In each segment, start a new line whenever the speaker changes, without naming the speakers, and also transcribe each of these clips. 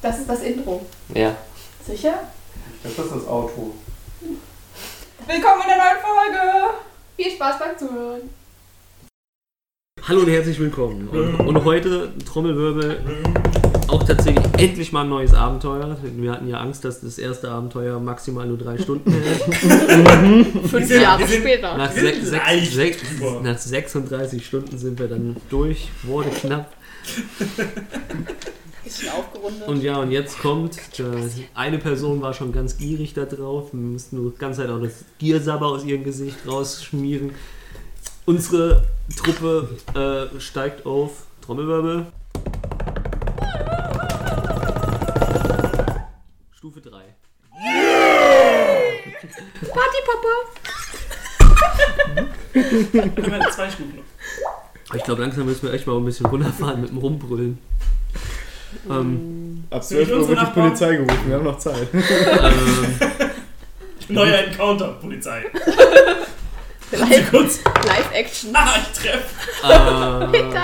Das ist das Intro.
Ja.
Sicher?
Das ist das Auto.
Willkommen in der neuen Folge! Viel Spaß beim Zuhören.
Hallo und herzlich willkommen. Und, und heute, Trommelwirbel, auch tatsächlich endlich mal ein neues Abenteuer. Wir hatten ja Angst, dass das erste Abenteuer maximal nur drei Stunden hält.
Fünf
sind-
Jahre
wir sind-
später.
Nach,
Wir
sech,
sind
sech,
leicht
sech,
drüber.
nach 36 Stunden sind wir dann durch, wurde knapp.
Bisschen aufgerundet.
Und ja, und jetzt kommt, äh, eine Person war schon ganz gierig da drauf. Wir mussten nur die ganze Zeit auch das Giersabber aus ihrem Gesicht rausschmieren. Unsere Truppe äh, steigt auf Trommelwirbel. Stufe 3.
Partypapa.
Immer zwei Stufen noch.
Ich glaube, langsam müssen wir echt mal ein bisschen runterfahren mit dem Rumbrüllen. Ähm,
Ab
Sind
12 Uhr
unsere
wird die
Nachbarn?
Polizei gerufen, wir haben noch Zeit.
ähm,
Neuer Encounter, Polizei.
Live-
Kurz,
Live-Action.
ah, ich treffe.
äh,
Hinterher.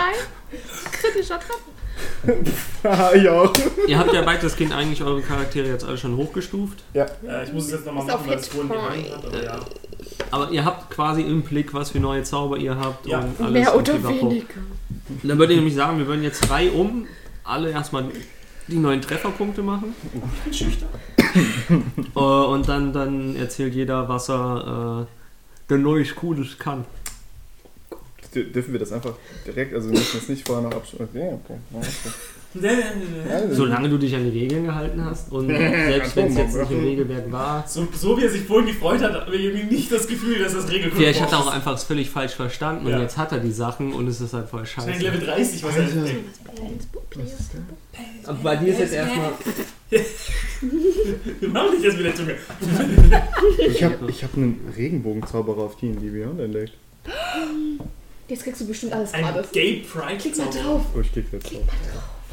Kritischer Treppen.
Haha, ich auch.
ihr habt ja bei das Kind eigentlich eure Charaktere jetzt alle schon hochgestuft.
Ja, Äh, ich muss es jetzt nochmal
Ist auf
machen, weil es vorhin
Hit
gehangen hat. Aber ja.
Aber ihr habt quasi im Blick, was für neue Zauber ihr habt
Ja.
und alles.
Mehr
und
oder
pipapo.
weniger.
Dann würde ich nämlich sagen, wir würden jetzt drei um, alle erstmal die neuen Trefferpunkte machen.
Ich bin schüchtern.
Äh, und dann, dann erzählt jeder, was er äh, der Neues Cooles kann.
D dürfen wir das einfach direkt, also wir müssen das nicht vorher noch abschließen. Ja, okay. Ja, okay. Also,
Solange du dich an die Regeln gehalten hast und selbst wenn es jetzt nicht im Regelwerk war.
So, so wie er sich vorhin gefreut hat, hat er irgendwie nicht das Gefühl, dass das Regelbuch
Vielleicht hat er auch einfach es völlig falsch verstanden und
Ja.
jetzt hat er die Sachen und es ist halt voll
Schnell
scheiße.
Level 30, was er
Alter.
denkt.
Aber bei dir ist jetzt erstmal.
Wir machen nicht erst mit der Zunge.
Ich habe ich hab einen Regenbogenzauberer auf D&D Beyond entdeckt.
Jetzt kriegst du bestimmt alles
Ein
gerade.
Gay Pride
Klick mal
Zauber.
drauf.
Oh, ich klicke jetzt drauf.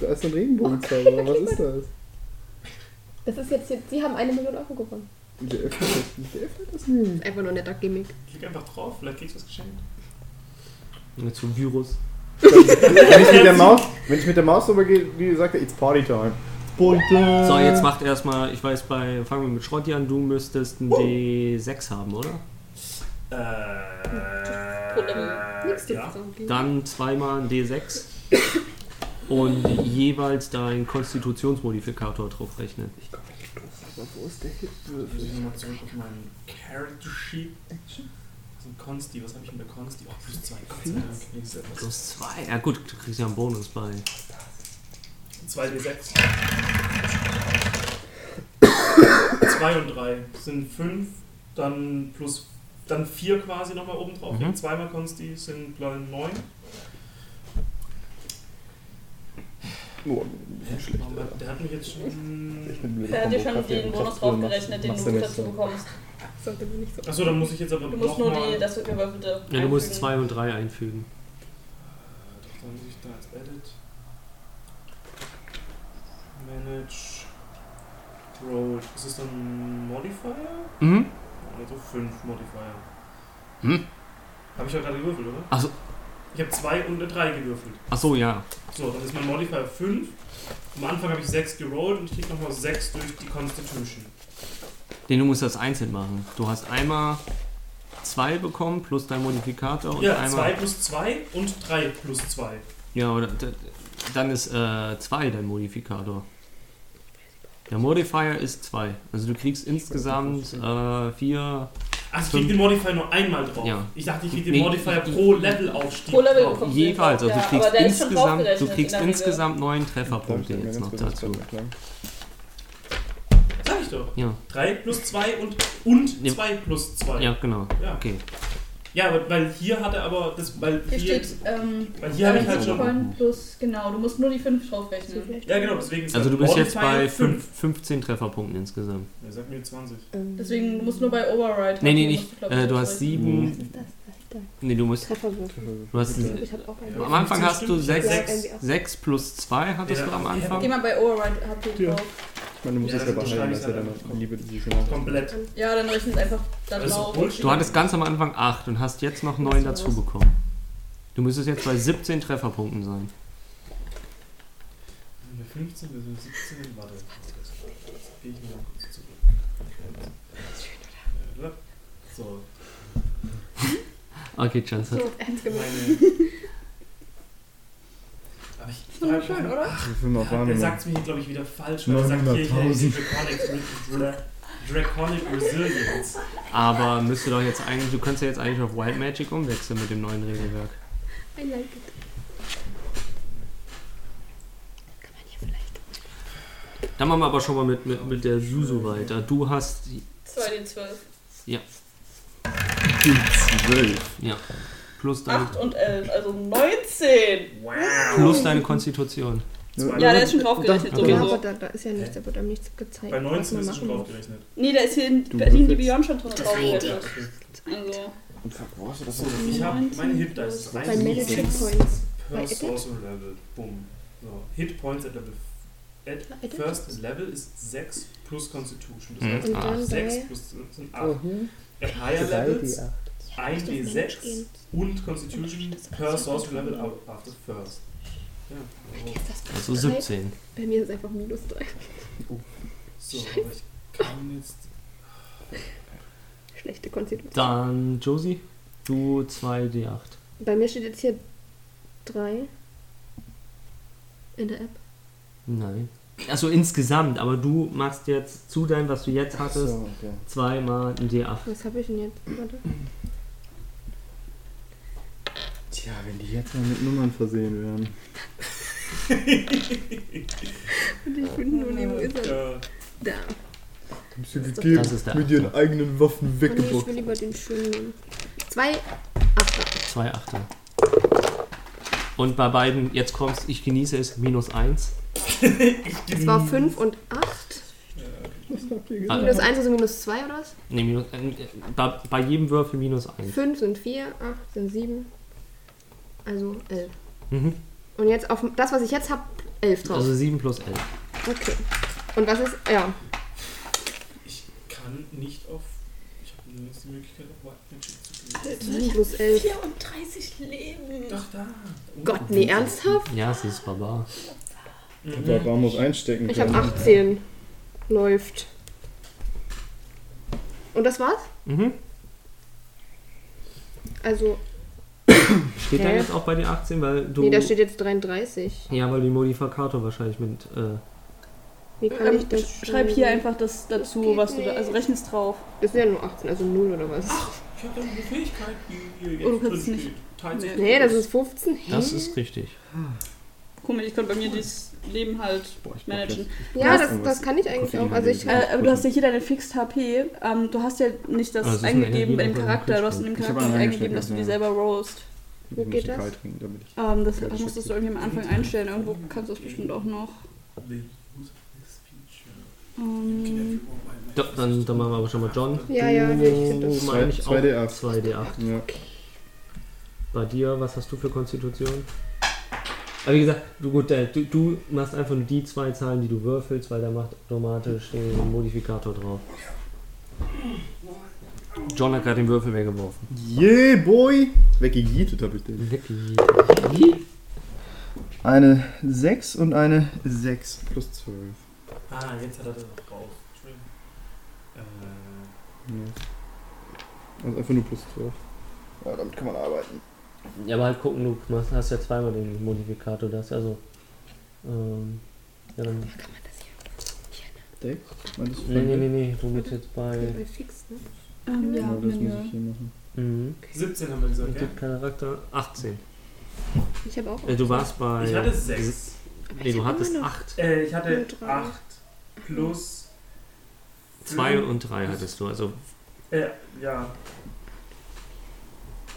Da ist ein Regenbogenzauberer, was ist das?
Das ist jetzt, jetzt- sie haben eine Million Euro gewonnen.
Der öffnet das, der öffnet das nie.
Einfach nur ein netter Gimmick.
Äh,
Klick einfach drauf, vielleicht kriegst du was geschenkt.
Zum Virus.
Wenn ich mit der Maus, wenn ich mit der Maus drüber gehe, wie sagt er, it's party time. Party time.
So, jetzt macht erstmal, ich weiß, bei. Fangen wir mit Schrotti an, du müsstest ein D6 haben, oder?
Äh.
Nichts
ja.
ja.
Dann zweimal ein D6 und jeweils deinen Konstitutionsmodifikator draufrechnen.
Aber wo ist der Hitwürfel?
Ich muss mal zurück auf meinen Character Sheet. Was ist Consti? Was habe ich denn bei Consti? Oh, plus zwei. Gott sei Dank. Nächstes Mal.
Plus zwei. Ja gut, du kriegst ja einen Bonus bei.
2d6. 2 und 3 sind 5, dann plus dann 4 quasi nochmal oben drauf.
Mhm.
Mhm. Zweimal Konsti sind 9.
Oh, ich bin schlecht, Alter.
Der hat mich jetzt
Ich
schon.
bin blöd.
Da hat dir schon den Bonus draufgerechnet, den du dazu bekommst.
Sollte man nicht so.
Achso, dann muss ich jetzt aber
Du
noch
musst nur
mal-
die, das gewürfelte.
Ja, du musst
einfügen.
zwei und drei einfügen.
Doch, Dann Äh, muss ich da jetzt Edit. Manage. Roll. Ist es dann Modifier?
Mhm.
Also 5 Modifier.
Hm?
Habe ich ja gerade gewürfelt, oder?
Ach so.
Ich habe 2 und eine 3 gewürfelt.
Achso, ja.
So, dann ist mein Modifier 5. Am Anfang habe ich 6 gerollt und ich krieg nochmal 6 durch die Constitution.
Den du musst das einzeln machen. Du hast einmal zwei bekommen plus dein Modifikator und
ja, 2
Oh, einmal.
plus 2 und 3 plus 2.
Ja, oder d- dann ist äh, zwei dein Modifikator. Der Modifier ist zwei. Also du kriegst insgesamt äh, vier.
Ach, Also
Fünf.
ich krieg den Modifier nur einmal drauf.
Ja.
Ich dachte, ich krieg den
Nee,
Modifier
ich-
pro Levelaufstieg.
Pro Level
drauf.
bekommst du den
Jeweils,
drauf,
also du
ja,
kriegst
aber der ist schon
insgesamt, du
draufgerechnet
kriegst
in der Regel.
insgesamt neun Trefferpunkte jetzt noch dazu.
Sag ich doch.
Ja,
3 plus 2 und und
Ja.
2 plus 2.
ja, genau.
Ja.
Okay.
ja, aber- weil hier hat er aber das. Weil
Hier
hier,
steht, ähm,
weil hier habe ich
äh,
halt schon.
Zufall plus, genau, du musst nur die 5 draufrechnen.
Ja, genau, deswegen ist
Also
halt
du bist jetzt
Modifier
bei
fünf.
fünf, 15 Trefferpunkten insgesamt.
Ja, sag mir 20.
Ähm,
Deswegen, du musst nur bei Override.
Nee, nee,
musst
nicht.
glaub ich,
Äh, du hast
draufrechnen.
sieben. Nee, du musst.
Trefferwürfel.
Mhm.
Du hast,
Ich hatte auch einen.
am Anfang hast du
Stimmt,
ja,
6,
irgendwie auch.
plus 2 hattest
Ja.
du am
Geh
Anfang.
mal bei Override, hat die
Ja.
drauf.
Ich meine, du musst
Ja,
es ja
dann schreibe
behalten,
ich's
dass er
halt
dann
einfach
die Liebe, die sie schon hat.
Komplett.
Ja, dann rechnet einfach da
Das ist
drauf.
Bullshit.
Du hattest ganz am Anfang 8 und hast jetzt noch 9 dazu bekommen. Du müsstest jetzt bei 17 Trefferpunkten sein.
15 bis 17. Warte. Geh ich mal kurz zurück. Schön, oder? So,
Okay, Chance hat.
So, ernst gemeint.
meine. Aber ich.
Schön, oder?
Ich will noch
Ja, der
wahrnehmen.
sagt es mir, glaube ich, wieder falsch, weil er sagt hier, hier die Draconic, Dra- Draconic Resilience.
Aber müsste doch jetzt eigentlich, du könntest ja jetzt eigentlich auf Wild Magic umwechseln mit dem neuen Regelwerk.
I like it. Kann man hier vielleicht.
Dann machen wir aber schon mal mit, mit, mit der Susu weiter. Du hast.
2d12.
Zwölf.
Ja. Plus deine,
8 und 11, also 19.
Wow!
plus deine Konstitution.
Ja, der ist schon draufgerechnet
Okay.
Ja, aber
sowieso.
da, da ist ja nichts, da wird einem nichts gezeigt.
Bei 19
was
ist
man
es schon
machen muss.
draufgerechnet.
Nee, da ist hier in
Du
Berlin die
würfelst.
Beyond schon drin
Okay.
draufgerechnet. Also,
Fuck, wo hast du das
So, ich habe meine Hit Dice.
Bei
Drei
Magic
D6
Checkpoints. Bei
Per
Attack?
Sorcerer also Level. Boom. So, Hit Points at Level. At
Attack?
First Level ist 6 plus Constitution.
Mhm.
Das
Und
Ah,
dann
heißt, 6
bei.
plus sind
Oh,
8.
hier?
At Higher
Drei,
Levels
die acht.
Ein
Mensch
D6
gehen.
und Constitution per Source Level up after first. Ja, also,
Ist das bei
Also
drei?
17.
Bei mir ist einfach minus 3.
so, aber ich kann jetzt.
Schlechte Konstitution.
Dann Josie, du 2d8.
Bei mir steht jetzt hier 3 in der App.
Nein. Also insgesamt, aber du machst jetzt zu deinem, was du jetzt hattest,
So, okay.
zweimal ein D8.
Was habe ich denn jetzt? Warte.
Tja, wenn die jetzt mal mit Nummern versehen wären.
Und ich bin nur neben Isa.
Ja,
Da.
Hab's dir
gegeben,
Das ist der mit ihren Achter.
eigenen Waffen
Oh nee, ich will lieber den schönen nehmen. Zwei Achter.
Zwei Achter. Und bei beiden, jetzt kommst, ich genieße es, minus 1.
Es war 5 und 8.
Ah,
Minus 1 also minus 2 oder was?
nee, minus, äh, äh, bei, bei jedem Würfel minus 1.
5 sind 4, 8 sind 7. Also 11.
Mhm.
Und jetzt auf das, was ich jetzt habe, 11 drauf.
Also 7 plus 11.
okay. Und was ist. Ja.
ich kann nicht auf. Ich habe nirgends die Möglichkeit, auf White Magic zu gehen.
7 plus 11.
34 Leben.
Doch, da! Oh.
Gott, nee, ernsthaft?
Ja, sie ist Barbar.
Der Raum muss einstecken
Ich habe
können.
18. Läuft. Und das war's?
Mhm.
Also,
Steht da
Hä?
jetzt auch bei den 18, weil du.
nee, da steht jetzt 33.
ja, weil du den Modifikator wahrscheinlich mit. Äh,
Wie kann ich das?
Schreib hier einfach das dazu,
geht
was du da. Also
nicht.
rechnest drauf.
Das sind ja nur 18, also 0 oder was?
Ich habe eine Fähigkeit, die ihr jetzt
Oh, du kannst
drin
nicht.
steht. Teilt sich
Nee.
Nee, das ist 15. Hä?
das ist richtig.
Guck mal, ich konnte bei mir dieses Leben halt
Boah, ich glaub,
managen.
ja,
Was?
das, das kann ich eigentlich
Koffein
auch. Also ich,
Ja,
Äh, aber du
gut.
hast ja hier deine Fixed HP. Ähm, du hast ja nicht das
Ah, das ist eine
eingegeben bei dem
Energie,
Charakter. Du hast in dem
Ich hab
Charakter nicht
einen
eingegeben, dass du die
eingesteckt,
selber roast.
Ich
Wo
muss
geht
die
das?
kalt trinken, damit ich.
Ähm, das
Ja, das
musstest
stimmt.
du irgendwie am Anfang einstellen. Irgendwo kannst du das bestimmt auch noch.
The use of this feature.
Ähm,
Da, dann, dann machen wir aber schon mal John.
Ja, ja,
du,
nee, ich find das-
meine ich auch
2D8.
2D8.
Ja.
Bei dir, was hast du für Konstitution? Aber wie gesagt, du, gut, äh, du, du machst einfach nur die zwei Zahlen, die du würfelst, weil da macht automatisch den Modifikator drauf. John hat gerade den Würfel weggeworfen.
Yeah, boy! Weggejietet habe ich den.
Wirklich.
Eine 6 und eine 6 plus 12.
Ah, jetzt hat er das auch drauf. Entschuldigung. Äh,
Ja. Also einfach nur plus 12. Ja, damit kann man arbeiten.
Ja, aber halt gucken, du machst, hast ja zweimal den Modifikator, das also. Ähm, ja, dann,
Meinst du?
nee, nee, nee, nee, du bist jetzt bei.
Bei fix, ne?
ähm, ja,
Ja, das muss ich
Menü.
hier machen.
Mhm.
17 haben wir gesagt,
Mit
ja?
dem Charakter 18.
Ich habe auch.
Äh, du warst bei.
Ich hatte 6.
Nee, du hattest 8.
Äh, ich
Nur
hatte
drei.
8 plus.
2 und 3 hattest du, also
Äh, ja.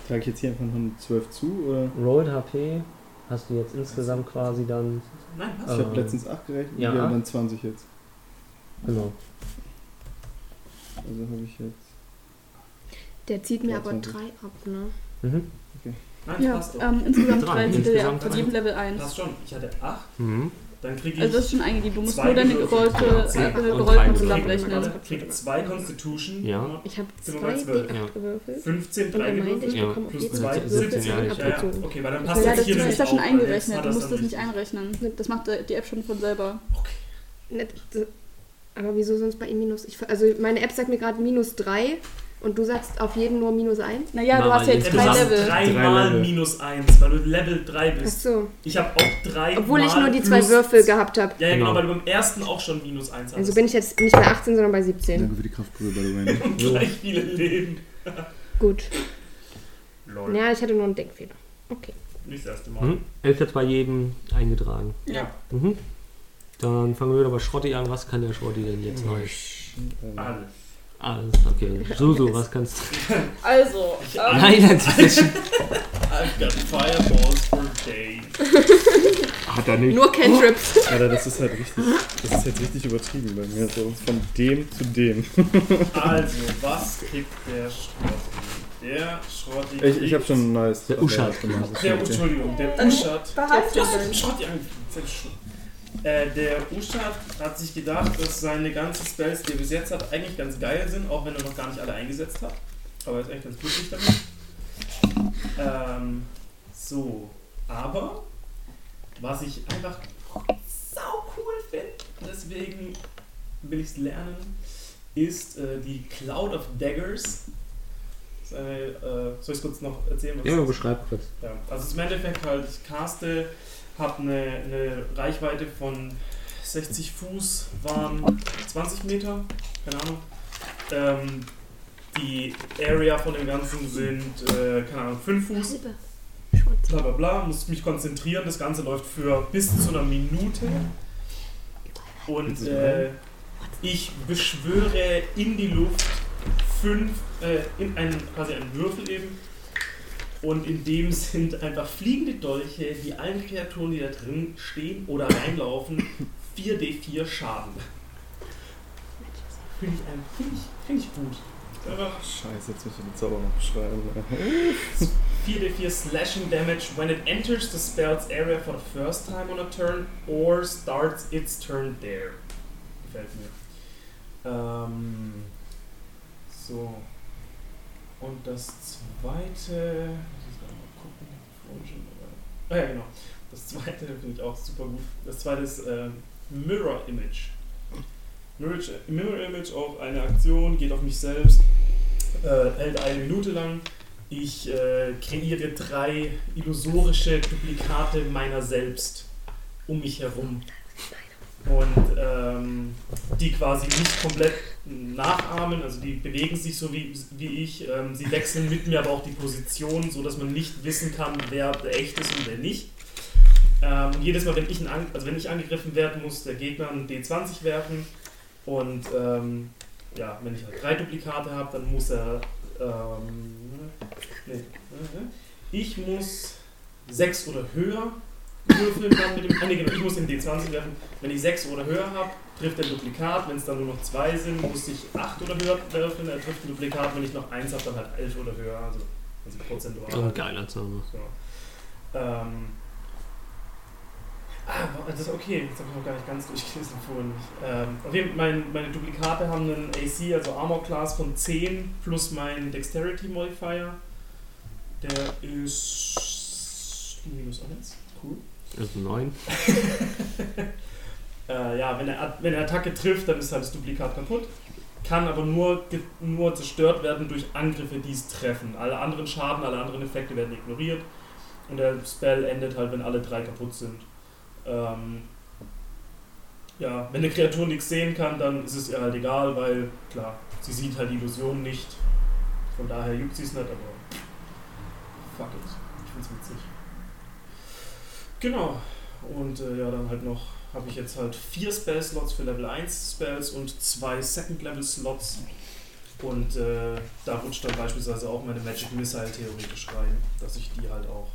Trage ich jetzt hier einfach noch eine 12 zu oder?
Rolled HP hast du jetzt insgesamt quasi dann.
Nein, was?
Ich
Ähm,
habe letztens 8 gerechnet,
ja.
ja. wir haben dann 20 jetzt.
Genau.
Also habe ich jetzt.
Der zieht mir
Ja,
aber
zwanzig.
3 ab, ne?
Mhm.
Nein,
Ja,
passt doch.
ähm, insgesamt
Drei,
drei Titel, ja.
insgesamt
Von
drei.
jedem Level 1.
Passt schon. Ich hatte 8,
Mhm.
Dann kriege ich
Also das ist schon eingegeben. Du musst
Zwei
nur deine
gewürfelt.
gerollte,
Zehn.
äh,
Und
gerollten
drei
zusammenrechnen.
krieg zwei Constitution,
Ja.
Ich habe
Sind wir
zwei
bei zwölf?
D8
Ja.
gewürfelt.
15,
Und er
drei
meinte,
gewürfelt.
ich
Ja.
bekomme auf
Plus
jeden
zwei,
Fall
17,
17
ja, ich-
Ja, ja,
abgezogen.
okay, weil dann
Ja,
passt
Ja,
das
das
hier
ist
nämlich
ja schon
auch, weil jetzt
eingerechnet.
hat
Du
das
musst
dann
das nicht
richtig.
einrechnen. Das macht äh, die App schon von selber.
Nicht, äh, Aber wieso sonst bei ihm minus? Ich, also meine App sagt mir gerade minus 3 und du sagst auf jeden nur minus 1.
Naja, du
Mama,
hast ja jetzt
Ja, du
drei
insgesamt
hast
Level.
dreimal
Level.
minus 1, weil du Level 3 bist.
Achso.
Ich habe auch drei
Obwohl ich
mal
nur die zwei
plus-
Würfel gehabt habe.
Ja, ja, genau,
Genau.
weil du beim ersten auch schon minus 1
Also
hattest.
bin ich jetzt nicht bei 18, sondern bei 17.
Danke für die Kraftprobe, by the way.
Und gleich viele Leben.
Gut.
Lol.
Ja, ich hatte nur einen Denkfehler.
Nicht das erste Mal.
Hm? Elf hat bei jedem eingetragen.
Ja.
Mhm. Dann fangen wir wieder bei Schrotti an. Was kann der Schrotti denn jetzt Neues?
Alles.
Alles, okay. Susu, was kannst du?
Also, ähm,
Nein, das ist
I've got fireballs for days.
Hat er nicht.
Nur Cantrips.
Alter, das ist halt richtig. Das ist jetzt richtig übertrieben bei mir. So von dem zu dem.
Also, was kickt der Schrotti? Der Schrotti
Ich, ich
kriegt-
habe schon ein neues.
Der Uschat.
Der, Entschuldigung, der
Dann-
Uschat.
behalt
Du hast
den.
den Schrotti angegriffen. Selbst schuld. Äh, der Uschat hat sich gedacht, dass seine ganzen Spells, die er bis jetzt hat, eigentlich ganz geil sind, auch wenn er noch gar nicht alle eingesetzt hat. Aber er ist eigentlich ganz glücklich damit. Ähm, so, aber was ich einfach sau cool finde, deswegen will ich es lernen, ist äh, die Cloud of Daggers. Das ist eine, äh, soll ich es kurz noch erzählen? was
Ja,
das ist?
beschreib kurz.
Ja, also es ist im Endeffekt halt, ich caste, habe eine, eine Reichweite von 60 Fuß, waren 20 Meter, keine Ahnung. Ähm, die Area von dem Ganzen sind, äh, keine Ahnung, 5 Fuß, bla bla bla, muss mich konzentrieren. Das Ganze läuft für bis zu einer Minute. Und äh, ich beschwöre in die Luft fünf, äh, in einen, quasi einen Würfel eben. Und in dem sind einfach fliegende Dolche, die allen Kreaturen, die da drin stehen oder reinlaufen, 4d4 Schaden. Finde ich, ein- finde ich, finde ich gut. Einfach
Scheiße, jetzt muss ich den Zauber noch beschreiben.
4d4 slashing damage when it enters the spell's area for the first time on a turn or starts its turn there. Gefällt mir. Ähm, so. Und das zweite. Ich muss gerade mal gucken. vorhin schon dabei. Ah ja, genau. Das zweite finde ich auch super gut. Das zweite ist ähm, Mirror Image. Mirror, Mirror Image, auch eine Aktion, geht auf mich selbst, äh, hält eine Minute lang. Ich äh, kreiere drei illusorische Duplikate meiner selbst um mich herum. Und ähm, die quasi nicht komplett nachahmen, also die bewegen sich so wie, wie ich. Ähm, sie wechseln mit mir aber auch die Position, so dass man nicht wissen kann, wer der echt ist und wer nicht. Ähm, und jedes Mal, wenn ich, ein An also wenn ich angegriffen werden muss, der Gegner einen D20 werfen. Und ähm, ja, wenn ich halt drei Duplikate habe, dann muss er. Ähm, nee, ich muss sechs oder höher würfeln dann mit dem. Ah, nee, genau, ich muss den D20 werfen. Wenn ich sechs oder höher habe, trifft der Duplikat. Wenn es dann nur noch zwei sind, muss ich acht oder höher werfen. Er trifft ein Duplikat. Wenn ich noch eins habe, dann halt elf oder höher. Also, also prozentual.
Oh, ein geiler Zauber.
So. Ähm. Ah, wa- das ist okay. Jetzt habe ich noch gar nicht ganz durchgelesen vorhin. Ähm, auf jeden Fall, mein, meine Duplikate haben einen AC, also Armor Class von 10 plus mein Dexterity Modifier. Der ist minus 1. Cool.
Also neun.
Äh, ja, wenn er, wenn er Attacke trifft, dann ist halt das Duplikat kaputt. Kann aber nur, ge- nur zerstört werden durch Angriffe, die es treffen. Alle anderen Schaden, alle anderen Effekte werden ignoriert. Und der Spell endet halt, wenn alle drei kaputt sind. Ähm, ja, wenn eine Kreatur nichts sehen kann, dann ist es ihr halt egal, weil, klar, sie sieht halt die Illusion nicht. Von daher juckt sie es nicht, aber. Fuck it. Ich find's witzig. Genau. Und äh, ja, dann halt noch habe ich jetzt halt vier Spell-Slots für Level 1 Spells und zwei Second-Level-Slots. Und äh, da rutscht dann beispielsweise auch meine Magic Missile theoretisch rein, dass ich die halt auch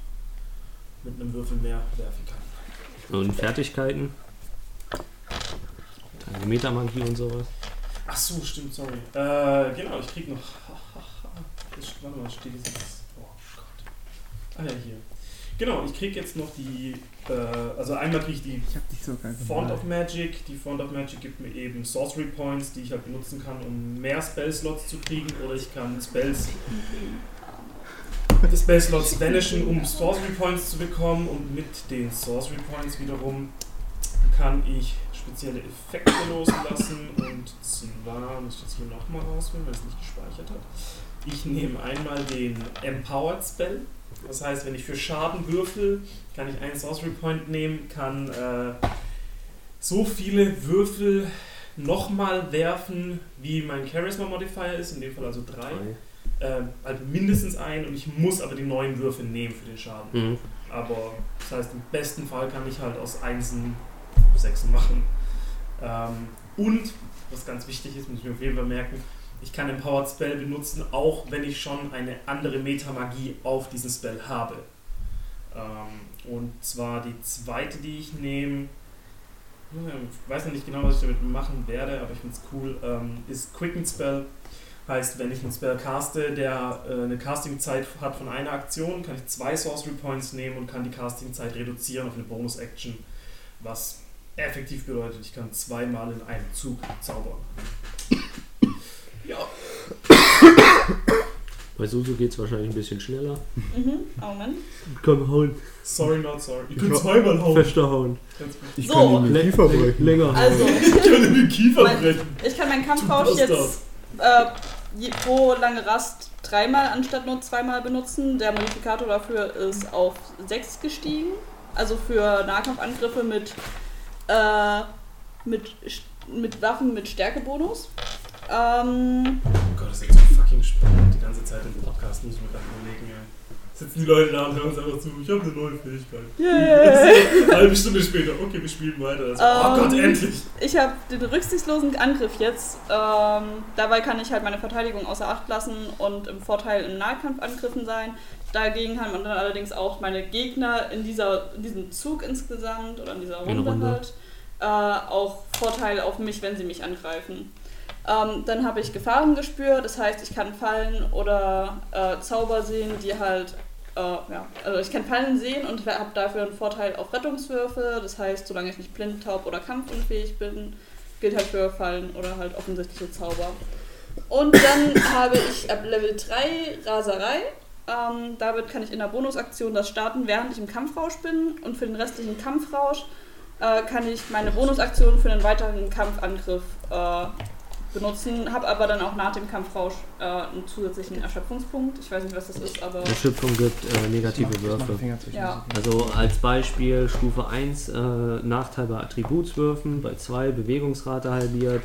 mit einem Würfel mehr werfen kann.
Und Fertigkeiten. Deine Metamagie und sowas.
Ach so, stimmt, sorry. Äh, genau, ich krieg noch. Das, warte mal, steht das jetzt? Oh Gott. Ah ja, hier. Genau, ich krieg jetzt noch die. Äh, also einmal krieg ich die
Ich hab dich so geil
Font of Magic. Die Font of Magic gibt mir eben Sorcery Points, die ich halt benutzen kann, um mehr Spell-Slots zu kriegen. Oder ich kann Spells, die Spell-Slots vanishen, um Sorcery Points zu bekommen. Und mit den Sorcery Points wiederum kann ich spezielle Effekte loslassen. Und zwar, muss ich das hier nochmal rausholen, weil ich es nicht gespeichert habe. Ich nehme einmal den Empowered Spell. Das heißt, wenn ich für Schaden würfel, kann ich einen Sorcery Point nehmen, kann äh, so viele Würfel nochmal werfen, wie mein Charisma Modifier ist, in dem Fall also drei. Äh, also mindestens einen und ich muss aber die neuen Würfel nehmen für den Schaden.
Mhm.
Aber das heißt, im besten Fall kann ich halt aus Einsen Sechsen machen. Ähm, und, was ganz wichtig ist, muss ich mir auf jeden Fall merken, ich kann Empowered Spell benutzen, auch wenn ich schon eine andere Metamagie auf diesen Spell habe. Ähm, und zwar die zweite, die ich nehme, ich weiß noch nicht genau, was ich damit machen werde, aber ich finde es cool, ähm, ist Quicken Spell. Heißt, wenn ich einen Spell caste, der äh, eine Castingzeit hat von einer Aktion, kann ich zwei Sorcery Points nehmen und kann die Castingzeit reduzieren auf eine Bonus-Action, was effektiv bedeutet, ich kann zweimal in einem Zug zaubern. Ja,
Bei Susu geht es wahrscheinlich ein bisschen schneller.
Mhm. Oh, Moment.
Komm, hauen.
sorry, not sorry. Ich
Ich
kann
glaub-
zweimal hauen.
Fester hauen.
Ganz gut.
Ich
So.
kann ihm den
Lä-
Kiefer
lä-
brechen.
Länger hauen.
Also,
Ich kann in den Kiefer
Mein-
brechen.
ich kann meinen
Du
Kampfrausch
bist
jetzt äh, je- pro lange Rast dreimal anstatt nur zweimal benutzen. Der Modifikator dafür ist auf 6 gestiegen. Also für Nahkampfangriffe mit, äh, mit, Sch- mit Waffen mit Stärkebonus. Ähm,
Oh Gott, das ist jetzt so fucking spannend. Die ganze Zeit im Podcast muss ich mir gerade überlegen, ja. Sitzen die Leute da und hören uns einfach zu, ich habe eine neue Fähigkeit. Eine halbe Stunde später, okay, wir spielen weiter. Also, oh
Ähm.
Gott, endlich!
Ich habe den rücksichtslosen Angriff jetzt. Ähm, dabei kann ich halt meine Verteidigung außer Acht lassen und im Vorteil im Nahkampfangriffen sein. Dagegen haben dann allerdings auch meine Gegner in, dieser, in diesem Zug insgesamt oder in dieser
In der
Runde,
Runde.
halt äh, auch Vorteil auf mich, wenn sie mich angreifen. Ähm, dann habe ich Gefahren gespürt, das heißt, ich kann Fallen oder äh, Zauber sehen, die halt äh, ja, also ich kann Fallen sehen und habe dafür einen Vorteil auf Rettungswürfe. Das heißt, solange ich nicht blind, taub oder kampfunfähig bin, gilt halt für Fallen oder halt offensichtliche Zauber. Und dann habe ich ab Level 3 Raserei. Ähm, damit kann ich in der Bonusaktion das starten, während ich im Kampfrausch bin. Und für den restlichen Kampfrausch äh, kann ich meine Bonusaktion für einen weiteren Kampfangriff äh, benutzen, habe aber dann auch nach dem Kampfrausch äh, einen zusätzlichen Erschöpfungspunkt. Ich weiß nicht, was das ist, aber...
Erschöpfung gibt äh, negative Würfe.
Ja.
Also als Beispiel Stufe 1 äh, Nachteil bei Attributswürfen, bei 2 Bewegungsrate halbiert,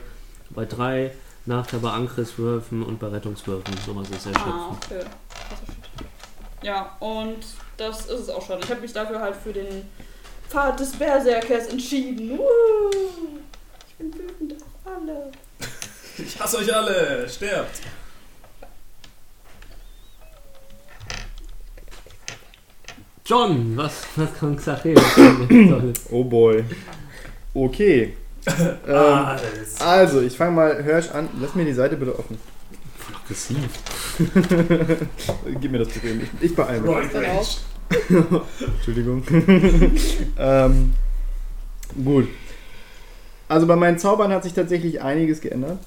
bei 3 Nachteil bei Angriffswürfen und bei Rettungswürfen. Sowas ist
Ah,
erschöpfend.
okay. Das ist shit. Ja, und das ist es auch schon. Ich habe mich dafür halt für den Pfad des Berserkers entschieden. Wuhu! Ich bin wütend auf alle.
Ich hasse euch alle! Sterbt!
John, was, was kann Xachel? Tolles.
Oh boy. Okay.
Ah.
ähm,
Alles!
also, ich fange mal, hör ich an. Lass mir die Seite bitte offen.
Aggressiv.
Gib mir das bitte eben. Ich, ich beeile mich.
Roy Rage.
Entschuldigung. ähm, gut. Also bei meinen Zaubern hat sich tatsächlich einiges geändert.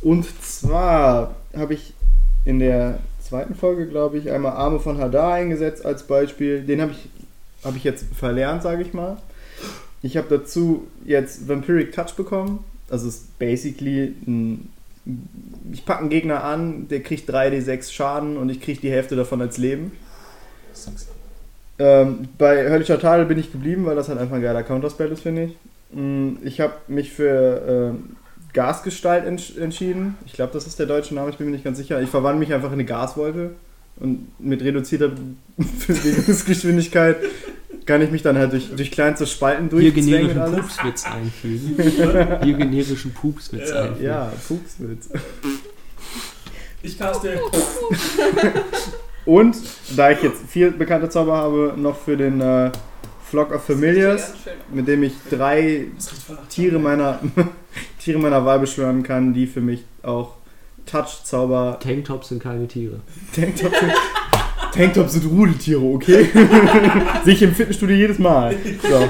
Und zwar habe ich in der zweiten Folge, glaube ich, einmal Arme von Hadar eingesetzt als Beispiel. Den habe ich, hab ich jetzt verlernt, sage ich mal. Ich habe dazu jetzt Vampiric Touch bekommen. Also es ist basically ein... Ich packe einen Gegner an, der kriegt 3d6 Schaden und ich kriege die Hälfte davon als Leben. Ähm, bei Höllischer Tadel bin ich geblieben, weil das halt einfach ein geiler Counterspell ist, finde ich. Mm, Ich habe mich für ähm, Gasgestalt entsch entschieden. Ich glaube, das ist der deutsche Name, ich bin mir nicht ganz sicher. Ich verwandle mich einfach in eine Gaswolke und mit reduzierter Bewegungsgeschwindigkeit kann ich mich dann halt durch, durch kleinste Spalten
Hier
durchzwängen und
generischen
alles.
Pupswitz einfügen. Hier generischen Pupswitz
Ja.
einfügen.
Ja, Pupswitz.
Ich caste.
Und da ich jetzt vier bekannte Zauber habe, noch für den äh, Flock of Familiars, mit dem ich drei
Das riecht voll nach
Tiere meiner, Tiere meiner Wahl beschwören kann, die für mich auch Touch-Zauber
Tanktops sind keine Tiere.
Tanktop sind. Tanktops sind Rudeltiere, okay? Sehe ich im Fitnessstudio jedes Mal. So.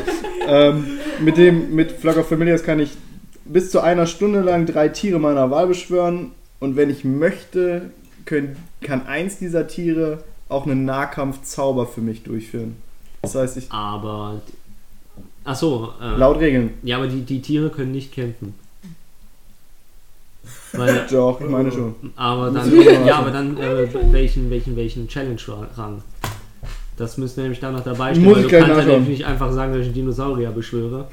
Ähm, mit dem, mit Flock of Familiars kann ich bis zu einer Stunde lang drei Tiere meiner Wahl beschwören. Und wenn ich möchte, können, kann eins dieser Tiere auch einen Nahkampfzauber für mich durchführen. Das heißt, ich.
Aber. Achso. Äh,
Laut Regeln.
Ja, aber die, die Tiere können nicht kämpfen. Weil,
Doch, ich meine schon.
aber
Muss
dann,
ich mal
ja,
machen.
aber dann äh, welchen, welchen, welchen Challenge-Rang? Das müsste nämlich da noch dabei stehen,
Muss
weil du
ich gleich
kannst ja
nachschauen.
nämlich nicht einfach sagen, dass ich einen Dinosaurier beschwöre.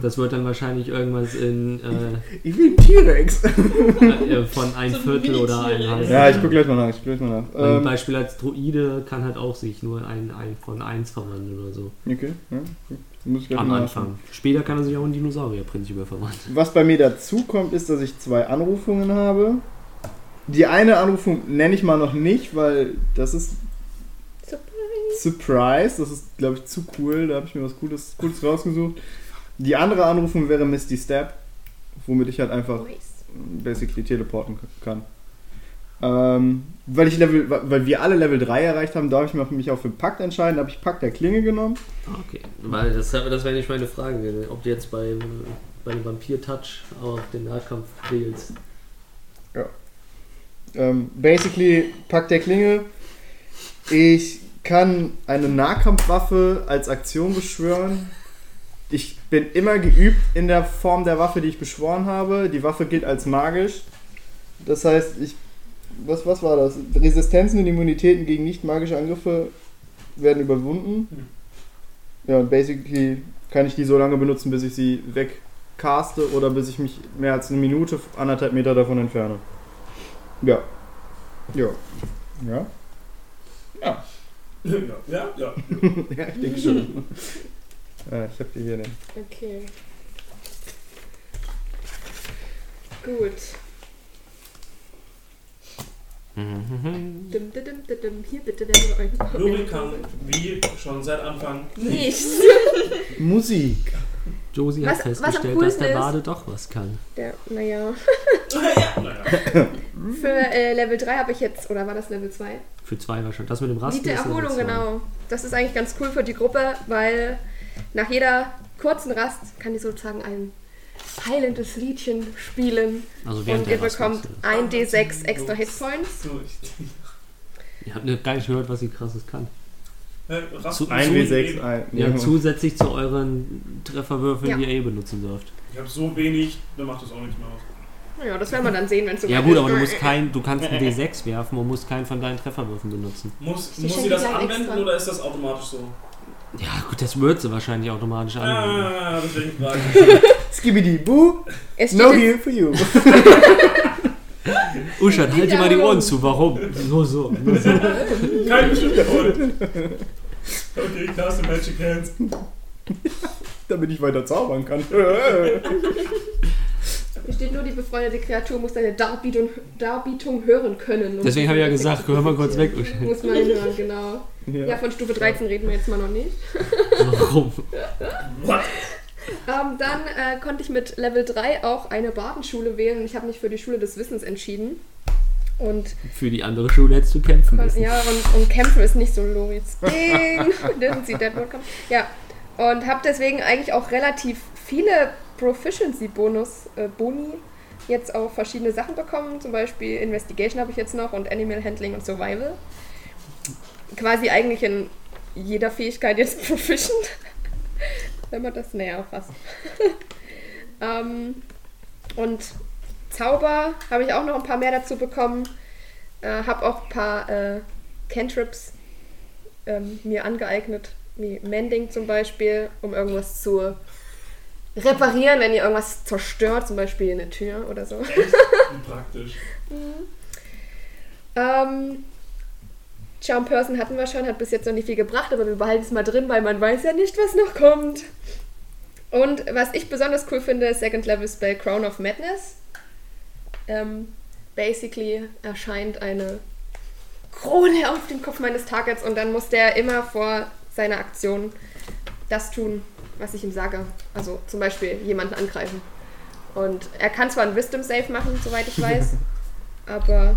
Das wird dann wahrscheinlich irgendwas in äh,
Ich will einen T-Rex.
äh, von ein
So ein
Viertel oder ein
Mini-Tier,
halbes.
Ja, ich guck gleich mal nach. Ich guck gleich mal nach.
Ein
Ähm,
Beispiel als Druide kann halt auch sich nur ein, ein von 1 verwandeln oder so.
okay, ja, genau. gut. Muss ich gleich
Am
mal
Anfang. Später kann er sich auch in Dinosaurier prinzipiell verwandeln.
Was bei mir dazu kommt, ist, dass ich zwei Anrufungen habe. Die eine Anrufung nenne ich mal noch nicht, weil das ist Surprise. Das ist, glaube ich, zu cool. Da habe ich mir was Cooles, Cooles rausgesucht. Die andere Anrufung wäre Misty Step, womit ich halt einfach
Nice.
basically teleporten kann. Ähm, weil, ich Level, weil wir alle Level 3 erreicht haben, darf ich mich auch für Pakt entscheiden. Da habe ich Pakt der Klinge genommen.
Ah, Okay. Weil das, das wäre nicht meine Frage, gewesen, ob du jetzt beim, beim Vampir-Touch auf den Nahkampf wählst.
Ähm, basically, Pack der Klinge. Ich kann eine Nahkampfwaffe als Aktion beschwören. Ich bin immer geübt in der Form der Waffe, die ich beschworen habe. Die Waffe gilt als magisch. Das heißt, ich. Was, was war das? Resistenzen und Immunitäten gegen nicht-magische Angriffe werden überwunden. Ja, und basically kann ich die so lange benutzen, bis ich sie wegcaste oder bis ich mich mehr als eine Minute, anderthalb Meter davon entferne. Ja. Ja. Ja?
ja, ja, ja.
ja, ich denke schon. ja, Ah, ich hab die hier nicht.
Okay. Gut.
Mhm.
Dim, dim, dim, dim, dim. Hier bitte der mit euren
Luri
Problemen
kann,
kommen.
wie schon seit Anfang,
Nichts.
Musik.
Josie hat
Was- was am
festgestellt, dass
coolsten
der
ist-
Bade doch was kann.
Der, naja.
naja,
Für äh, Level 3 habe ich jetzt, oder war das Level 2?
Für zwei wahrscheinlich. Das mit dem Rasten
Lied der
ist Level
Erholung,
zwei.
genau. Das ist eigentlich ganz cool für die Gruppe, weil nach jeder kurzen Rast kann die sozusagen ein heilendes Liedchen spielen
Also während
und
der
ihr bekommt
Erasmus-
1d6 extra Hitpoints.
so ich.
Ihr habt gar nicht gehört, was sie krasses kann.
Äh, Rast-
Zu-
so
1W6,
wenig-
ein.
Ja, zusätzlich zu euren Trefferwürfeln,
Ja.
die ihr eh benutzen dürft.
Ich habe so wenig, dann macht das auch nichts mehr aus.
Ja, das werden wir dann sehen, wenn es so
Ja
weit
gut,
ist.
aber du musst kein, du kannst einen D6 werfen und musst keinen von deinen Trefferwürfen benutzen.
Muss,
Die
muss sie
schenken
das
gleich
anwenden
extra.
oder ist das automatisch so?
Ja gut, das wird sie wahrscheinlich automatisch anwenden.
Ah, deswegen frage ich.
Skibidi Boo,
Es steht
no
jetzt,
heal for you.
Uschat, halt dir mal die Ohren
Wiederholung.
zu, warum? Nur so, nur so.
Kein bestimmter Freund. Okay, Cast the Magic Hands.
Damit ich weiter zaubern kann.
hier steht nur, die befreundete Kreatur muss deine Darbietung, Darbietung hören können. Und
Deswegen habe ich ja gesagt, hör mal kurz weg, Uschat.
Muss man hören, genau. Ja,
ja.
von Stufe 13 reden wir jetzt mal noch nicht.
Warum?
What?
Ähm, dann äh, konnte ich mit Level 3 auch eine Badenschule wählen. Ich habe mich für die Schule des Wissens entschieden. Und,
Für die andere Schule hättest du kämpfen
kon-
müssen.
ja, und, und kämpfen ist nicht so Loris Ding. Dürfen Sie Deadwood kommen? Ja. Und habe deswegen eigentlich auch relativ viele Proficiency-Bonus, äh, Boni, jetzt auf verschiedene Sachen bekommen. Zum Beispiel Investigation habe ich jetzt noch und Animal Handling und Survival. Quasi eigentlich in jeder Fähigkeit jetzt proficient. Wenn man das näher auffasst. ähm, und Zauber habe ich auch noch ein paar mehr dazu bekommen. Äh, habe auch ein paar äh, Cantrips ähm, mir angeeignet, wie Mending zum Beispiel, um irgendwas zu reparieren, wenn ihr irgendwas zerstört, zum Beispiel eine Tür oder so.
Wie praktisch.
Ähm, Charm Person hatten wir schon, hat bis jetzt noch nicht viel gebracht, aber wir behalten es mal drin, weil man weiß ja nicht, was noch kommt. Und was ich besonders cool finde, ist Second Level Spell Crown of Madness. Ähm, basically erscheint eine Krone auf dem Kopf meines Targets und dann muss der immer vor seiner Aktion das tun, was ich ihm sage. Also zum Beispiel jemanden angreifen. Und er kann zwar ein Wisdom Save machen, soweit ich weiß, aber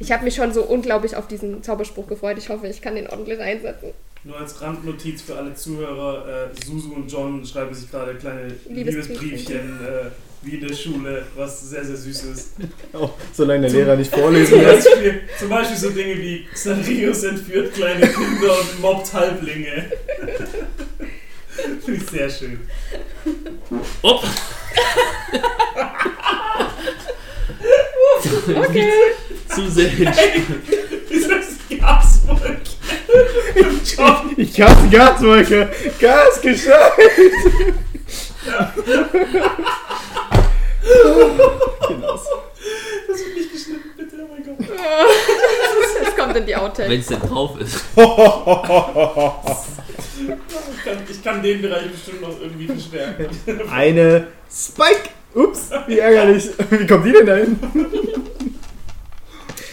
Ich habe mich schon so unglaublich auf diesen Zauberspruch gefreut. Ich hoffe, ich kann den ordentlich einsetzen.
Nur als Randnotiz für alle Zuhörer, äh, Susu und John schreiben sich gerade kleine
Liebesbriefchen.
Liebesbriefchen äh, wie in der Schule, was sehr, sehr süß ist.
Auch Oh, solange der Lehrer nicht vorlesen
Zum
lässt.
Beispiel, zum Beispiel so Dinge wie Xandrius entführt kleine Kinder und mobbt Halblinge. Finde ich sehr schön.
Okay. Zu sehr
Ist das Gasvolk? John,
Ich hab's Gaswolke! Gas geschafft! genau.
das wird nicht geschnitten, bitte, oh mein Gott.
Es kommt in die Outtake.
Wenn es denn drauf ist.
Ich kann, ich kann den Bereich bestimmt noch irgendwie verstärken.
Eine Spike! Ups, wie ärgerlich. Wie kommt die denn da hin?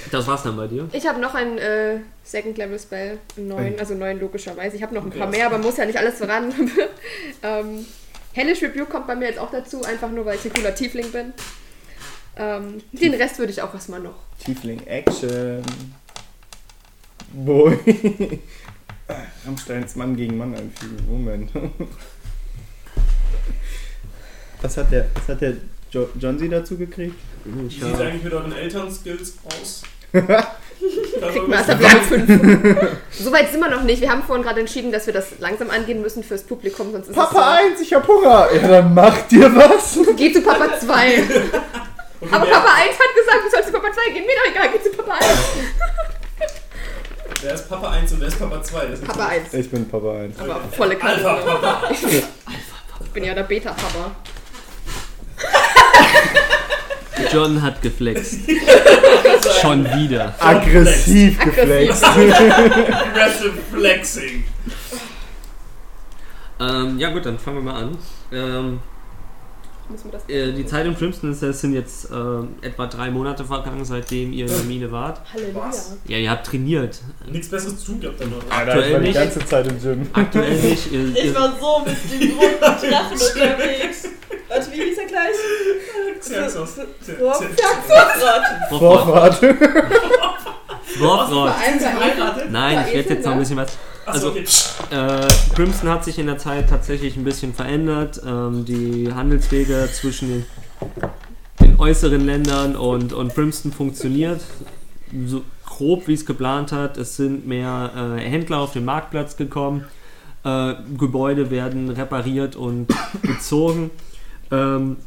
Das war's dann bei dir.
Ich habe noch einen äh, Second Level Spell, einen neuen, also neun logischerweise. Ich habe noch ein
Okay.
paar mehr, aber muss ja nicht alles voran. ähm, Hellish Rebuke kommt bei mir jetzt auch dazu, einfach nur weil ich ein cooler Tiefling bin. Ähm, den Rest würde ich auch erstmal noch.
Tiefling Action. Boy. Rammsteins Mann gegen Mann einfügen. Moment. Was hat der, was hat der jo John Sie dazu gekriegt?
Wie
Ich
sieht
hab,
eigentlich mit euren Eltern-Skills aus?
Kriegt man erst ab Level 5. Soweit sind wir noch nicht. Wir haben vorhin gerade entschieden, dass wir das langsam angehen müssen fürs Publikum, sonst ist
Papa 1, ich hab Hunger! Ja, dann mach dir was!
es so. Geh zu Papa 2.
Okay,
Aber
wer,
Papa 1 hat gesagt, du sollst zu Papa 2 gehen. Mir doch egal, geh zu Papa 1.
wer ist Papa 1 und wer ist Papa 2? Das ist
Papa 1.
Ich bin Papa 1.
Aber volle
Alpha
Kanone.
Papa.
Ich bin ja der Beta-Papa.
John hat geflext. Schon wieder.
Aggressiv geflext.
Aggressive Flexing.
Ähm, ja gut, dann fangen wir mal an. Ähm,
Muss mir das
äh, die Zeit im Crimson Instance sind jetzt ähm, etwa drei Monate vergangen, seitdem ihr in der Mine wart.
Halleluja.
Was?
Ja, ihr habt trainiert.
Nichts besseres zu gehabt dann noch.
Alter, ich war die
nicht.
ganze Zeit im Gym.
Aktuell nicht. Ihr,
Ich
ihr,
war so mit dem roten Drachen unterwegs. Warte, wie hieß er gleich?
Xerxes.
Rob?
Vorfahrt.
Vorfahrt.
Vorfahrt.
Eins
Verheiratet?
Nein, ich
Ja,
werde jetzt noch ein
ne?
bisschen was Also-
Achso, okay.
Äh, Crimson hat sich in der Zeit tatsächlich ein bisschen verändert. Ähm, die Handelswege zwischen den, den äußeren Ländern und, und Crimson funktioniert so grob, wie es geplant hat. Es sind mehr äh, Händler auf den Marktplatz gekommen. Äh, Gebäude werden repariert und gezogen. Ähm,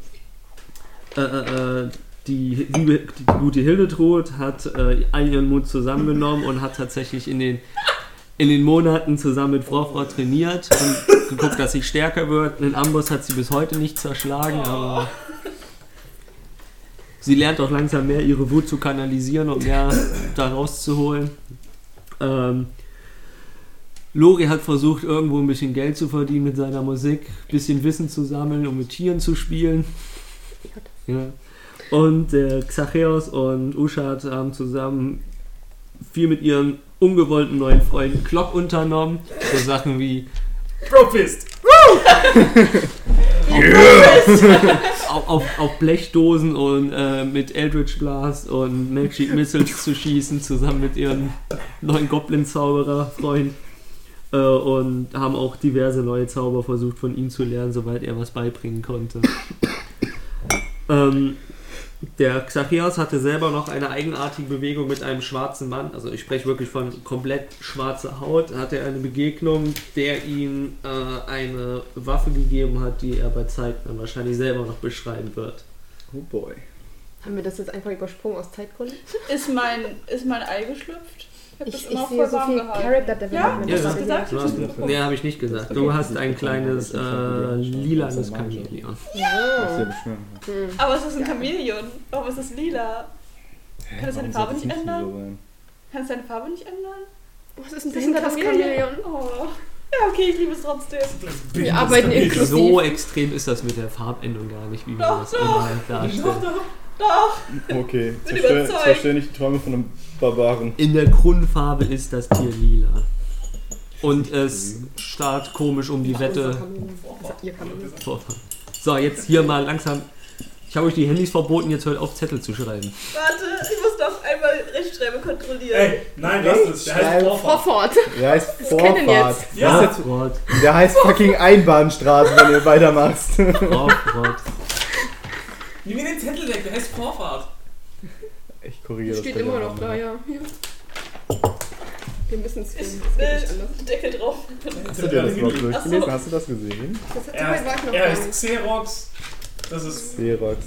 äh, äh, äh, die, liebe, die gute Hildetrud hat äh, all ihren Mut zusammengenommen und hat tatsächlich in den, in den Monaten zusammen mit Frau trainiert und geguckt, dass sie stärker wird. Den Amboss hat sie bis heute nicht zerschlagen, aber sie lernt auch langsam mehr, ihre Wut zu kanalisieren und mehr da rauszuholen. Ähm, Lori hat versucht, irgendwo ein bisschen Geld zu verdienen mit seiner Musik, ein bisschen Wissen zu sammeln, um mit Tieren zu spielen. Ja. Und äh, Xacheos und Ushad haben zusammen viel mit ihren ungewollten neuen Freunden Klopp unternommen. So Sachen wie
Profist.
auf, auf, auf Blechdosen und äh, mit Eldritch Blast und Magic Missiles zu schießen, zusammen mit ihrem neuen Goblin-Zauberer-Freund. Äh, und haben auch diverse neue Zauber versucht von ihm zu lernen, soweit er was beibringen konnte. ähm, der Xachias hatte selber noch eine eigenartige Bewegung mit einem schwarzen Mann, also ich spreche wirklich von komplett schwarzer Haut, hatte er eine Begegnung, der ihm äh, eine Waffe gegeben hat, die er bei Zeit dann wahrscheinlich selber noch beschreiben wird.
Oh boy.
Haben wir das jetzt einfach übersprungen aus Zeitgründen?
Ist mein, ist mein Ei geschlüpft? Ich hab das
Ich,
immer
ich
auf
sehe
voll
so
warm
viel
gehalten.
Character Development.
Ja,
das
ja.
ist
Gesagt,
Du hast, nee, habe ich nicht gesagt. Du hast ein kleines äh, lilanes Chamäleon.
Das ist ja
Ja.
beschwören.
Aber es ist ein Chamäleon. Warum ist es lila? Kann es seine
Warum
Farbe
sollte
nicht
es
ändern?
so sein?
Kannst du deine Farbe nicht ändern?
Was ist ein
Das ist ein
behindertes Chamäleon?
Oh. Ja, okay, ich liebe es trotzdem.
Wir arbeiten inklusiv.
So extrem ist das mit der Farbendung gar nicht, wie wir
Doch,
das
doch.
online darstellen.
Doch.
Okay,
Bin
zerstör,
überzeugt.
zerstör nicht die Träume von einem Barbaren.
In der Grundfarbe ist das Tier lila. Und es
Mhm.
starrt komisch um die Wette.
Ihr Chamäleon.
So, jetzt hier mal langsam. Ich habe euch die Handys verboten, jetzt hört auf Zettel zu schreiben.
Warte, ich muss da auf einmal Rechtschreiber kontrolliert.
Ey, nein, lass es. Der heißt
Rechtschreib-
Vorfahrt.
Vorfahrt.
Der heißt
Das kennen
Vorfahrt.
jetzt.
Ja.
Das ist
Vorfahrt,
jetzt, der heißt fucking Einbahnstraße, wenn du weitermachst.
Vorfahrt.
Nimm mir den Zettel weg, der heißt Vorfahrt.
Ich korrigiere das.
Steht
bitte
immer noch da,
nochmal.
ja. Hier. Wir müssen es
Ist
finden. Das geht nicht
wild.
anders.
Deckel drauf.
Hast du dir das überhaupt
Ach
so.
durchgelesen? Hast du das gesehen?
Das hat
Er
soweit war ich
heißt,
noch
er
gar
heißt
nicht.
Xerox. Das ist.
Xerox.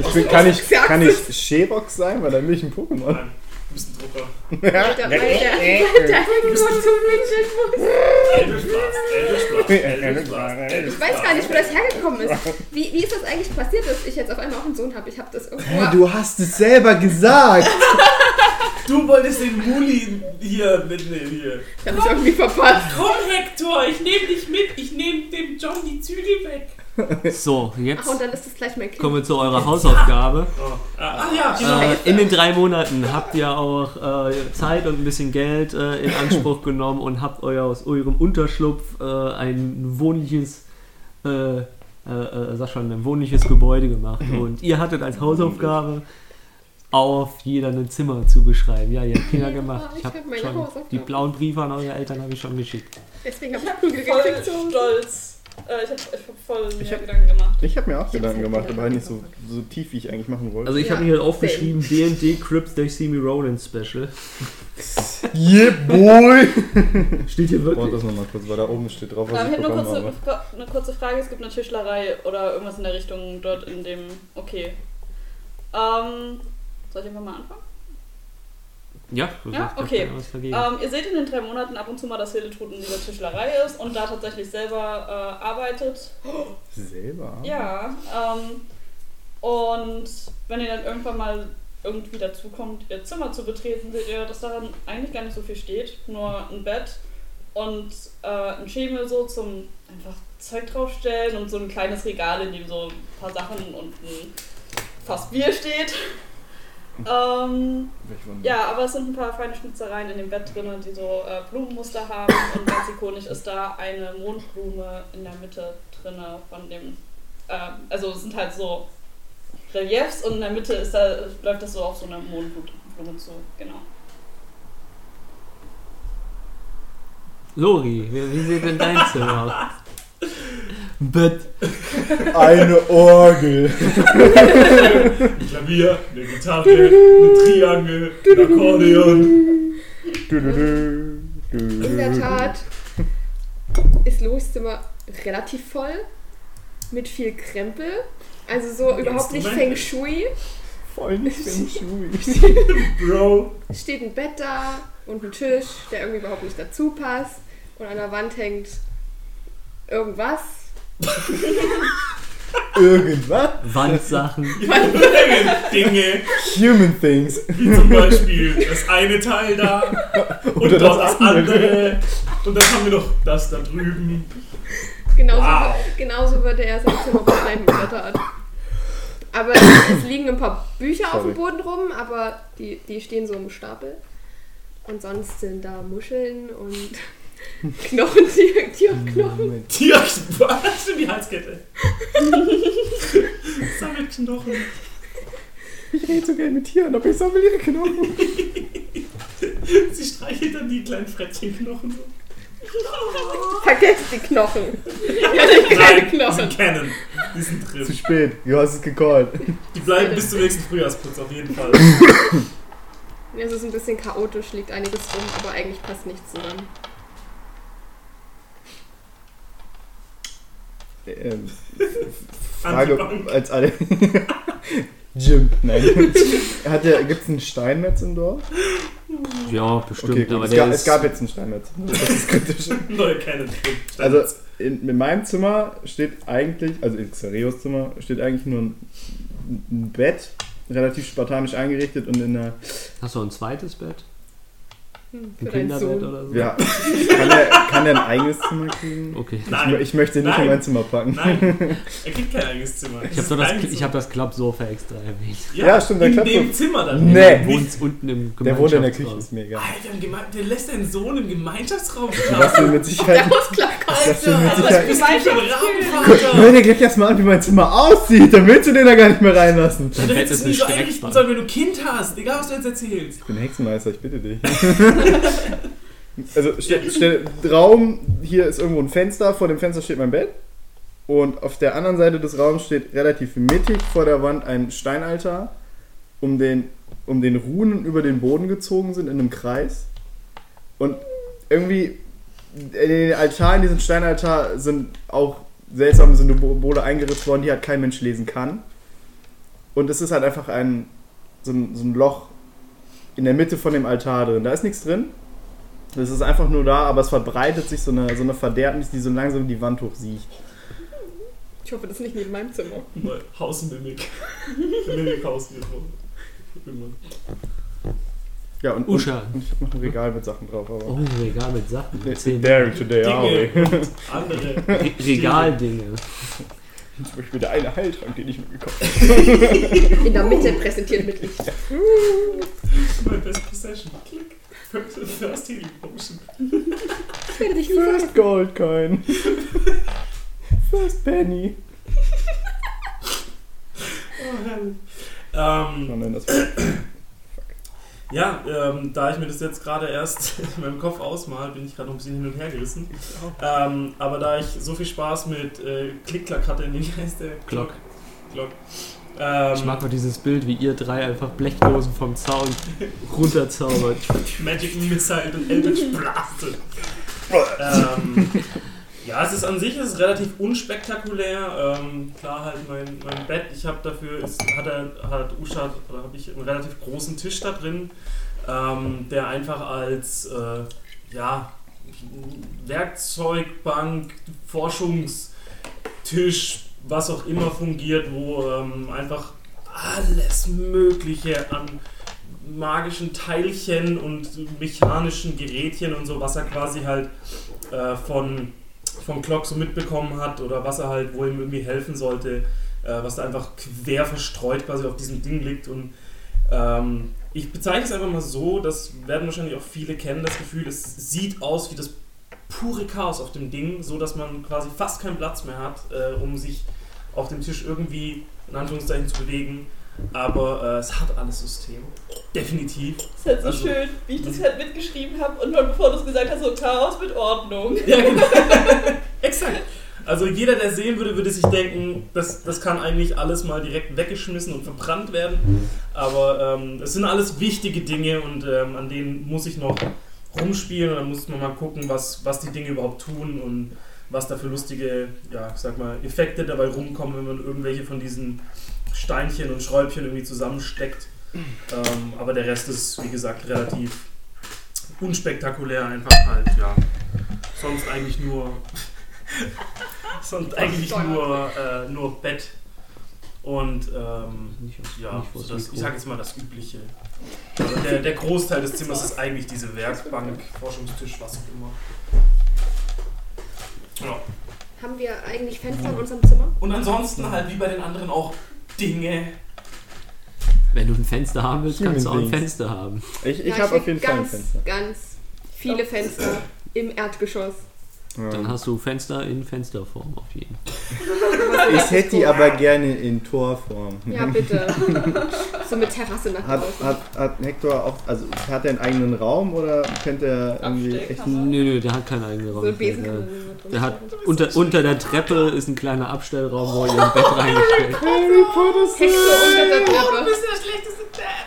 Ich bin, kann, ich, kann ich Xerox sein? Weil dann bin ich ein Pokémon.
Nein, du bist ein Drucker.
Alter,
Äh,
Alter.
Ich
Eldritch Blast, Eldritch Blast, Eldritch Blast. Eldritch
Ich weiß gar
Blast.
nicht, wo das hergekommen ist. Wie, wie ist das eigentlich passiert, dass ich jetzt auf einmal auch einen Sohn habe? Ich habe das
Hä,
irgendwo.
du hast es selber gesagt.
Du wolltest den Muli hier mitnehmen. Hier.
Ich habe mich irgendwie verpasst.
Komm, Hector, ich nehme dich mit. Ich nehme dem John die Zügel weg.
So,
Ach, Ah, und
jetzt
dann ist das gleich mein Kind.
kommen wir zu eurer Hausaufgabe.
Oh. Ah, ah ja, genau.
Äh, in den drei Monaten habt ihr auch äh, Zeit und ein bisschen Geld äh, in Anspruch genommen und habt euer aus eurem Unterschlupf äh, ein wohnliches, äh, äh, äh, sag schon, ein wohnliches Gebäude gemacht. Und ihr hattet als Hausaufgabe auf jeder ein Zimmer zu beschreiben. Ja, ihr habt Kinder
Ja,
gemacht. Ich
ich
habe
hab meine
schon
Hausaufgaben.
die blauen Briefe an eure Eltern habe ich schon geschickt.
Deswegen habe
Ich
ich
hab
Prügel
voll
gekriegt. zu Hause.
stolz. Äh, ich hab, ich hab voll mir
Ich hab-
Gedanken gemacht.
Ich habe mir auch
Ich hab's
Gedanken
halt
gemacht,
gedacht.
aber halt nicht so, so tief, wie ich eigentlich machen wollte.
Also ich
Ja,
habe mir halt aufgeschrieben D&D Crips durch Simi Ronan Special.
Also, yeah, boy!
Steht hier
Ich brauch
wirklich.
das nochmal kurz, weil da oben steht drauf, was
Ähm, ich
ich
habe
bekommen
nur
habe.
kurze, eine kurze Frage. Es gibt eine Tischlerei oder irgendwas in der Richtung dort in dem. Okay. Ähm, soll ich einfach mal anfangen?
Ja,
Ja,
ich hab
okay.
da was dagegen.
Ähm, ihr seht in den drei Monaten ab und zu mal, dass Hildetrud in dieser Tischlerei ist und da tatsächlich selber äh, arbeitet.
Selber?
Ja. Ähm, und wenn ihr dann irgendwann mal irgendwie dazu kommt, ihr Zimmer zu betreten, seht ihr, dass daran eigentlich gar nicht so viel steht. Nur ein Bett und äh, ein Schemel so zum einfach Zeug draufstellen und so ein kleines Regal, in dem so ein paar Sachen und ein Fass Bier steht. Ähm,
Welch Wunder.
ja, aber es sind ein paar feine Schnitzereien in dem Bett drin, die so äh, Blumenmuster haben. Und ganz ikonisch ist da eine Mondblume in der Mitte drin von dem. ähm, also es sind halt so Reliefs und in der Mitte ist da, läuft das so auf so eine Mondblume zu. Genau.
Lori, wie, wie sieht denn dein Zimmer aus? Bett.
Eine Orgel.
Ein Klavier, eine Gitarre, eine Triangel, ein Akkordeon.
Du, du, du, du, du,
In der
du.
Tat ist Lois Zimmer relativ voll mit viel Krempel. Also so überhaupt nicht
Instrumente.
Feng Shui.
Voll nicht Feng Shui.
Bro.
Steht ein Bett da und ein Tisch, der irgendwie überhaupt nicht dazu passt. Und an der Wand hängt irgendwas.
Irgendwas?
Wandsachen.
Dinge,
Human Things.
wie zum Beispiel das eine Teil da und
Oder
das,
das andere.
andere. Und dann haben wir noch das da drüben.
Genauso,
Wow.
genauso würde er sein Zimmer beschreiben mit der Tat. Aber es liegen ein paar Bücher auf dem
Sorry.
Boden rum, aber die, die stehen so im Stapel. Und sonst sind da Muscheln und Knochen, Tier-
Hm.
Tierknochen.
Tier, was für die Halskette. Sammelt Knochen.
Ich rede so gerne mit Tieren, aber ich sammle ihre Knochen.
Sie streichelt dann die kleinen Frettchenknochen so.
Vergesst die Knochen. Ja, die kleinen
Nein, die
Knochen.
sind Canon. Die sind
Zu
drin.
spät. Du hast es gecallt.
Die bleiben bis zum nächsten Frühjahrsputz auf jeden Fall.
Es ist ein bisschen chaotisch, liegt einiges rum, aber eigentlich passt nichts zusammen.
Ähm,
Antibank.
Frage als alle. Jim, nein. Hat der, gibt's ein Steinmetz im Dorf?
Ja, bestimmt,
okay, gut.
aber
es,
der
gab,
ist.
es gab jetzt ein Steinmetz. Das ist kritisch.
Neue Canon.
Also in, in meinem Zimmer steht eigentlich, also in Xereos Zimmer steht eigentlich nur ein, ein Bett, relativ spartanisch eingerichtet und in einer
Hast du ein zweites Bett? Ein
Hm, Für deinen
Kinderbett
Sohn.
oder so?
Ja. Kann er, kann er ein eigenes Zimmer kriegen?
Okay.
Nein.
Ich, ich möchte nicht
Nein.
in mein Zimmer packen.
Nein, er kriegt kein eigenes Zimmer.
Ich habe so das, ich hab das Clubsofa extra erwähnt.
ja,
Ja, stimmt, der
In
klappt
dem
doch.
Zimmer dann.
Nee.
Der wohnt unten im
Der wohnt in der Küche,
Gemeinschaftsraum.
ist mir egal.
Alter, im Geme der lässt seinen Sohn im Gemeinschaftsraum
Das
schlafen. Also,
sind mit Sicherheit. Das sind mit Sicherheit.
Bist du schon Rabenvater?
Hör dir gleich erstmal an, wie mein Zimmer aussieht. Dann willst du den da gar nicht mehr reinlassen.
Du
Bett ist
hättest es nie
eine
so einrichten
Streckbank.
sollen, wenn du ein Kind hast. Egal, was du jetzt erzählst.
Ich bin Hexenmeister, ich bitte dich. also, stell, stell, Raum, hier ist irgendwo ein Fenster, vor dem Fenster steht mein Bett. Und auf der anderen Seite des Raums steht relativ mittig vor der Wand ein Steinaltar, um den, um den Runen über den Boden gezogen sind in einem Kreis. Und irgendwie in den Altar, in diesem Steinaltar sind auch seltsame Symbole eingeritzt worden, die halt kein Mensch lesen kann. Und es ist halt einfach ein, so ein, so ein Loch in der Mitte von dem Altar drin. Da ist nichts drin. Das ist einfach nur da, aber es verbreitet sich so eine, so eine Verderbnis, die so langsam die Wand hochsiecht.
Ich hoffe, das ist nicht neben meinem Zimmer.
Hausmimik. Mimik Hausmimik. Immer.
Ja, und, und,
Usha.
und ich habe noch ein Regal mit Sachen drauf, aber.
Oh, ein Regal mit Sachen.
It's
Zehn
Daring today,
Dinge
are we?
und andere.
Re- Regaldinge.
Zum Beispiel der eine Heiltrank, den ich mir gekauft habe.
In der Mitte präsentiert mit Licht.
My best possession. Klick. First Oh, healing potion.
Ich werde dich nie vergessen.
First Gold Coin. First Penny.
Oh, herrlich. Ähm,
Oh nein, das war.
Ja, ähm, da ich mir das jetzt gerade erst in meinem Kopf ausmal, bin ich gerade noch ein bisschen hin und her gerissen. Ähm, aber da ich so viel Spaß mit äh, Klick-Klack hatte, nee, wie heißt der?
Glock.
Glock. Ähm,
Ich mag mal dieses Bild, wie ihr drei einfach Blechdosen vom Zaun runterzaubert.
Magic Missile und Eldritch Blasted. ähm, ja, es ist an sich es ist relativ unspektakulär. Ähm, klar, halt mein, mein Bett. Ich habe dafür, ist, hat, er, hat Usha, oder habe ich einen relativ großen Tisch da drin, ähm, der einfach als, äh, ja, Werkzeugbank, Forschungstisch, was auch immer fungiert, wo ähm, einfach alles Mögliche an magischen Teilchen und mechanischen Gerätchen und so, was er quasi halt äh, von, von Clock so mitbekommen hat oder was er halt, wo ihm irgendwie helfen sollte, äh, was da einfach quer verstreut quasi auf diesem Ding liegt. Und ähm, ich bezeichne es einfach mal so, das werden wahrscheinlich auch viele kennen, das Gefühl, es sieht aus wie das pure Chaos auf dem Ding, so dass man quasi fast keinen Platz mehr hat, äh, um sich auf dem Tisch irgendwie in Anführungszeichen zu bewegen. Aber äh, es hat alles System. Definitiv.
Das ist halt so
Also-
schön, wie ich das halt mitgeschrieben habe und dann, bevor du es gesagt hast, so Chaos mit Ordnung.
Ja, genau. Exakt. Also jeder, der sehen würde, würde sich denken, das, das kann eigentlich alles mal direkt weggeschmissen und verbrannt werden. Aber ähm, es sind alles wichtige Dinge und ähm, an denen muss ich noch rumspielen und dann muss man mal gucken, was, was die Dinge überhaupt tun und was da für lustige, ja, ich sag mal, Effekte dabei rumkommen, wenn man irgendwelche von diesen Steinchen und Schräubchen irgendwie zusammensteckt. Ähm, aber der Rest ist, wie gesagt, relativ unspektakulär, einfach halt, ja. Sonst eigentlich nur. sonst eigentlich nur, äh, nur Bett. Und ähm,
Nicht-
ja,
nicht vor
so
das
das, ich
Mikro.
sage jetzt mal das Übliche. Also der, der Großteil des Zimmers ist eigentlich diese Werkbank, Forschungstisch, was auch immer. Ja.
Haben wir eigentlich Fenster in unserem Zimmer?
Und ansonsten halt wie bei den anderen auch Dinge.
Wenn du ein Fenster haben willst, kannst du auch ein
Human
Fenster haben.
Ich,
Ja,
ich habe
will
auf jeden Fall ein
ganz,
Fenster.
Ganz viele Fenster im Erdgeschoss.
Dann
Ja.
hast du Fenster in Fensterform auf jeden Fall.
Ich hätte die aber gerne in Torform.
Ja, bitte. so mit Terrasse nach
Mhm. Hat,
draußen.
hat, hat Hector auch, also hat er einen eigenen Raum oder könnte er irgendwie echt
Abstellkammer.
Nö, nö, der hat keinen eigenen
so
Raum.
ein Besen kann
Der-
man immer drin
der hat
stellen.
unter, unter der Treppe ist ein kleiner Abstellraum, wo ihr ein Bett reingestellt habt.
Harry Potter
Hector unter
Du
der Treppe.
bist der schlechteste Dad.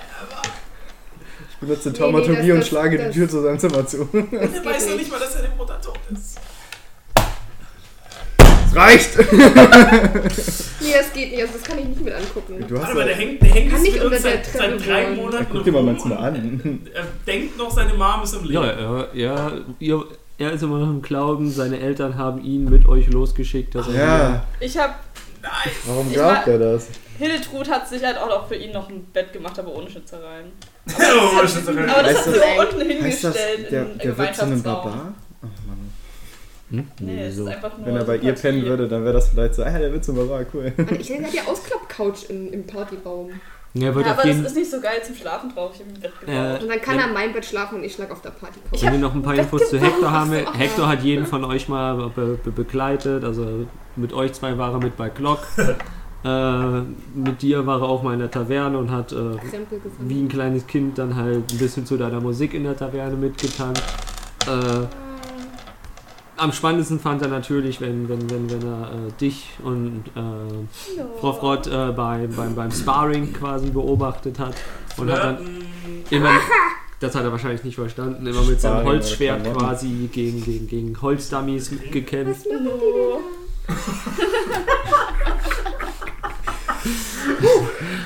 Ich benutze
Nee,
Taumaturgie
nee, das-
und
das-
schlage
das-
die Tür zu seinem Zimmer zu.
Der
Das
weiß noch
geht
nicht
nicht.
mal, dass seine Mutter tot ist.
Es reicht!
Nee, das geht nicht. Also das kann ich nicht mit angucken.
Du
Warte
hast
mal,
ja,
der hängt, der hängt jetzt
Kann nicht
mit
unter
uns seit,
der Treppe
seit drei
wohnen.
Monaten.
guck dir mal mein
rum
Zimmer
und
an.
Er denkt noch, seine Mom ist im Leben.
Ja, er, ja, ihr, er ist immer noch im Glauben, seine Eltern haben ihn mit euch losgeschickt. Dass er
Ja,
Ich habe
warum
Ich
glaubt er das?
Hildetrud hat sich halt auch noch für ihn noch ein Bett gemacht, aber ohne Schützereien.
Oh, das ist
Aber das
Heißt
hat sie
das-
da unten
Heißt das,
hingestellt
der,
im
der wird zu einem
Gemeinschaftsraum.
Barbar? Oh Mann.
Hm?
Nee, es
so.
ist einfach nur
Wenn er bei ihr
Sympathie.
pennen würde, dann wäre das vielleicht so, ah, der wird zum Barbar, cool.
Und ich nenne ja die Ausklappcouch in, im Partyraum.
Ja, wird
Ja,
auf
aber das
jeden
ist nicht so geil zum Schlafen drauf. Ich habe ein Bett
Äh,
gebaut.
Und dann kann
Wenn-
er mein Bett schlafen und ich schlag auf der Partycouch.
Wenn wir noch ein paar Infos zu Hector haben,
was machen.
Hector hat jeden von euch mal be be begleitet, also mit euch zwei war er mit bei Glock, äh, mit dir war er auch mal in der Taverne und hat äh,
Exempel gesammelt.
wie ein kleines Kind dann halt ein bisschen zu deiner Musik in der Taverne mitgetankt. Äh, am spannendsten fand er natürlich, wenn, wenn, wenn, wenn er äh, dich und äh, Frau Frott äh, bei, beim, beim Sparring quasi beobachtet hat und hat dann
Ähm,
immer, das hat er wahrscheinlich nicht verstanden, immer mit seinem
Sparring,
Holzschwert
oder?
quasi gegen, gegen, gegen Holzdummies gekämpft.
Hallo.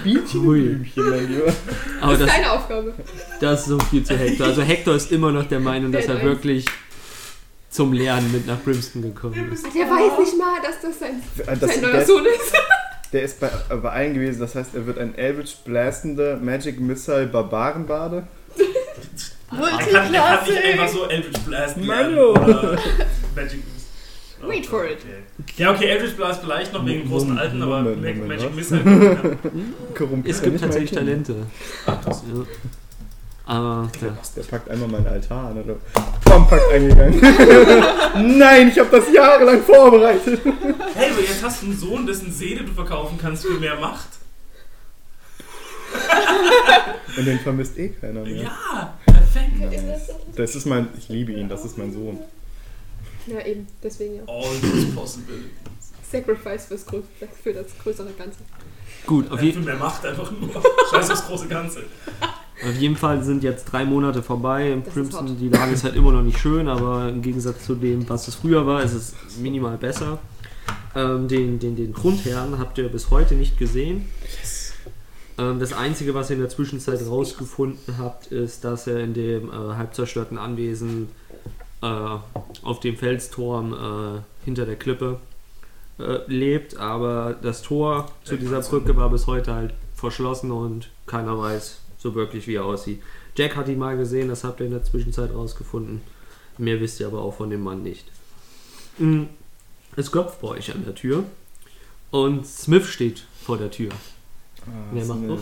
Bietchen,
Ui.
Blümchen, mein Lieber.
Aber das,
Keine Aufgabe.
das ist so viel zu Hector. Also Hector ist immer noch der Meinung, dass er
Fällt ein.
wirklich zum Lernen mit nach Brimston gekommen ist.
Der weiß nicht mal, dass das sein,
Äh, Das,
sein neuer
der,
Sohn ist.
der ist bei, äh, bei allen gewesen, das heißt, er wird ein Eldritch blastender Magic Missile Barbarenbade.
Er kann, er kann nicht einfach so Eldritch Blast lernen
Manu.
oder Magic oh,
Wait for it.
Okay. Ja, okay, Eldritch Blast vielleicht noch wegen dem großen
Moment,
Alten, aber
Moment,
Mag-
Moment,
Magic
was?
Missile.
Korrumpiert
Es gibt
nicht mein
tatsächlich
Kind.
Talente. Ja. Aber ja.
Der packt einmal meinen Altar an oder. Bompack eingegangen. Nein, ich habe das jahrelang vorbereitet.
Hey, aber jetzt hast du einen Sohn, dessen Seele du verkaufen kannst für mehr Macht.
Und den vermisst eh keiner mehr.
Ja, perfekt.
Nice. Das ist mein. Ich liebe ihn, das ist mein Sohn.
Ja, eben. Deswegen ja.
All is possible.
Sacrifice fürs Grö für das größere Ganze.
gut, auf,
Okay.
je
Für mehr Macht einfach nur. Scheiß aufs große Ganze.
auf jeden Fall sind jetzt drei Monate vorbei im
Das ist
Crimson.
hot.
Die Lage ist halt immer noch nicht schön, aber im Gegensatz zu dem, was es früher war, ist es minimal besser. Ähm, den, den, den Grundherrn habt ihr bis heute nicht gesehen. Ähm, das Einzige, was ihr in der Zwischenzeit rausgefunden habt, ist, dass er in dem äh, halb zerstörten Anwesen äh, auf dem Felsturm äh, hinter der Klippe äh, lebt, aber das Tor zu dieser Brücke war bis heute halt verschlossen und keiner weiß so wirklich, wie er aussieht. Jack hat ihn mal gesehen, das habt ihr in der Zwischenzeit rausgefunden. Mehr wisst ihr aber auch von dem Mann nicht. Mm, Es klopft bei euch an der Tür und Smith steht vor der Tür.
Ah,
Wer
ist
macht
eine-
auf?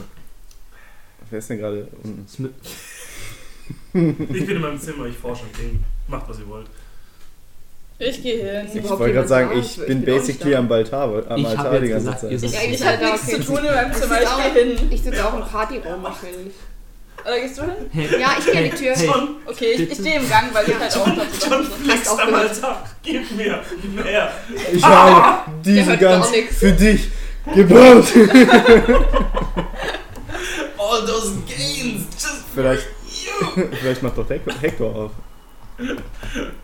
Wer ist denn gerade unten?
Smith,
Ich bin in meinem Zimmer, ich forsche am Ding. Macht, was ihr wollt.
Ich gehe
Sie-
hin.
Ich
überhaupt
wollte gerade
jemand
sagen,
da?
ich
Ich
bin
bin auch nicht
basically
da.
am Altar, am
Ich hab
Altar die
jetzt
ganze
gesagt, ihr
Zeit.
seid-
Ich
Ich
eigentlich
Ich
halt
habe
da,
nichts
okay.
zu tun in meinem
Ich
Zimmer,
sitze
ich
auch,
gehe hin.
ich sitze auch im Partyraum wahrscheinlich.
Oder gehst du hin?
hey,
Ja, ich gehe in die Tür.
hey,
Okay, ich, ich
Bitte.
stehe im Gang, weil ich halt auch dazu
John
da
flext am
aufgehört.
Altar. Gib mir mehr.
Ich habe diese
hört gar
ganz
nichts.
für dich gebaut.
All those gains. Just
Vielleicht, vielleicht macht doch Hector, Hector auf.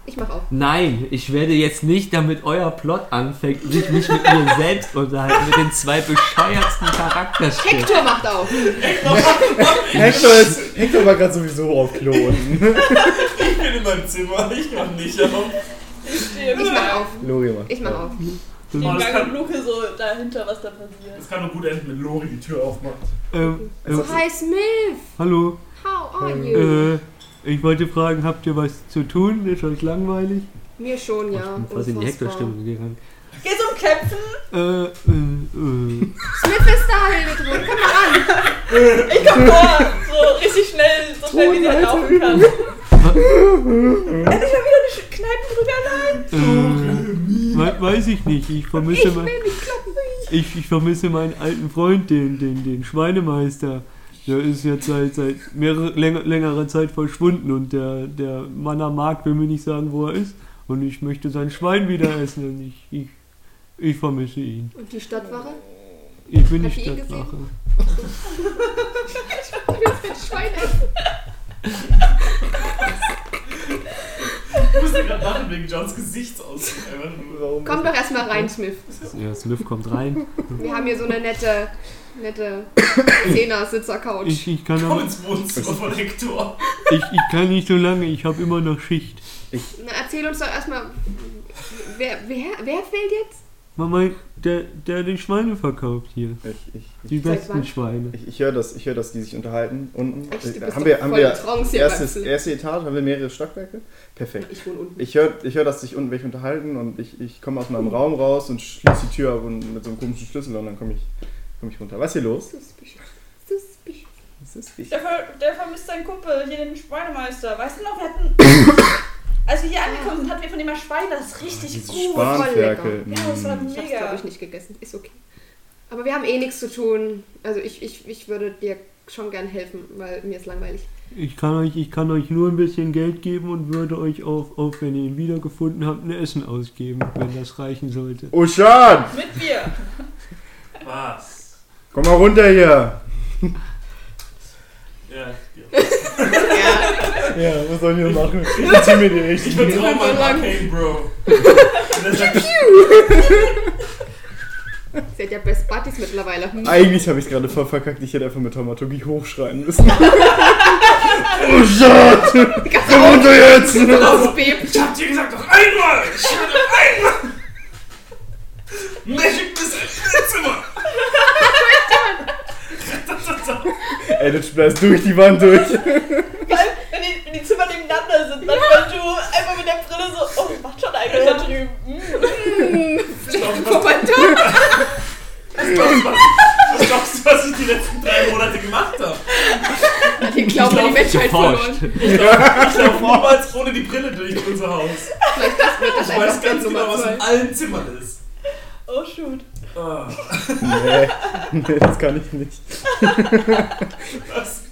Ich mach auf.
Nein, ich werde jetzt nicht, damit euer Plot anfängt, mich, mich mit mir selbst unterhalten, mit den zwei bescheuertsten Charakterstücken.
Hector macht auf.
Hector, ist, Hector war gerade sowieso auf Klo unten.
ich bin in meinem Zimmer. Ich mach nicht auf.
stehe.
Ich mach auf.
Lori macht.
Ich mach auf.
Ich
Oh, das
Gang
kann-
und Luke so dahinter, was da passiert.
Das kann nur gut enden, wenn Lori die Tür aufmacht.
Ähm, äh,
So, Also, hi Smith,
hallo,
how are you?
äh, ich wollte fragen, habt ihr was zu tun? Ist euch langweilig?
Mir schon, ja.
ich bin fast in die
unfassbar.
Hector-Stimme gegangen.
Geh zum Kämpfen!
Äh, äh, äh.
Smith ist da, Hildetrud, komm mal an.
Ich komm vor! So richtig schnell, so schnell wie sie halt laufen kann. Endlich mal wieder eine Kneipe drüber allein!
Äh, wei- weiß ich nicht. Ich vermisse, mein, ich, ich vermisse meinen alten Freund, den, den, den Schweinemeister. Der ist jetzt seit, seit mehrere, länger, längerer Zeit verschwunden und der, der Mann am Markt will mir nicht sagen, wo er ist. Und ich möchte sein Schwein wieder essen und ich, ich, ich vermisse ihn.
Und die Stadtwache?
Ich bin die
Hat sie ihn
Stadtwache.
Du willst ein Schwein essen.
Ich musste gerade lachen wegen Johns Gesichtsausdruck. Einfach nur.
Warum?
Komm doch erstmal rein, Smith.
Ja, Smith kommt rein.
Wir haben hier so eine nette, nette Zehner-Sitzer-Couch.
Ich, ich, kann
Komm
aber,
ins Wohnzimmer von Hector.
ich, ich kann nicht so lange, ich habe immer noch Schicht.
Na, erzähl uns doch erstmal, wer, wer, wer fehlt jetzt?
Mama, der, der den Schweine verkauft hier.
Ich, ich, ich,
Die
Seit
besten
wann?
Schweine.
ich, ich höre das, ich hör das, die sich unterhalten. Unten.
Echt, du
Äh,
bist
haben
doch
wir, haben
voll
wir
in Trance hier,
erstes,
Maxi.
erste Etage, haben wir mehrere Stockwerke? Perfekt.
Ich wohne unten.
Ich höre, ich hör, dass sich unten welche unterhalten und ich, ich komme aus meinem Raum raus und schließe die Tür ab und mit so einem komischen Schlüssel und dann komme ich, komm ich runter. Was ist hier los?
Suspicious. Suspicious.
Das ist wichtig.
Der, ver der vermisst seinen Kumpel, hier den Schweinemeister. Weißt du noch, wir hatten. Als wir hier angekommen sind, hatten wir von dem mal Schwein, das ist richtig
Diese
gut.
Span-
Spanferkel.
Oh, Ja, das war
Mm.
Ich
mega.
hab's, glaube ich, nicht gegessen. Ist okay. Aber wir haben eh nichts zu tun. Also ich, ich, ich würde dir schon gern helfen, weil mir ist langweilig.
Ich kann, euch, ich kann euch nur ein bisschen Geld geben und würde euch auch, auch wenn ihr ihn wiedergefunden habt, ein Essen ausgeben, wenn das reichen sollte.
Ocean!
Mit Bier.
Was?
Komm mal runter hier!
Ja, ja.
Ja, was soll ich denn machen? Ich zieh mir die
Ich
richtig.
bin drauf,
so lang.
Mann. Okay, Bro. Und er sagt,
Sie hat ja Best Buddies mittlerweile. Hm.
Eigentlich habe ich es gerade voll verkackt. Ich hätte einfach mit Taumaturgie hochschreien müssen. Ocean! Komm runter jetzt!
Ausbebt.
ich hab dir gesagt, noch einmal! Ich hab noch einmal! Magic bis ins Zimmer!
Ey, du spleißt durch die Wand durch.
Weil, wenn die, wenn die Zimmer nebeneinander sind, dann kannst du einfach mit der Brille so, oh, macht schon eigentlich da drüben. Mm.
Guck mal, du.
Was glaubst du, was, was glaubst du, was ich die letzten drei Monate gemacht habe?
Hat den Glauben an die Menschheit verloren.
Ich laufe niemals ohne die Brille durch unser Haus.
Vielleicht das wird das
Ich weiß
einfach
ganz
ganz
genau,
Nummer
was in
zwei.
allen Zimmern ist.
Oh, shoot.
Ah,
Nee, nee, das kann ich nicht.
was,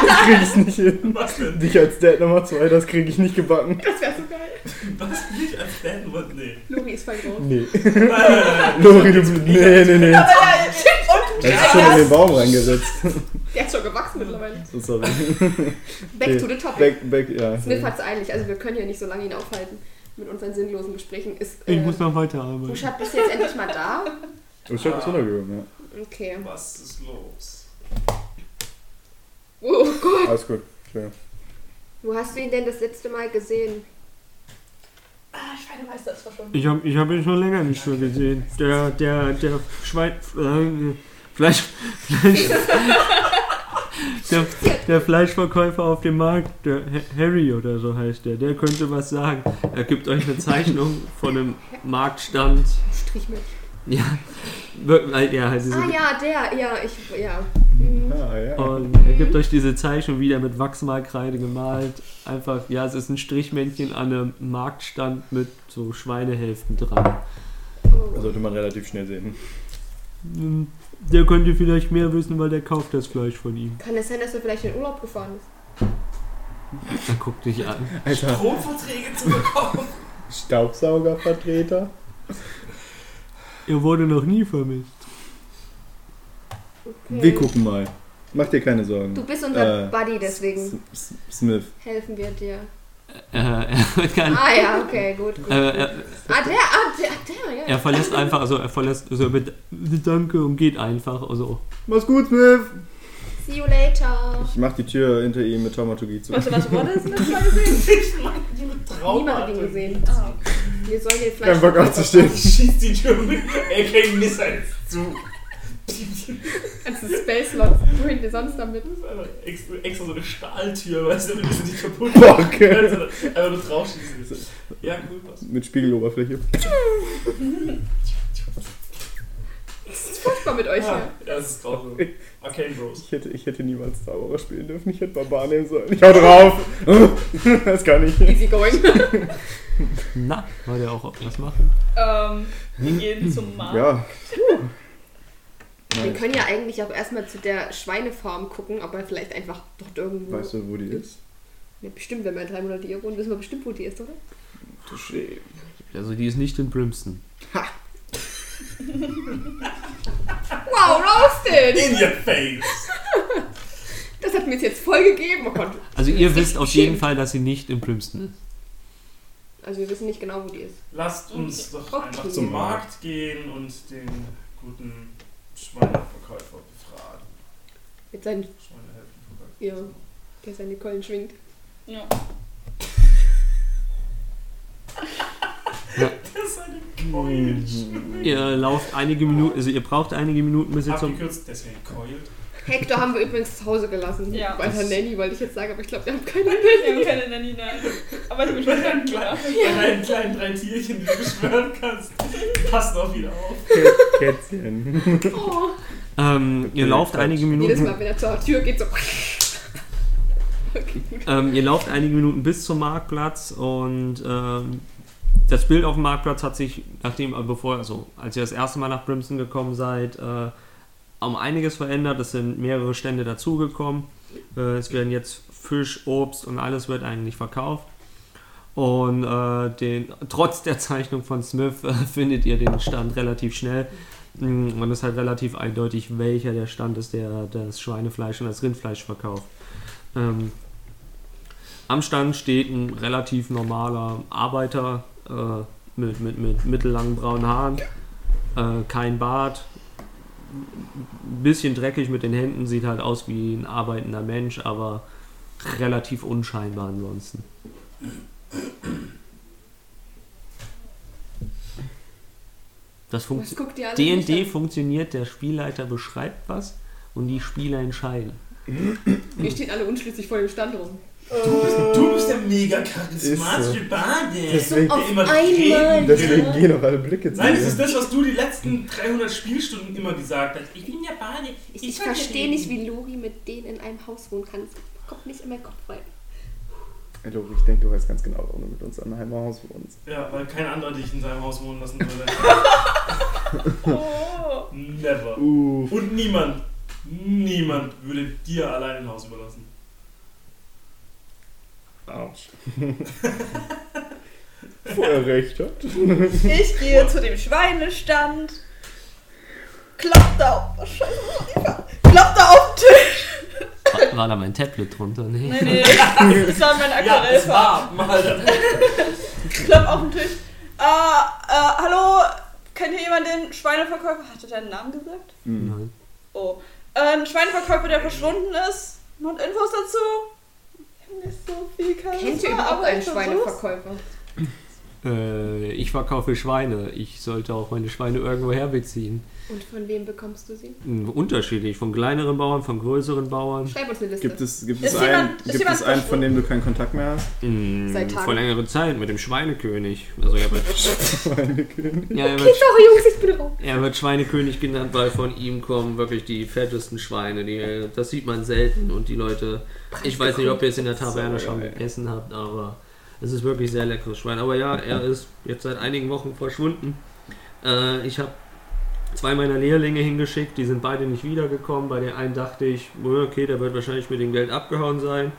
Das krieg ich nicht hin.
was denn?
Dich als Dad Nummer 2, das krieg ich nicht gebacken.
Das wäre so geil.
Was nicht als Dad Nummer- Nee.
Lori ist voll groß.
Nee.
Nein, nein, nein.
Lori, du. Nee, nee, nee.
Aber ja, äh, und
Er ist schon in den Baum reingesetzt.
Der ist schon gewachsen mittlerweile.
So Sorry.
Back
Okay.
to the topic.
Back, back, ja.
Smith hat's eilig. Also wir können hier nicht so lange ihn aufhalten mit unseren sinnlosen Gesprächen. Ist,
Ich
äh,
muss noch weiterarbeiten.
Buschat, bist du jetzt endlich mal da?
Ocean ist runtergegangen, ja.
Okay.
Was ist los?
Oh Gott.
Alles gut. Klar.
Wo hast du ihn denn das letzte Mal gesehen?
Ah, Schweinemeister ist verschwunden.
Ich habe ich hab ihn schon länger nicht mehr gesehen. Der, der, der Schwein. Äh, Fleisch. Fleisch der, der Fleischverkäufer auf dem Markt, der Ha- Harry oder so heißt der, der könnte was sagen. Er gibt euch eine Zeichnung von einem Marktstand.
Strichmilch.
Ja, wir- äh, ja diese,
Ah ja, der. Ja, ich. Ja.
Ah, ja.
Und er gibt euch diese Zeichnung wieder mit Wachsmalkreide gemalt. Einfach, ja, es ist ein Strichmännchen an einem Marktstand mit so Schweinehälften dran.
Oh.
Sollte man relativ schnell sehen.
Hm, Der könnte vielleicht mehr wissen, weil der kauft das Fleisch von ihm.
Kann es sein, dass er vielleicht in den Urlaub gefahren ist?
Er guckt dich an.
Alter,
Stromverträge zu bekommen.
Staubsaugervertreter?
Er wurde noch nie vermisst.
Okay.
Wir gucken mal. Mach dir keine Sorgen.
Du bist unser
Äh,
Buddy, deswegen
S- S- Smith.
helfen wir dir.
Äh, er, wird kein,
Ah ja, okay, gut. gut.
äh, er,
Ah, der, ah, der, ah, der, ja.
er verlässt einfach, also er verlässt, also er bed- danke und geht einfach. Also
Mach's gut, Smith!
See you later.
Ich mach die Tür hinter ihm mit Taumaturgie zu.
Warte, was wurde das letzte Mal gesehen?
Ich mag die mit
Niemand hat ihn
Traumata.
gesehen.
Ah,
Wir sollen den Fleisch.
Kein Bock aufzustehen.
Ich schieß die Tür mit AK Missiles zu.
Das ist Space Lots. Wohin wir sonst damit?
Extra, extra so eine Stahltür, weißt du, damit sie nicht kaputt
Boah,
machen
okay.
kannst, sondern Einfach nur draufschießen. kannst. Ja, cool, was?
Mit Spiegeloberfläche.
Das ist furchtbar mit euch
Ja,
Ah.
hier.
das ist grausam. Arcane Bros.
Ich hätte, ich hätte niemals Zauberer spielen dürfen. Ich hätte Barbar nehmen sollen. Ich hau drauf! das kann ich.
Easy going.
na, war der auch was machen?
ähm, wir gehen zum Markt.
Ja.
Wir
Nein.
können ja eigentlich auch erstmal zu der Schweinefarm gucken, ob er vielleicht einfach dort irgendwo.
Weißt du, wo die ist?
Ja, bestimmt, wenn wir in drei Monaten hier wohnen, wissen wir bestimmt, wo die ist, oder?
Touché.
Also die ist nicht in Brimston.
Wow, roasted!
In your face!
Das hat mir jetzt voll gegeben. Oh Gott.
Also ihr wisst auf jeden Fall, dass sie nicht in Brimston ist.
Also wir wissen nicht genau, wo die ist.
Lasst uns doch
Okay.
einfach zum Markt gehen und den guten Schweineverkäufer befragen.
Mit seinen,
Schweinehälftenverkäufer.
ja, der seine Keulen schwingt.
Ja.
Das ist eine
Hm,
Coiled.
Ihr lauft einige Minuten, also ihr braucht einige Minuten bis ihr zum.
Abgekürzt, deswegen Coiled.
Hector haben wir übrigens zu Hause gelassen.
Ja.
Bei der Nanny wollte ich jetzt sagen, aber ich glaube, wir haben keine
Wir
Nanny.
haben keine Nanina. Aber ich bin schon
Ein
klar.
klein- Bei deinen kleinen drei Tierchen, die du beschwören kannst, passt auch wieder auf.
Kätzchen.
Oh.
Ähm, ihr lauft einige
Äh, Jedes
Minuten.
Mal, wenn er zur Tür geht, so.
Ähm, ihr lauft einige Minuten bis zum Marktplatz und ähm, das Bild auf dem Marktplatz hat sich, nachdem, äh, bevor, also als ihr das erste Mal nach Brimson gekommen seid, äh, um einiges verändert. Es sind mehrere Stände dazugekommen. Äh, es werden jetzt Fisch, Obst und alles wird eigentlich verkauft. Und äh, den, trotz der Zeichnung von Smith äh, findet ihr den Stand relativ schnell. Mm, Und es ist halt relativ eindeutig, welcher der Stand ist, der das Schweinefleisch und das Rindfleisch verkauft. Ähm, am Stand steht ein relativ normaler Arbeiter äh, mit, mit, mit mittellangen braunen Haaren, äh, kein Bart, ein bisschen dreckig mit den Händen, sieht halt aus wie ein arbeitender Mensch, aber relativ unscheinbar ansonsten. Das
Was
funktioniert.
guckt ihr alle? mich
D&D
an?
funktioniert, der Spielleiter beschreibt was und die Spieler entscheiden.
Ihr steht alle unschlüssig vor dem Stand rum.
Du bist, du bist der mega charismatische Bade.
Deswegen-
der immer
Auf einmal.
reden will.
Deswegen gehen auch alle Blicke zu
Nein, das
mir.
ist das, was du die letzten 300 Spielstunden immer gesagt hast. Ich bin der Bade.
Ich,
kann hier
verstehe
reden.
nicht, wie Lori mit denen in einem Haus wohnen kann. Das kommt nicht in meinen Kopf rein.
Hallo, ich denke, du weißt ganz genau, warum du mit uns an einem Haus wohnst.
Ja, weil kein anderer dich in seinem Haus wohnen lassen würde.
Oh.
Never.
Uh,
Und niemand, niemand würde dir allein ein Haus überlassen.
Autsch. Wo er recht hat.
Ich gehe zu dem Schweinestand. Klopft da auf. Scheiße, wo ist die Fa- Klopft da auf den Tisch.
War, war da mein Tablet drunter? Nee.
Nee, nee. Das war mein
Ja, es
Aquarellfarben.
war mal das.
Klapp auf den Tisch. Ah, äh, hallo, kennt ihr jemanden, den Schweineverkäufer? Hat er deinen Namen gesagt?
Nein.
Oh. Äh, ein Schweineverkäufer, der verschwunden ist. Noch Infos dazu? Ich hab nicht so viel Charisma,
Kennt ihr überhaupt
aber
einen
ich versuch's.
Schweineverkäufer?
Äh, ich verkaufe Schweine. Ich sollte auch meine Schweine irgendwo herbeziehen.
Und von wem bekommst du sie?
Hm, Unterschiedlich, von kleineren Bauern, von größeren Bauern.
Schreib uns eine Liste.
Gibt es, gibt
Ist
es einen,
jemand- ist
gibt
jemand
es einen von dem du keinen Kontakt mehr hast?
Hm,
Seit Tagen.
vor längerer Zeit mit dem Schweinekönig. Also er wird,
Meine Güte.
ja, er,
Okay,
wird,
sorry, Jungs, ich bin raus.
er wird Schweinekönig genannt, weil von ihm kommen wirklich die fettesten Schweine. Die, das sieht man selten und die Leute. Ich weiß nicht, ob ihr es in der Taverne
So
schon
geil.
gegessen habt, aber es ist wirklich sehr leckeres Schwein. Aber ja, er ist jetzt seit einigen Wochen verschwunden. Äh, ich habe zwei meiner Lehrlinge hingeschickt, die sind beide nicht wiedergekommen. Bei dem einen dachte ich, "Oh, okay, der wird wahrscheinlich mit dem Geld abgehauen sein.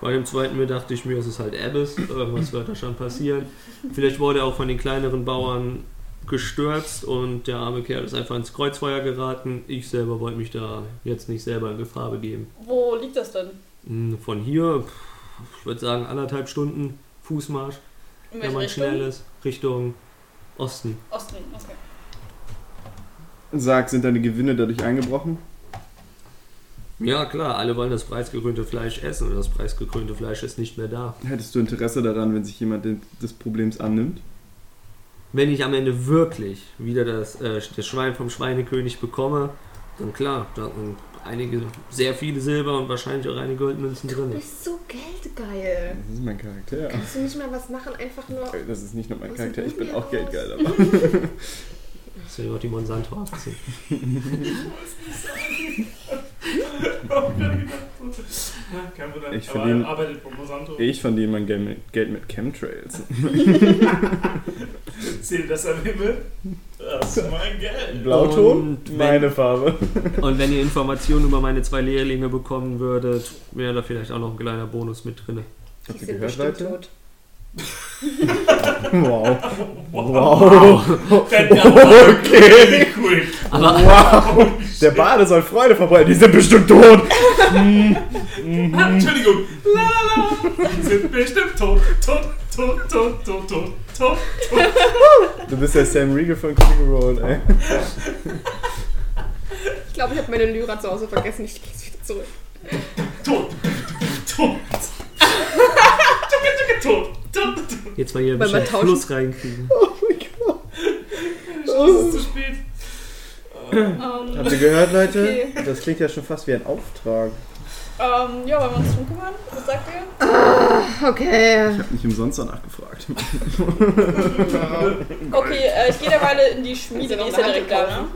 Bei dem zweiten mir dachte ich mir, es ist halt Abbas, irgendwas wird da schon passieren. Vielleicht wurde er auch von den kleineren Bauern gestürzt und der arme Kerl ist einfach ins Kreuzfeuer geraten. Ich selber wollte mich da jetzt nicht selber in Gefahr begeben.
Wo liegt das denn?
Mm, Von hier, pff, ich würde sagen, anderthalb Stunden Fußmarsch,
In
wenn
welche
man
Richtung?
schnell ist, Richtung Osten.
Osten, okay.
Sag, sind deine Gewinne dadurch eingebrochen?
Ja, klar, alle wollen das preisgekrönte Fleisch essen und das preisgekrönte Fleisch ist nicht mehr da.
Hättest du Interesse daran, wenn sich jemand den- des Problems annimmt?
Wenn ich am Ende wirklich wieder das, äh, das Schwein vom Schweinekönig bekomme, dann klar, da sind einige, sehr viele Silber und wahrscheinlich auch einige Goldmünzen
Du
drin.
bist so geldgeil.
Das ist mein Charakter.
Kannst du nicht mal was machen, einfach nur.
Das ist nicht nur mein
Was
Charakter,
ist
ich bin
denn
auch
hier
geldgeil,
los?
aber.
Das sind ja auch die Monsanto-Aktien.
Ja, kein Wunder.
Ich
Aber
verdiene-
er arbeitet bei Monsanto.
Ich verdiene mein Geld mit, Geld mit Chemtrails.
Sehe das am Himmel. Das ist mein Geld.
Blauton?
Und wenn-
Meine Farbe.
Und wenn ihr Informationen über meine zwei Lehrlinge bekommen würdet, wäre da vielleicht auch noch ein kleiner Bonus mit drin.
Die
ihr
sind
gehört,
bestimmt
Leute?
tot.
Wow. Wow.
Okay. Cool.
Aber
Wow. Der Bade soll Freude verbreiten. Die sind bestimmt tot. Mhm.
Ah, Entschuldigung. Lalala. Die sind bestimmt tot. Tot, tot, tot, tot, tot, tot.
Du bist der Sam Riegel von Critical Role, ey.
Ich glaube, ich habe meine Lyra zu Hause vergessen. Ich gehe wieder zurück.
Tot. Tot. Tucke, tucke, tot. Tot, tot.
Jetzt mal hier ein
Wollen wir
bisschen
tauschen?
Fluss reinkriegen.
Oh mein Gott.
Es ist zu spät. Ähm,
Habt ihr gehört, Leute?
Okay.
Das klingt ja schon fast wie ein Auftrag.
ähm, ja, wollen wir uns drum kümmern? Was sagt ihr?
Okay.
Ich habe nicht umsonst danach gefragt.
Okay, äh, ich gehe derweile in die Schmiede, die
noch
ist ja
eine
direkt
Hand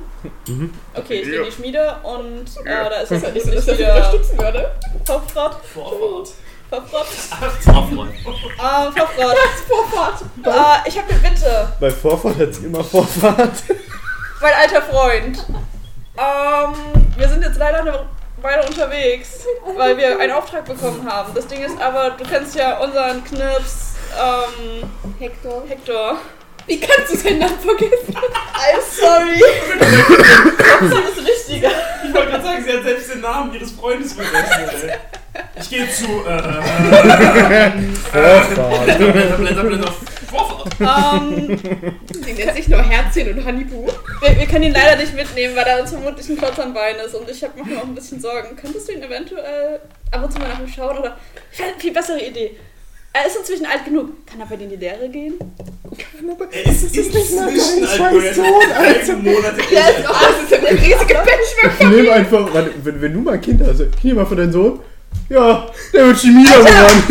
da, ne? Okay, ich gehe in die Schmiede und äh, da ist
Das
jetzt
ist ja
nicht
nicht so, dass ich das
wieder
unterstützen würde.
Verfrott,
Vorfahrt.
Verfrott,
Aufräumen.
äh, Verfrott. Vorfahrt. Äh, ich habe eine Bitte.
Bei Vorfahrt hat sie immer Vorfahrt.
Mein alter Freund. Ähm, wir sind jetzt leider eine Weile unterwegs, weil wir einen Auftrag bekommen haben. Das Ding ist aber, du kennst ja unseren Knips, ähm,
Hector.
Hector.
Wie kannst du seinen Namen vergessen?
I'm sorry. Trotzdem ist wichtiger.
Ich wollte gerade sagen, sie hat selbst den Namen ihres Freundes vergessen. ey. Ich gehe zu. Äh,
Vorfahrt.
Blätter, Blätter, Blätter. Vorfahrt.
Ähm,
Sie nennt sich nur Herzchen und Honeybu.
wir, wir können ihn leider nicht mitnehmen, weil er uns vermutlich ein Klotz am Bein ist und ich hab- mach mir auch ein bisschen Sorgen. Könntest du ihn eventuell ab und zu mal nach ihm schauen oder. Viel- Viel bessere Idee. Er ist inzwischen alt genug. Kann er bei dir in die Lehre gehen?
Er ist,
ist nicht mal dein
inzwischen
scheiß
Alkoholiker.
Sohn, Alter.
Elf Monate
Ja, ist auch, das ist eine riesige Benchmark.
Ich nehme einfach, warte, wenn, wenn du mal ein Kind hast, ich nehme mal von deinem Sohn. Ja, der wird Chemie machen.
Aufpasst!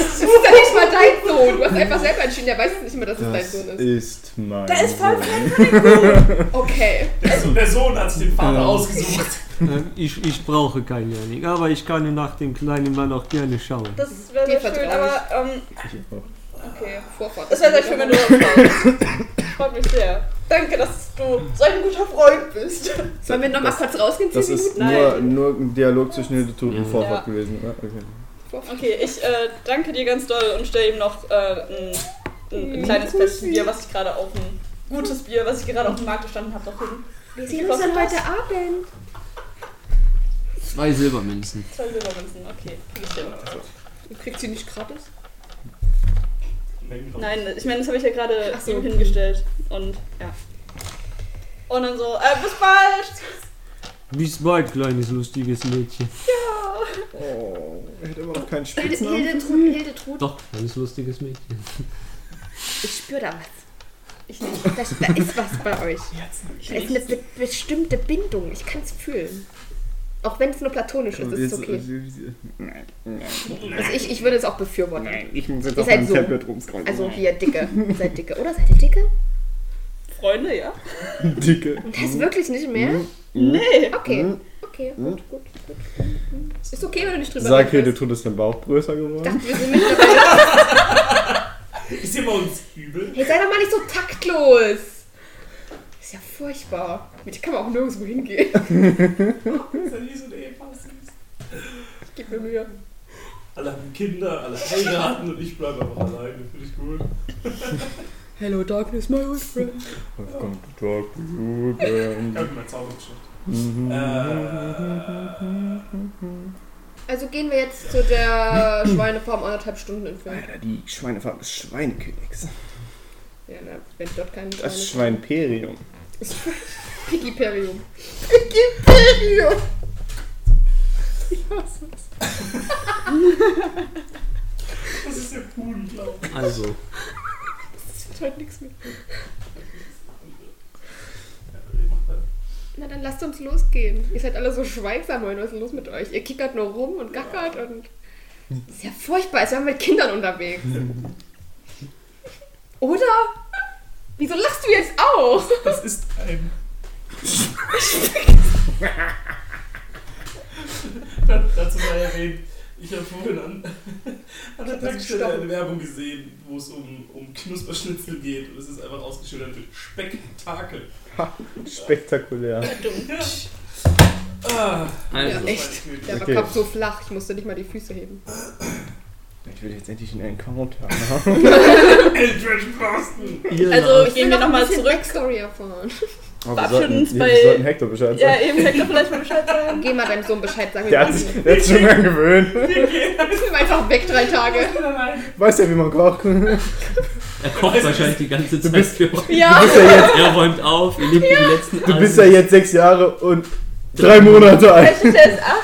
Das ist ja nicht mal dein Sohn. Du hast einfach selber entschieden, der weiß jetzt nicht mehr, dass es dein Sohn ist.
ist mein.
Der ist voll
Okay.
Also der Sohn hat sich den Vater
Ja.
ausgesucht.
Ähm, Ich, ich brauche keinen Janik, aber ich kann nach dem kleinen Mann auch gerne schauen.
Das wäre
Dir
sehr schön,
vertrau
aber ähm,
Okay, Vorfahrt.
das wäre sehr schön, wenn du uns kommst. Freut mich sehr. Danke, dass du so ein guter Freund bist.
Sollen wir nochmal kurz rausgehen?
Das
Zehn
ist
Minuten?
nur,
Nein.
nur ein Dialog zwischen Hilde und
Ja.
Vorfahrt
Ja.
gewesen. Ja, okay.
Okay, ich äh, danke dir ganz doll und stelle ihm noch äh, ein,
Mhm.
ein kleines festes Bier, was ich gerade auf dem gutes Bier, was ich gerade auf dem Markt gestanden habe, noch hin.
Wir sehen uns dann heute Abend.
Zwei Silbermünzen.
Zwei Silbermünzen, okay. krieg ich hin.
Du kriegst sie nicht gratis?
Nein, ich meine, das habe ich ja gerade
Ach so.
ihm hingestellt und ja. Und dann so, äh, bis bald!
Bis bald, kleines lustiges Mädchen.
Oh, er hat immer noch keinen
Hilde,
Spitznamen.
Hilde, Hilde, Hilde Trud.
Doch, kleines lustiges Mädchen.
Ich spüre da was. Ich, das, da ist was bei euch. Da ist eine be bestimmte Bindung. Ich kann es fühlen. Auch wenn es nur platonisch ist, ist es
äh,
okay.
Nein, nein,
Also ich, ich würde es auch befürworten.
ich muss jetzt
Ihr
auf
seid
meinem
so.
Tablet rumscrollen.
Also hier, Dicke. Ihr seid Dicke, oder? Seid ihr Dicke?
Freunde, ja?
Mhm. Dicke. Mhm.
Das wirklich nicht mehr?
Hm.
Nee!
Okay. Okay, gut, gut, gut. Ist okay, wenn du nicht drüber
Sag Hilde
redest.
Tod ist dein Bauch größer geworden.
Dachte, wir sind mittlerweile...
Ist ihr bei uns übel?
Hey, sei doch mal nicht so taktlos! Ist ja furchtbar. Mit dir kann man auch nirgendwo hingehen.
Ist ja nie so eine Ehepaar süß.
Ich geb mir Mühe.
Alle haben Kinder, alle heiraten und ich bleibe einfach alleine. Finde ich cool.
Hello Darkness, my old friend.
Welcome to talk to you,
Ich
man.
habe mein Zaubergeschicht.
Also gehen wir jetzt zu der Schweinefarm anderthalb Stunden entfernt.
Alter, Äh, die Schweinefarm des Schweinekönigs.
Ja, na, wenn dort kein
Das Schweinperium.
Pigiperium.
Das ist ja cool, glaube ich.
Also,
Das wird heute halt nichts mehr. Na dann lasst uns losgehen. Ihr seid alle so schweigsam, Leute. was ist denn los mit euch? Ihr kickert nur rum und gackert und. Das ist ja furchtbar, als wären wir mit Kindern unterwegs. Oder? Wieso lachst du jetzt auch?
Das ist ein. Dazu sei erwähnt, ich habe vorhin an, an der Tankstelle eine Werbung gesehen, wo es um, um Knusperschnitzel geht und es ist einfach ausgeschildert mit Spektakel.
Spektakulär.
Ah,
Also,
Ja. Echt? Der war
Okay.
Kopf so flach, ich musste nicht mal die Füße heben.
Ich will jetzt endlich einen Encounter.
Eldritch Boston!
ihr
Also
Genau.
Ich will
gehen wir
noch ein
nochmal
bisschen
zurück.
Backstory erfahren.
Aber wir
Verabschieden
sollten,
uns
wir
bei-
sollten Hector Bescheid
Ja,
sagen.
eben, Hector, vielleicht mal Bescheid sagen.
Geh mal deinem Sohn Bescheid sagen.
Der
Wir
hat sich jetzt schon angewöhnt.
müssen einfach weg drei Tage.
Weiß ja, wie man kocht.
er kocht wahrscheinlich die ganze Zeit
Also- bist-
für euch.
Ja,
Er räumt auf, ihr nehmt die letzten
Du bist ja
Asen.
jetzt sechs Jahre und drei Monate alt.
Welches der ist 8?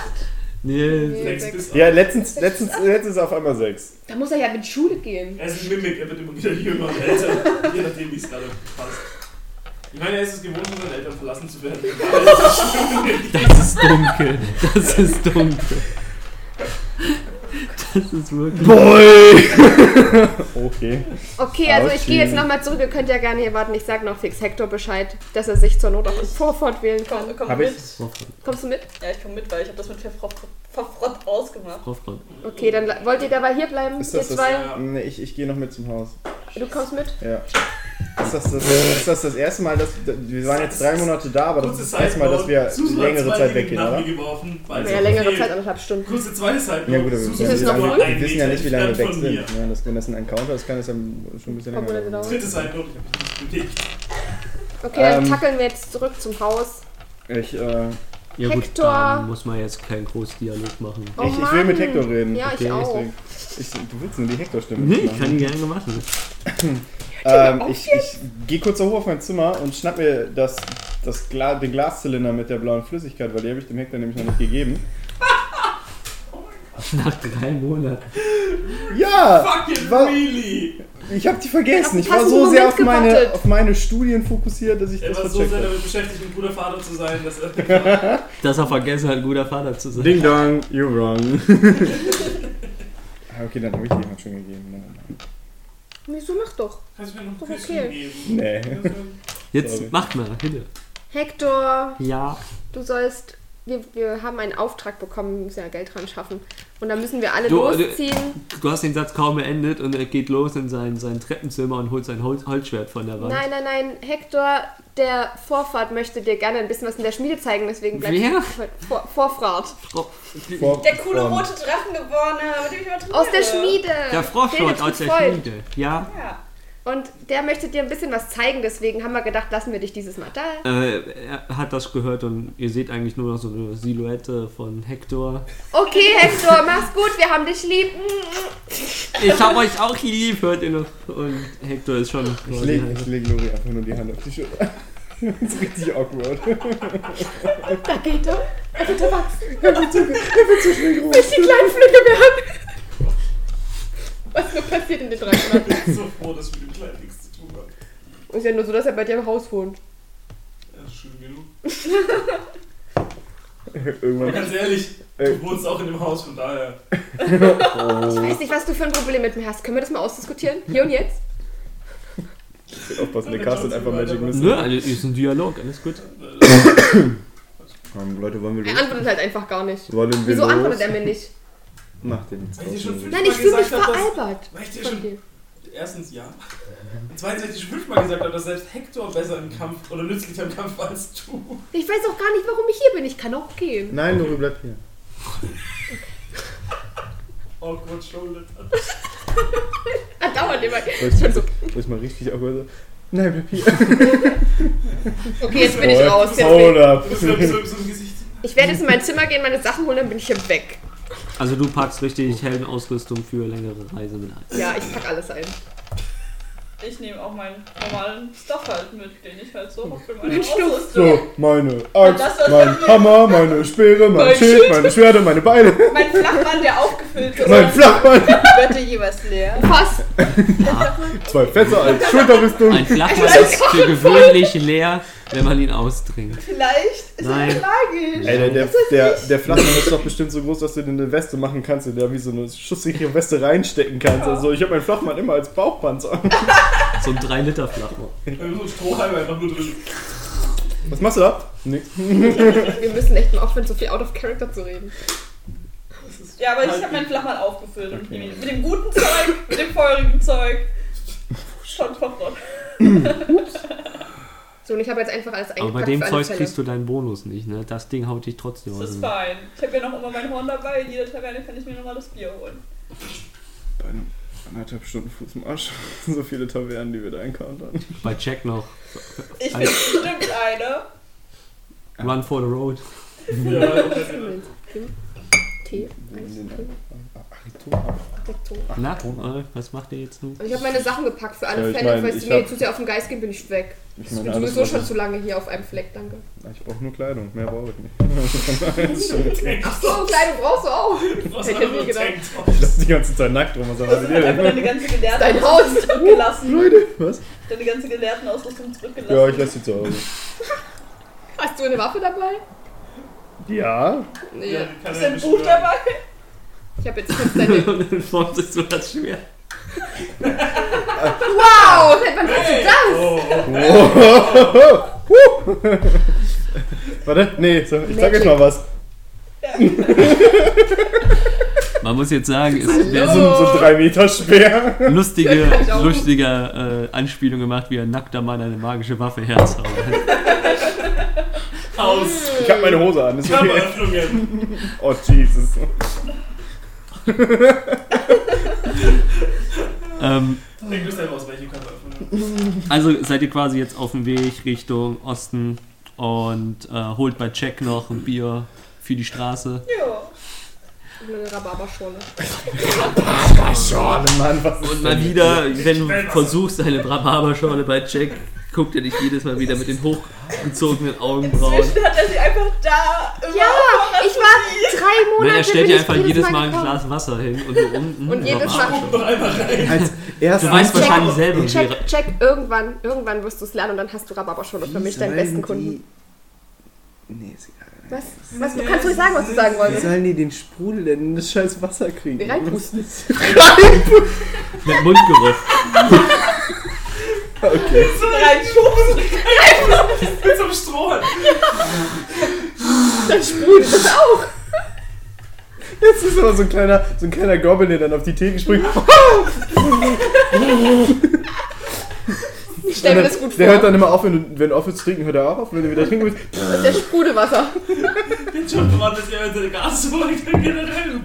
Nee,
Nee.
Sechs bis
Ja, letztens, letztens, letztens auf einmal sechs.
Da muss er ja in die Schule gehen.
Er ist ein Mimik, er wird immer wieder jünger und älter, je nachdem, wie es gerade passt. Ich meine, er ist es gewohnt, von seinen Eltern verlassen zu werden.
das ist dunkel. Das ist dunkel. Das ist wirklich.
Boy! okay.
Okay, also ich
Ouchie.
gehe jetzt nochmal zurück. Ihr könnt ja gar nicht warten. Ich sage noch fix Hector Bescheid, dass er sich zur Not auch sofort wählen kann.
Komm, komm
Hab
mit.
ich-
Kommst du mit?
Ja, ich komme mit, weil ich habe das mit Verfrott Verfrott ausgemacht.
Frau Frott.
Okay, dann la- wollt ihr dabei hier bleiben,
Ist
ihr
das Also das-
zwei?
Ja.
Nee, ich, ich gehe noch mit zum Haus.
Du kommst mit?
Ja. Ist das das, ist das, das erste Mal, dass wir waren jetzt drei Monate da, aber das
Kurze
ist das
Zeit,
erste Mal, dass wir
Susan hat
längere
zwei
Zeit
Dinge
weggehen,
nach
oder?
mir geworfen, weil
Ja,
sie
längere
fehlt.
Zeit, anderthalb Stunden.
Kurze zweite Zeit.
Ja gut, aber wir
Susan
wissen, ja
ist
nicht,
noch
nur
früh.
wir
ein
wissen ja nicht, wie lange wir
Meter
weg
entfernt
sind.
von
Ja, das, wenn das ein Encounter ist, kann das ja schon ein bisschen
Paar Monate
länger
mir.
dauern.
Dritte Zeit, wirklich. Ich hab mich nicht bewegt.
Okay, dann
Ähm.
tackeln wir jetzt zurück zum Haus.
Ich, äh,
Ja gut,
Hector.
da muss man jetzt keinen Großdialog machen.
Oh
ich, ich will
Mann.
mit Hector reden.
Ja, ich
Okay,
auch.
Deswegen- Ich, du willst nur die Hector-Stimme
Nee,
machen.
ich kann gerne machen.
Ähm, ich ich gehe kurz hoch auf mein Zimmer und schnapp mir das, das Gla den Glaszylinder mit der blauen Flüssigkeit, weil die habe ich dem Hector nämlich noch nicht gegeben.
Nach drei Monaten.
Ja!
Fucking
Ah, Wa-
really!
Ich habe die vergessen. Ich war
Hast du
so
einen
sehr
Moment
auf meine,
gewartet?
auf meine Studien fokussiert, dass ich
Er
das
war so
vercheckt
sehr
habe.
damit beschäftigt, ein guter Vater zu sein, dass er.
Dass er vergessen hat, ein guter Vater zu sein.
Ding dong, you're wrong. Ah, okay, dann habe ich jemand schon gegeben. Nein, nein,
Wieso mach doch?
Kannst du mir noch ein
Doch,
Küsschen
okay.
geben?
Nee.
Jetzt
Sorry.
macht mal, bitte.
Hector,
Ja.
du sollst. Wir, wir haben einen Auftrag bekommen, wir müssen ja Geld dran schaffen. Und dann müssen wir alle
Du, äh,
losziehen.
Du hast den Satz kaum beendet und er geht los in sein, sein Treppenzimmer und holt sein Holz, Holzschwert von der Wand.
Nein, nein, nein. Hector, der Vorfahrt möchte dir gerne ein bisschen was in der Schmiede zeigen, deswegen bleibst
Wer?
du. Vor, Vorfahrt.
Frau-
Vor-
Der coole
vor-
rote Drachengeborene, mit dem ich immer
Aus der Schmiede!
Der Froschhort
Felix
aus der
Freud.
Schmiede. Ja.
Ja.
Und der möchte dir ein bisschen was zeigen, deswegen haben wir gedacht, lassen wir dich dieses Mal da.
Äh, er hat das gehört und ihr seht eigentlich nur noch so eine Silhouette von Hector.
Okay, Hector, mach's gut, wir haben dich lieb.
Ich hab euch auch lieb, hört ihr noch. Und Hector ist schon.
Ich lege ich leg Lori einfach nur die Hand auf die Schulter. das ist richtig awkward.
Da geht er. Er wird erwachsen.
Schön groß.
Bis die kleinen Flügel werden. Was nur passiert in den drei Monaten?
Ich bin so froh, dass wir mit dem Kleinen nichts zu tun haben.
Ist ja nur so, dass er bei dir im Haus wohnt.
Ja, ist schön genug. Aber
Irgendwann.
ganz ehrlich,
Äh.
du wohnst auch in dem Haus, von daher.
Ich
Oh,
weiß nicht, was du für ein Problem mit mir hast. Können wir das mal ausdiskutieren? Hier und jetzt?
aufpassen, der castet einfach Magic
Nö,
Missile.
also ist ein Dialog, alles gut.
äh,
Ähm, Leute, wollen wir
Er
los?
antwortet halt einfach gar nicht.
Wollen wir
Wieso
los?
antwortet er mir nicht?
Mach dir nichts
Weil die
draus,
schon
Lori.
fünf-
Nein, ich
mal
fühle mich
gesagt habe, dass-
veralbert.
Weil ich dir
Von
schon
dir.
erstens ja. Und zweitens, weil ich dir schon fünfmal gesagt habe, dass selbst Hector besser im Kampf oder nützlicher im Kampf war als du.
Ich weiß auch gar nicht, warum ich hier bin. Ich kann auch gehen.
Nein, Lori, bleib hier.
Awkward Shoulder.
Ah, dauert immer.
Wo ich,
Also-
wo ich mal richtig awkward so. Nein, bleib hier.
Okay, jetzt bin ich raus. Jetzt
Hold
bin
up.
Du bist glaub ich, halt so im so im Gesicht.
ich werde jetzt in mein Zimmer gehen, meine Sachen holen, dann bin ich hier weg.
Also du packst richtig Heldenausrüstung für längere Reise mit ein.
Ja, ich pack alles ein.
Ich nehme auch meinen normalen Stuff halt mit, den ich halt so hab für meine
Mein Stuff.
Ausrüstung.
So, meine
das
Axt,
soll
mein Hammer, meine Speere, mein
Mein
Schild, meine Schwerte, meine Beine,
Mein Flachmann, der aufgefüllt ist.
mein Flachmann,
Wette jeweils leer.
Pass!
zwei Fässer als Schulterrüstung.
Ein Flachmann ist für gewöhnlich leer, wenn man ihn austrinkt.
Vielleicht ist
Nein.
das tragisch.
Ey, der, der, der, der Flachmann ist doch bestimmt so groß, dass du dir eine Weste machen kannst, in der wie so eine schusssichere Weste reinstecken kannst. Also ich habe meinen Flachmann immer als Bauchpanzer.
So ein 3 Liter Flachmann.
Wenn so ein Strohhalm einfach nur drin.
Was machst du da? Nix.
Wir müssen echt mal aufhören, so viel out of character zu reden.
Das ist
Ja, aber ich
halt-
habe meinen Flachmann aufgefüllt. und Mit dem guten Zeug, mit dem feurigen Zeug. Schon verbraucht.
So, und ich habe jetzt einfach alles eingepackt.
Aber bei dem
für alle
Zeug
Fälle.
kriegst du deinen Bonus nicht, ne? Das Ding haut dich trotzdem
Das
aus.
ist
dem-
fein. Ich habe ja noch immer mein Horn dabei. In jeder Taverne kann ich mir nochmal das Bier holen.
Bei einem anderthalb Stunden Fußmarsch. So viele Tavernen, die wir da encountern.
Bei Jack noch.
Ich
Also-
finde bestimmt eine.
Run for the road.
Ja,
Tee, Eis, Tee,
Ah,
Reaktion.
Na, äh, was macht ihr jetzt nun?
Und Also ich habe meine Sachen gepackt für alle
Ja, ich
Fälle,
meine,
falls
ich
die mir
hab-
zu sehr auf den Geist gehen, bin ich weg.
Ich
Ich bin
meine, alles,
sowieso
was
schon
ich Ah,
zu lange hier auf einem Fleck, danke.
ich brauche nur Kleidung, mehr brauche ich nicht. Das ist schon okay.
Ach
So, Kleidung brauchst du auch.
was
hätte nie gedacht.
ich lasse die ganze Zeit nackt rum und sage, was ist ihr
einfach
denn?
deine ganze Gelehrten
Dein Haus.
zurückgelassen.
Leute, was?
Deine ganze Gelehrtenausrüstung zurückgelassen.
Ja, ich lasse die zu Hause.
Hast du eine Waffe dabei?
Ja,
Nee.
Ja, kann
Ist
er
ein
nicht
Buch
hören.
dabei?
Ich habe jetzt kurz deine.
Und dann formt sich so das Schwert.
Wow! Seit wann kannst du das?
Oh, oh.
Oh. warte, nee, so, ich zeig euch mal was.
Man muss jetzt sagen, es
So,
wäre so
so drei Meter schwer.
eine lustige,
kann ich auch.
lustige äh, Anspielung gemacht, wie ein nackter Mann eine magische Waffe herzaubert.
Aus
Ich hab meine Hose an. Ist okay.
Kammeröffnungen.
Oh, Jesus.
ähm,
Denk du selber aus, welche Kammeröffnungen.
also seid ihr quasi jetzt auf dem Weg Richtung Osten und äh, holt bei Jack noch ein Bier für die Straße.
Ja.
Eine Rhabarberschorle.
Schade, Oh, Mann, was ist
Und mal
denn-
wieder, wenn
will
du
was.
versuchst, eine Brababa-Schorle bei Jack, guckt er dich jedes Mal wieder mit den hochgezogenen Augenbrauen.
Inzwischen hat er sie einfach da. immer
Ja,
aufgehangen.
ich war drei Monate.
Nein, er stellt
bin
dir
ich
einfach jedes Mal ein
gekommen.
Glas Wasser hin und du unten.
Und jedes Mal.
Doch einmal rein.
Als erstes
Du weißt wahrscheinlich selber, wie
Check, check, irgendwann, irgendwann wirst du es lernen und dann hast du Rhabarberschorle für mich, deinen besten Kunden.
Nee, ist egal.
Was? Was? Du kannst ruhig sagen, was du sagen
Wie
wolltest.
sollen die den Sprudel denn in das scheiß Wasser kriegen?
Wir reinpusten.
mit Mundgeruch.
Reinschubsen.
Mit so einem Strohhalm.
Dann sprudelt das auch.
Jetzt ist aber so ein kleiner, so ein kleiner Goblin, der dann auf die Theke springt.
Ich stelle mir das gut vor.
Der hört dann immer auf, wenn du, wenn du aufhörst zu trinken, hört er auch auf. Wenn du wieder trinken willst,
das ist der Sprudelwasser.
Bin schon verwandt, dass ihr seine Gasfolge generell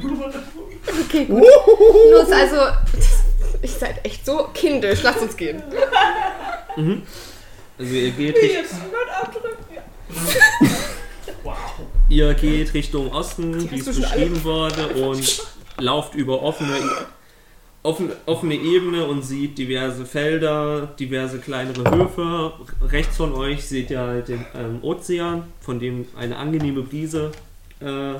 Okay, gut. Nur ist also. Ich seid echt so kindisch. Lasst uns gehen.
Also ihr geht,
Wie
richt-
jetzt? Gott abdrücken. Ja.
Wow.
ihr geht Richtung Osten, wie
hast
es
du schon alle.
beschrieben wurde, und lauft über offene, E- offen, offene Ebene und sieht diverse Felder, diverse kleinere Höfe. Rechts von euch seht ihr halt den ähm, Ozean, von dem eine angenehme Brise äh,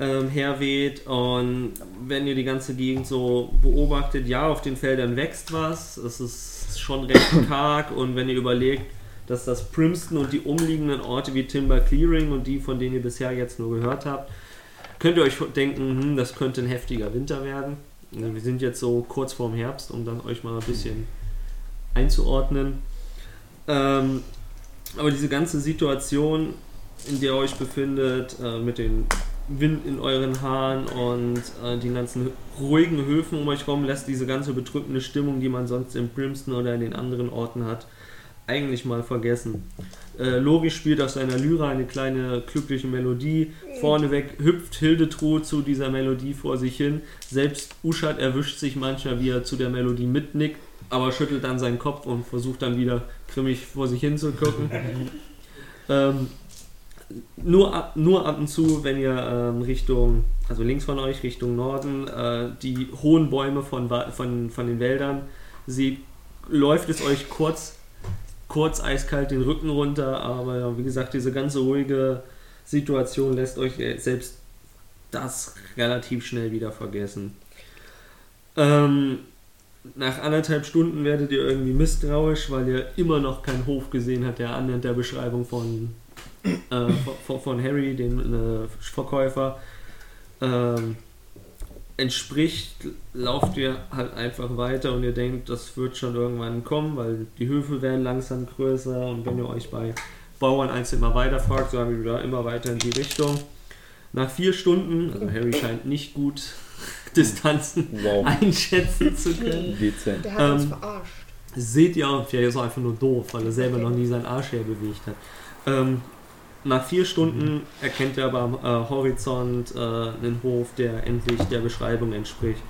ähm, herweht. Und wenn ihr die ganze Gegend so beobachtet, ja, auf den Feldern wächst was. Es ist schon recht karg. Und wenn ihr überlegt, dass das Primston und die umliegenden Orte wie Timber Clearing und die, von denen ihr bisher jetzt nur gehört habt, könnt ihr euch denken, hm, das könnte ein heftiger Winter werden. Also wir sind jetzt so kurz vorm Herbst, um dann euch mal ein bisschen einzuordnen. Ähm, aber diese ganze Situation, in der ihr euch befindet, äh, mit dem Wind in euren Haaren und äh, den ganzen ruhigen Höfen um euch herum, lässt diese ganze bedrückende Stimmung, die man sonst in Primston oder in den anderen Orten hat, eigentlich mal vergessen. Äh, Lori spielt auf seiner Lyra eine kleine glückliche Melodie. Vorneweg hüpft Hildetrud zu dieser Melodie vor sich hin. Selbst Uschat erwischt sich manchmal, wie er zu der Melodie mitnickt, aber schüttelt dann seinen Kopf und versucht dann wieder grimmig vor sich hin zu gucken. ähm, nur, ab- nur ab und zu, wenn ihr ähm, Richtung, also links von euch, Richtung Norden, äh, die hohen Bäume von, Wa- von, von den Wäldern seht, läuft es euch kurz kurz eiskalt den Rücken runter, aber wie gesagt, diese ganze ruhige Situation lässt euch äh, selbst das relativ schnell wieder vergessen. Ähm, nach anderthalb Stunden werdet ihr irgendwie misstrauisch, weil ihr immer noch keinen Hof gesehen habt, der annähernd der Beschreibung von, äh, von, von Harry, dem äh, Verkäufer, ähm, entspricht, lauft ihr halt einfach weiter und ihr denkt, das wird schon irgendwann kommen, weil die Höfe werden langsam größer und wenn ihr euch bei Bauern einzeln immer weiter fragt, so haben wir da immer weiter in die Richtung. Nach vier Stunden, also Harry scheint nicht gut Distanzen
Wow.
einschätzen zu können,
Dezent.
Der hat uns
Ähm,
verarscht.
seht ihr, und vielleicht ist er einfach nur doof, weil er selber noch nie seinen Arsch herbewegt hat. Ähm, nach vier Stunden erkennt er aber am äh, Horizont äh, einen Hof, der endlich der Beschreibung entspricht.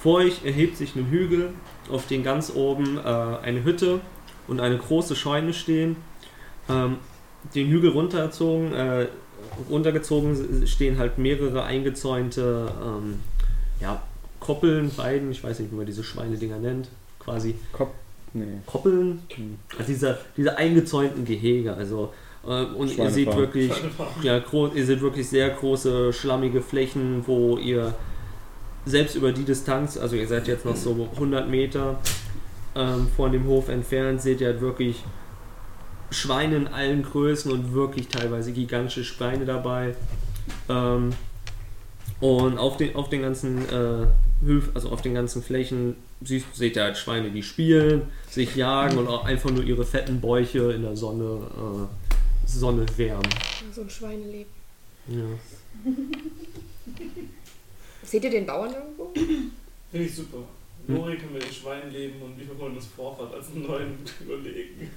Vor euch erhebt sich ein Hügel, auf dem ganz oben äh, eine Hütte und eine große Scheune stehen. Ähm, den Hügel runtergezogen, äh, runtergezogen stehen halt mehrere eingezäunte ähm, ja, Koppeln, Weiden, ich weiß nicht, wie man diese Schweinedinger nennt, quasi
Nee.
Koppeln, also dieser, diese eingezäunten Gehege. Also, ähm, und ihr seht
Schweinefarm.
wirklich, ja, gro- ihr seht wirklich sehr große, schlammige Flächen, wo ihr selbst über die Distanz, also ihr seid jetzt noch so 100 Meter ähm, von dem Hof entfernt, seht ihr halt wirklich Schweine in allen Größen und wirklich teilweise gigantische Schweine dabei. Ähm, und auf den, auf den ganzen äh, Höf, also auf den ganzen Flächen siehst, seht ihr halt Schweine, die spielen, sich jagen und auch einfach nur ihre fetten Bäuche in der Sonne, äh, Sonne wärmen.
So ein Schweineleben.
Ja.
Seht ihr den Bauern irgendwo?
Finde ich super. Lori können wir den Schwein leben und wir holen uns Vorfahrt als einen neuen überlegen.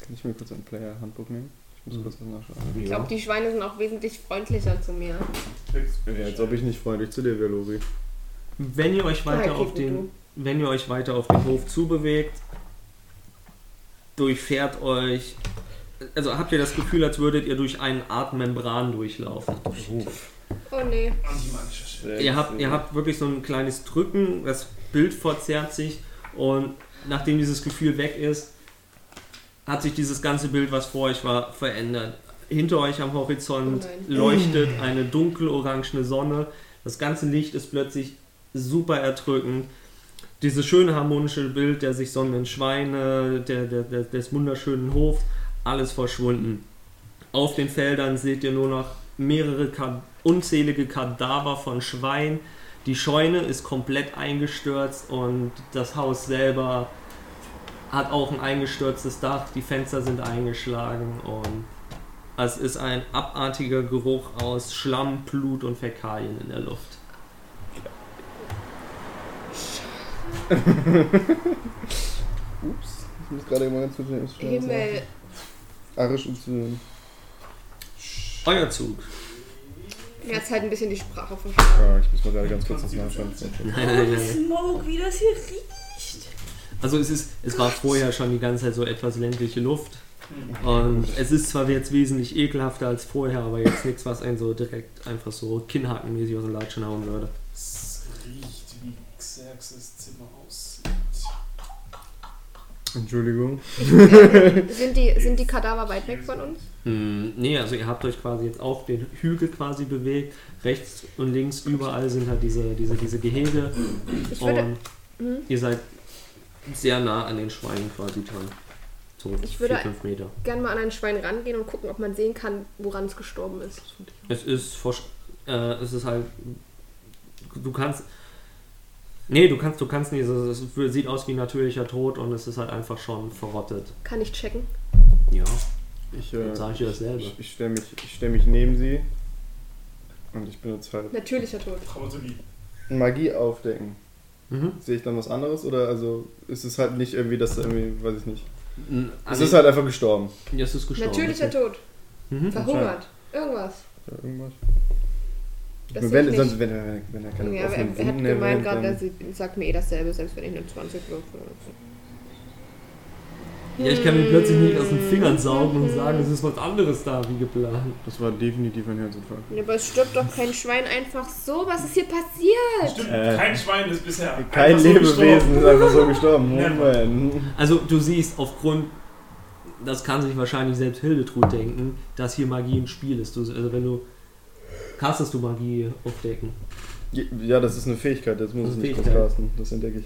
Kann ich mir kurz ein Player-Handbuch nehmen? Ich muss
Mhm.
kurz was nachschauen.
Ich glaube, die Schweine sind auch wesentlich freundlicher zu mir.
Ja, als ob ich nicht freundlich zu dir wäre, Lori.
Wenn ihr euch weiter
Ah,
auf
Kekuto.
den, wenn ihr euch weiter auf den Hof zubewegt, durchfährt euch, also habt ihr das Gefühl, als würdet ihr durch eine Art Membran durchlaufen.
Oh nee.
Antimagischer Shit.
Äh,
Ihr habt, ihr habt wirklich so ein kleines Drücken, das Bild verzerrt sich und nachdem dieses Gefühl weg ist, hat sich dieses ganze Bild, was vor euch war, verändert. Hinter euch am Horizont
Oh nein.
leuchtet eine dunkelorangene Sonne. Das ganze Licht ist plötzlich super erdrückend. Dieses schöne harmonische Bild der sich sonnenden Schweine, der, der, der, des wunderschönen Hofs, alles verschwunden. Auf den Feldern seht ihr nur noch mehrere Ka unzählige Kadaver von Schweinen. Die Scheune ist komplett eingestürzt und das Haus selber hat auch ein eingestürztes Dach. Die Fenster sind eingeschlagen und es ist ein abartiger Geruch aus Schlamm, Blut und Fäkalien in der Luft.
Ups, ich muss gerade immer ganz kurz den
Himmel.
Arisch und Syrisch.
Euer Zug.
Mir hat's halt ein bisschen die Sprache verstanden.
Ah, ich muss mal gerade ganz kurz das nachschauen.
Nein, nein, nein, nein.
Smoke, wie das hier riecht.
Also es ist, es war vorher schon die ganze Zeit so etwas ländliche Luft. Und es ist zwar jetzt wesentlich ekelhafter als vorher, aber jetzt nichts, was einen so direkt einfach so kinnhakenmäßig aus dem Latschen hauen würde.
Es riecht wie Xerxes Zimmer aussieht.
Entschuldigung.
Sind die, sind die Kadaver weit weg von uns?
Hm, nee, also ihr habt euch quasi jetzt auf den Hügel quasi bewegt. Rechts und links überall sind halt diese, diese, diese Gehege.
Ich würde, Hm?
Und ihr seid sehr nah an den Schweinen quasi dran. So
Ich
vier,
würde-
fünf Meter.
gerne mal an ein Schwein rangehen und gucken, ob man sehen kann, woran es gestorben ist.
Es ist versch- äh, es ist halt. Du kannst. Nee, du kannst, du kannst nicht. Es ist- es sieht aus wie natürlicher Tod und es ist halt einfach schon verrottet.
Kann ich checken.
Ja.
Ich, äh,
Dann sag ich dir dasselbe.
ich, ich stelle mich, ich stell mich neben sie und ich benutze halt
Natürlicher Tod.
Dramaturgie.
Magie aufdecken.
Mhm.
Sehe ich dann was anderes oder also ist es halt nicht irgendwie, dass da irgendwie, weiß ich nicht. Es
Also,
ist halt einfach gestorben. Hm,
ja, es ist gestorben.
Natürlicher Tod.
Mhm.
Verhungert. Irgendwas.
Ja, irgendwas.
Das sehe
wenn,
ich
sonst,
nicht.
wenn, er- wenn er keine
Ja, aber er,
offenen
er hat
Wunden mehr
gemeint
wären,
gerade, er
dann
sieht- sagt mir eh dasselbe, selbst wenn ich eine 20 würfe.
Ja, ich kann mir plötzlich nicht aus den Fingern saugen und sagen, es ist was anderes da, wie geplant.
Das war definitiv ein Herzinfarkt.
Ja, Aber es stirbt doch kein Schwein einfach so. Was ist hier passiert?
Stimmt,
Äh,
kein Schwein ist bisher.
Kein
einfach so
Lebewesen
gestorben.
ist einfach so gestorben. Oh
Never.
Moment.
Also, du siehst aufgrund. Das kann sich wahrscheinlich selbst Hildetrud denken, dass hier Magie im Spiel ist. Du, also, wenn du. Castest du Magie aufdecken?
Ja, das ist eine Fähigkeit, das muss ich
Das ist
nicht kurz
Fähigkeit.
casten. Das entdecke ich.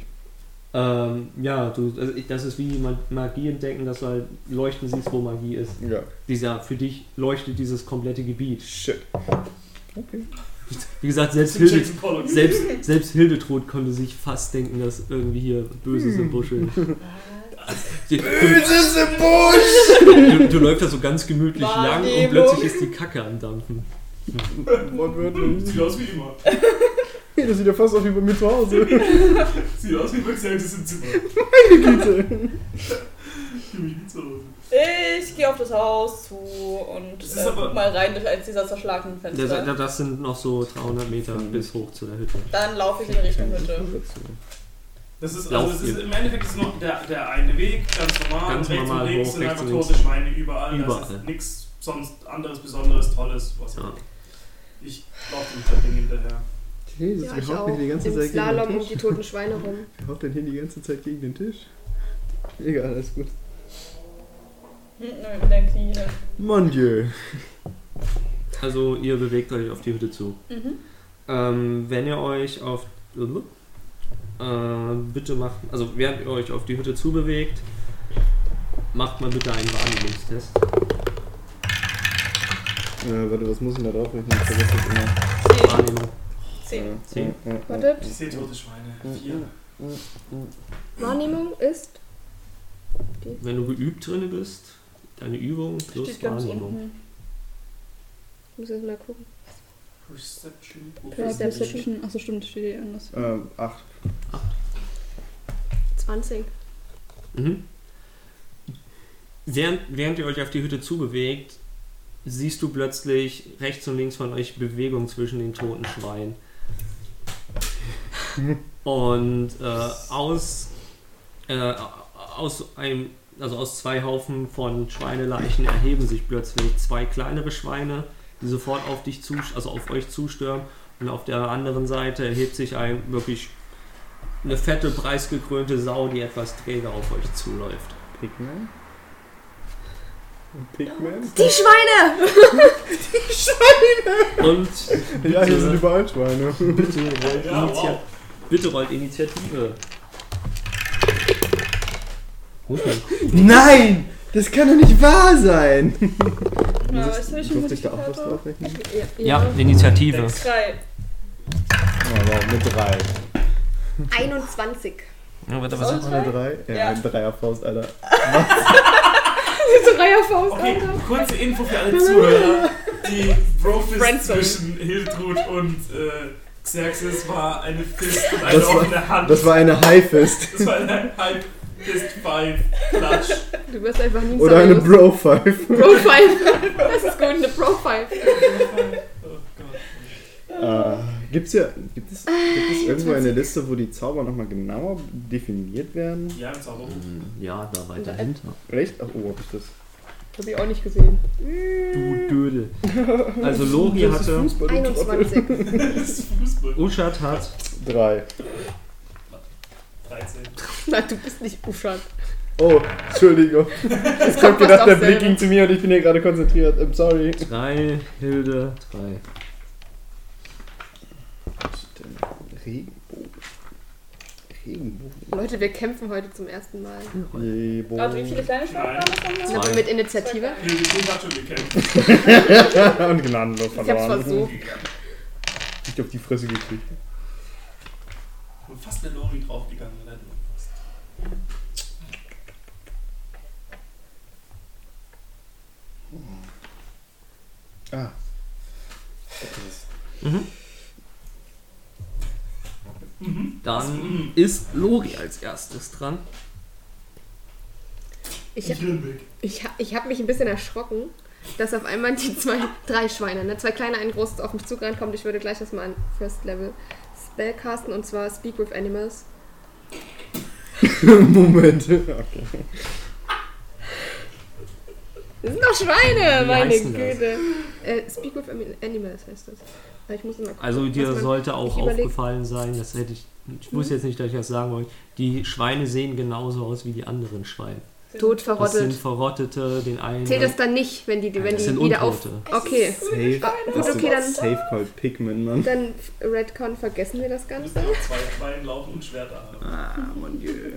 Ähm, ja, du, also ich, das ist wie Ma- Magie entdecken, dass du halt leuchten siehst, wo Magie ist.
Ja.
Dieser, für dich leuchtet dieses komplette Gebiet.
Shit. Okay.
Wie gesagt, selbst, Hilde,
Jackson Pollock.
selbst, selbst Hildetrud konnte sich fast denken, dass irgendwie hier Böses im Buschel. Du,
Böses im Busch!
du, du läufst da so ganz gemütlich lang und
Wahrnehmung.
plötzlich ist die Kacke am Dampfen.
Wortwörtlich.
Sieht aus wie immer.
Das sieht ja fast aus wie bei mir zu Hause.
Sieht aus wie bei Xerxes im Zimmer.
Ich gehe auf das Haus zu und
Das
äh,
ist aber-
guck mal rein durch eines dieser zerschlagenen
Das,
Fenster.
das sind noch so 300 Meter bis hoch zu der Hütte.
Dann laufe ich in Richtung
Mhm,
Hütte.
Das ist,
Lauf
also das ist
ihr.
im Endeffekt ist nur der, der eine Weg, ganz normal.
Ganz
und rechts
normal
und links
hoch,
sind
rechts
einfach
und links.
tote Schweine überall. Das
Überall.
ist nichts sonst anderes, besonderes, tolles. Was
Ja.
Ich laufe dem Treppchen hinterher.
Jesus,
Ja,
wir
ich
hocken
auch.
hier die ganze
Im
Zeit gegen den
Slalom um
Tisch.
die toten Schweine rum.
Wir hocken hier die ganze Zeit gegen den Tisch.
Egal, alles gut.
Nö, der Knie.
Mon Dieu.
Also ihr bewegt euch auf die Hütte zu.
Mhm.
Ähm, wenn ihr euch auf... Äh, bitte macht... Also während ihr euch auf die Hütte zubewegt, macht mal bitte einen Wahrnehmungstest.
Äh, warte, was muss ich denn da draufrechnen? Ich vergesse das immer.
Zehn.
Wahrnehmung.
Zehn.
Zehn.
Ja, ja, Äh, ja.
Wartet,
Ich sehe tote Schweine. Vier.
Wahrnehmung ist.
Wenn du geübt drin bist, deine Übung plus
Steht ganz
Wahrnehmung.
unten.
Ich muss jetzt mal gucken.
Perception.
Perception.
Perception. Achso, stimmt, steht hier anders.
Ähm, acht.
20.
Mhm. Während, während ihr euch auf die Hütte zubewegt, siehst du plötzlich rechts und links von euch Bewegung zwischen den toten Schweinen. Und äh, aus, äh, aus einem, also aus zwei Haufen von Schweineleichen erheben sich plötzlich zwei kleinere Schweine, die sofort auf dich zu, also auf euch zustürmen. Und auf der anderen Seite erhebt sich ein wirklich eine fette, preisgekrönte Sau, die etwas träge auf euch zuläuft.
Pigman? Pigman?
Die Schweine!
Und
Ja, hier sind
bitte,
überall Schweine.
bitte, rollt
Ja, wow.
Initia- bitte rollt Initiative. Hofmann,
Nein! Das kann doch nicht wahr sein!
Ja,
Dieses-
ist das schon
Durfte ich da auch was draufrechnen?
Ja, Initiative.
Drei.
Ja, wow, mit drei.
21.
Ja, warte,
was-
Eine drei? Ja,
Ja.
ein Dreierfaust, Alter.
Dreierfaust,
Okay,
Alter.
kurze Info für alle Zuhörer. Die Brofist
Friendzone.
zwischen Hiltrud und äh, Xerxes war eine Fist und eine
Das war-
offene Hand.
Das war eine Highfist.
Das war eine halb Fist Five Klatsch.
Du wirst einfach nie
Oder eine
seriös.
Bro Five.
Profile. Das ist gut, eine Profile.
Oh Gott.
Äh, gibt's ja, gibt
Ah,
es, gibt es irgendwo eine Liste, wo die Zauber nochmal genauer definiert werden?
Ja, im Zauberbuch.
Mm, Ja, da weiter
App.
hinter.
Echt? Ach, oh, hab ich das.
Hab ich auch nicht gesehen.
Du Dödel. Also Lori hatte,
Fußball,
21.
Das ist Fußball.
Uschat hat,
Drei.
13.
Na, du bist nicht Uschan.
Oh, Entschuldigung. Ich hab
kommt fast
gedacht, der
auch
Blick
selber.
ging zu mir und ich bin hier gerade konzentriert. I'm sorry.
drei, Hilde, drei.
Regenbogen. Regenbogen.
Leute, wir kämpfen heute zum ersten Mal.
Ah, wie viele
Regenbogen.
kleine Schweine waren das nochmal?
Aber mit Initiative.
Hiltrud hat schon gekämpft.
und gnadenlos
Ich hab's
verloren.
versucht.
Ich auf die Fresse gekriegt.
Und fast eine Lori draufgegangen. oder? Fast.
Ah.
Dann ist Lori als erstes dran.
Ich,
Ich will weg.
ich, ha- ich habe mich ein bisschen erschrocken, dass auf einmal die zwei, drei Schweine, ne? zwei kleine, ein großes, auf mich zugerannt kommt. Ich würde gleich erstmal ein First Level Spell casten und zwar Speak with Animals.
Moment. Okay.
Das sind doch Schweine,
Wie
meine
heißt denn das?
Güte. Äh, speak with Ami- Animals heißt das. Aber Ich muss immer gucken.
Also dir
was man-
sollte auch
ich überleg-
aufgefallen sein, das hätte ich. Ich wusste jetzt nicht, dass ich das sagen wollte. Die Schweine sehen genauso aus wie die anderen Schweine.
Tot
Das sind
verrottet.
verrottete, den einen.
Zählt das dann nicht, wenn die, die,
Nein,
wenn
das
die
sind
wieder
Untote.
auf. Okay,
Safe.
gut, Ah, okay, dann-
Safe Call Pikmin, Mann.
dann Redcon vergessen wir das
Du musst
Ganze.
ja noch zwei Beine laufen und Schwerter haben.
Ah, mon Dieu.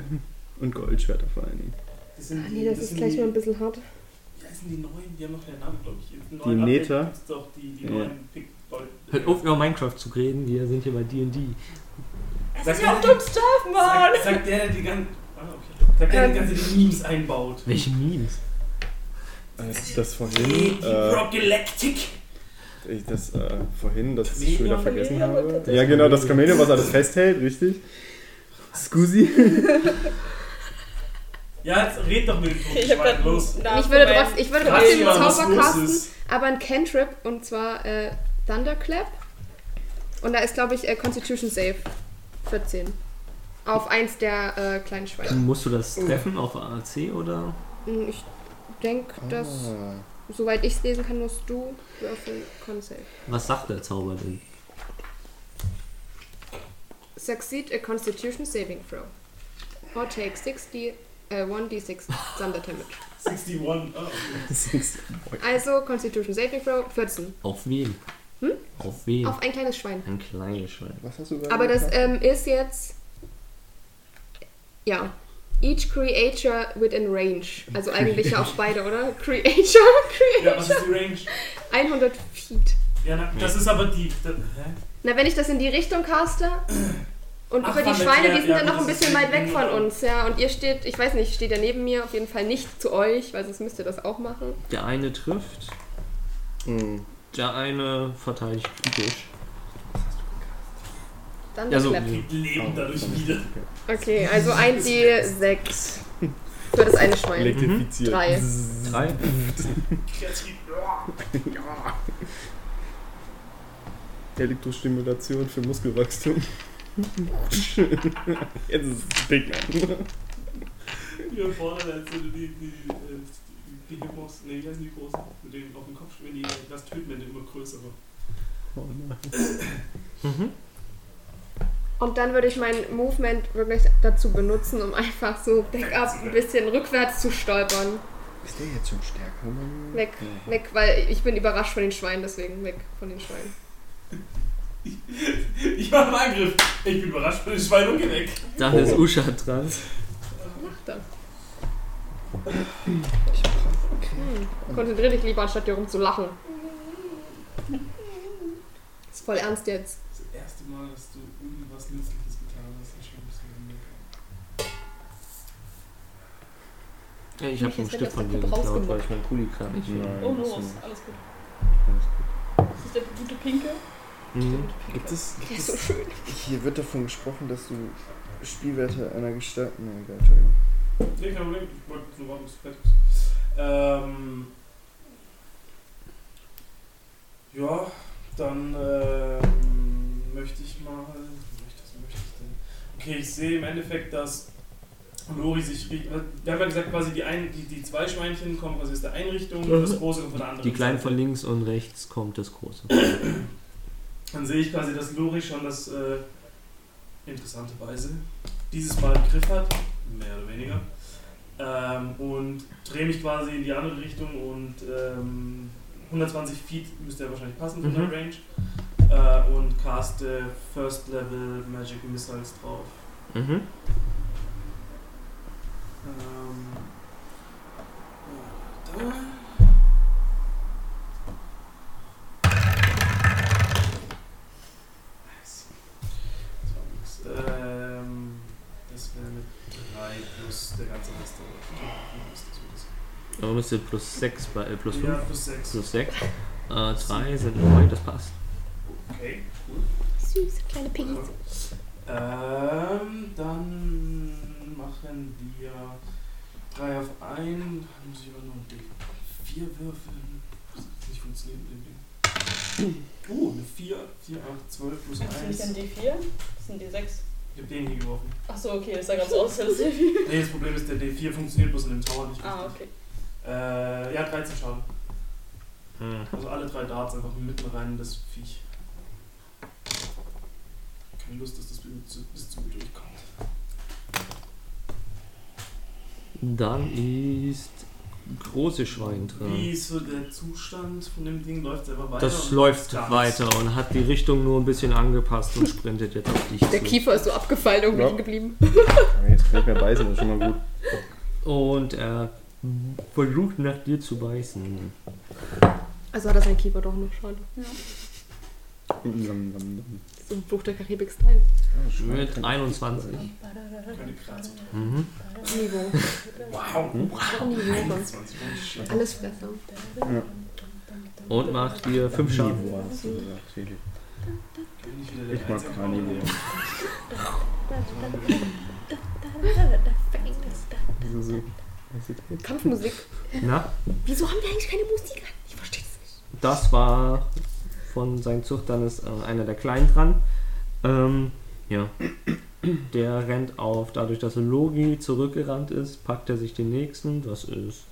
Und Goldschwerter vor allen Dingen.
Das sind
Ah,
die-
nee, das ist
sind
gleich
die-
mal ein bisschen hart.
Wie heißen die neuen? Die haben noch keinen Namen, glaube ich. Jetzt einen
Die
neuen Update
Neta?
gibt's Doch die, die
Ja.
neuen Pick
Hört auf, über Minecraft zu reden, wir sind hier bei DD.
Das
Sag
ist ja
mir-
auch dumm Stuff, Mann!
Sagt sag der, der die ganzen. Ah, okay. Sagt der, der die ganzen Memes einbaut.
Welche Memes?
Äh, Das
Die
vorhin, äh,
Progalactic.
ich das äh, vorhin, das ich
Chameleon,
schon wieder vergessen
Chameleon,
habe.
was
Ja, genau, das Kamele, was alles festhält, richtig? Scusi.
Ja, jetzt red doch mit dem toten
Ich hab
Schwein,
grad-
los.
Na,
ich würde,
vorbei.
trotzdem, ich würde
Krass,
trotzdem einen
Mann, was
Zauber
los
casten,
ist.
aber ein Cantrip und zwar äh, Thunderclap. Und da ist, glaube ich, äh, Constitution Save 14. Auf eins der äh, kleinen Schweine.
Musst du
Oh.
das treffen auf AAC oder?
Hm, Ich denke, dass,
Ah.
soweit ich es lesen kann, musst du würfeln Con Save.
Was sagt der Zauber denn?
Succeed a Constitution Saving Throw. Or take 60 äh, 1d6 Thunder Damage.
61. Oh, okay.
Also Constitution Saving Throw 14.
Auf wen?
Hm?
Auf wen?
Auf ein kleines Schwein.
ein kleines Schwein.
Was hast du gerade
Aber das
gesagt?
ähm, ist jetzt. Ja. Each creature within range. Also eigentlich ja auf beide, oder? Creature,
Ja,
creature.
was ist die Range?
100 Feet.
Ja, na, das ist aber die. Da, hä?
Na, wenn ich das in die Richtung caste. Und
Ach,
über die
damit
Schweine,
wär-
die sind
ja,
dann noch ein
das ist
bisschen
die-
weit weg von uns, ja. Und ihr steht, ich weiß nicht, steht ja neben mir, auf jeden Fall nicht zu euch, weil sonst müsst ihr das auch machen.
Der eine trifft,
Mhm.
Hm.
der eine verteidigt typisch.
Dann
Ja, so.
klappt.
Die leben dadurch wieder.
Okay, also 1d6 für das eine Schwein.
Elektrifiziert.
Drei.
Drei.
Kreativ.
Elektrostimulation für Muskelwachstum. Jetzt ist es Big Man.
Hier vorne, da ist so die, die, die, äh, die dicke Boss, nee, die die großen, mit denen auf dem Kopf schwimmen, die das töten, wenn die immer größer wird.
Oh nein.
Und dann würde ich mein Movement wirklich dazu benutzen, um einfach so backup ein bisschen rückwärts zu stolpern.
Ist der jetzt schon stärker? Mann?
Weg,
Ja.
weg, weil ich bin überrascht von den Schweinen, deswegen weg von den Schweinen.
Ich mache einen Angriff. Ich bin überrascht von den Schweinen und geh weg.
Dann
Oh.
ist Usha dran.
Macht er. Hm. Konzentrier dich lieber, anstatt dir rumzulachen. Ist voll ernst jetzt.
Das erste Mal, dass du irgendwas Nützliches getan hast, ist schon ein bisschen unbekannt.
Ja, ich
Mich
habe ein
jetzt
Stück
hat das
von dir
Kaputt
geklaut, weil
rausgemacht.
ich meinen Kuli kann. nicht.
Nein,
Oh,
das
los.
ist-
Alles gut.
alles gut.
Das ist der gute Pinke.
Mhm.
Gibt es,
Der
gibt
ist so
es,
schön.
hier wird davon gesprochen, dass du Spielwerte einer Gestalt. Nee, egal, Entschuldigung.
Nee, kein Problem. Ich wollte nur warten, bis du fertig bist. Ähm. Ja, dann ähm, möchte ich mal. Möchte, was möchte ich denn? Okay, ich sehe im Endeffekt, dass Lori sich. ri- Wir haben ja gesagt, quasi die, ein, die, die zwei Schweinchen kommen quasi aus der Einrichtung und das große kommt von der anderen.
Mhm. Die kleinen von
Seite.
links und rechts kommt das große.
Dann sehe ich quasi, dass Lori schon das äh, interessanterweise dieses Mal im Griff hat, mehr oder weniger. Ähm, und drehe mich quasi in die andere Richtung und ähm, 120 Feet müsste er wahrscheinlich passen von
Mhm.
der Range. Äh, und caste First Level Magic Missiles drauf.
Mhm.
Ähm, ja, da. Nice. Das war nix. Ähm, das wäre mit 3 plus der ganze Rest. der-
Aber müsste plus 6 bei äh, plus 5.
Ja, plus 6.
Plus 6. Äh, 3 sind 9, das passt.
Okay.
Süße kleine Piggies.
Ähm, dann machen wir 3 auf 1. Dann muss ich aber noch ein D4 würfeln. Das hat nicht funktioniert mit dem Ding. Oh, eine 4, 4, 8, 12 plus
Das ist nicht
1.
ein D4, das ist ein D6.
Ich hab den hier geworfen.
Achso, okay, das sah ganz aus, als hätte ich-
Nee, das Problem ist, der D4 funktioniert bloß in dem Tower nicht.
Ah,
richtig.
okay.
Äh, ja, 13 Schaden.
Mhm.
Also alle drei Darts einfach mitten rein in das Viech. Keine Lust, dass das bis zu- bis zu mir durchkommt.
Dann ist große Schwein
Wie
dran.
ist so der Zustand von dem Ding? Läuft es einfach weiter?
Das
oder
läuft
gar nichts?
weiter und hat die Richtung nur ein bisschen angepasst und sprintet jetzt auf dich
Der
zu.
Kiefer ist so abgefallen irgendwie
Ja.
liegen geblieben.
Aber Jetzt kann ich mehr beißen, das ist schon mal gut.
Und er versucht nach dir zu beißen.
Also hat er seinen Kiefer doch noch schon.
Nom, nom, nom.
So ein Fluch der Karibik-Style.
Ah, Schwein
Mit
kann-
21.
Keine Kratzer.
Mhm.
Niveau.
Wow.
Niveau.
21. holy shit.
Alles Fresser.
Und macht dir 5 Schaden.
Niveau hast du gesagt, Felix.
Bin ich wieder der
Ich mag
Einzige?
Carnivore. Wieso so? Was ist das?
Kampfmusik.
Na,
Wieso haben wir eigentlich keine Musik an? Ich verstehe es nicht.
das war von seinem Zug, dann ist äh, einer der Kleinen dran. Ähm, ja. Der rennt auf, dadurch, dass Logi zurückgerannt ist, packt er sich den nächsten. Das ist.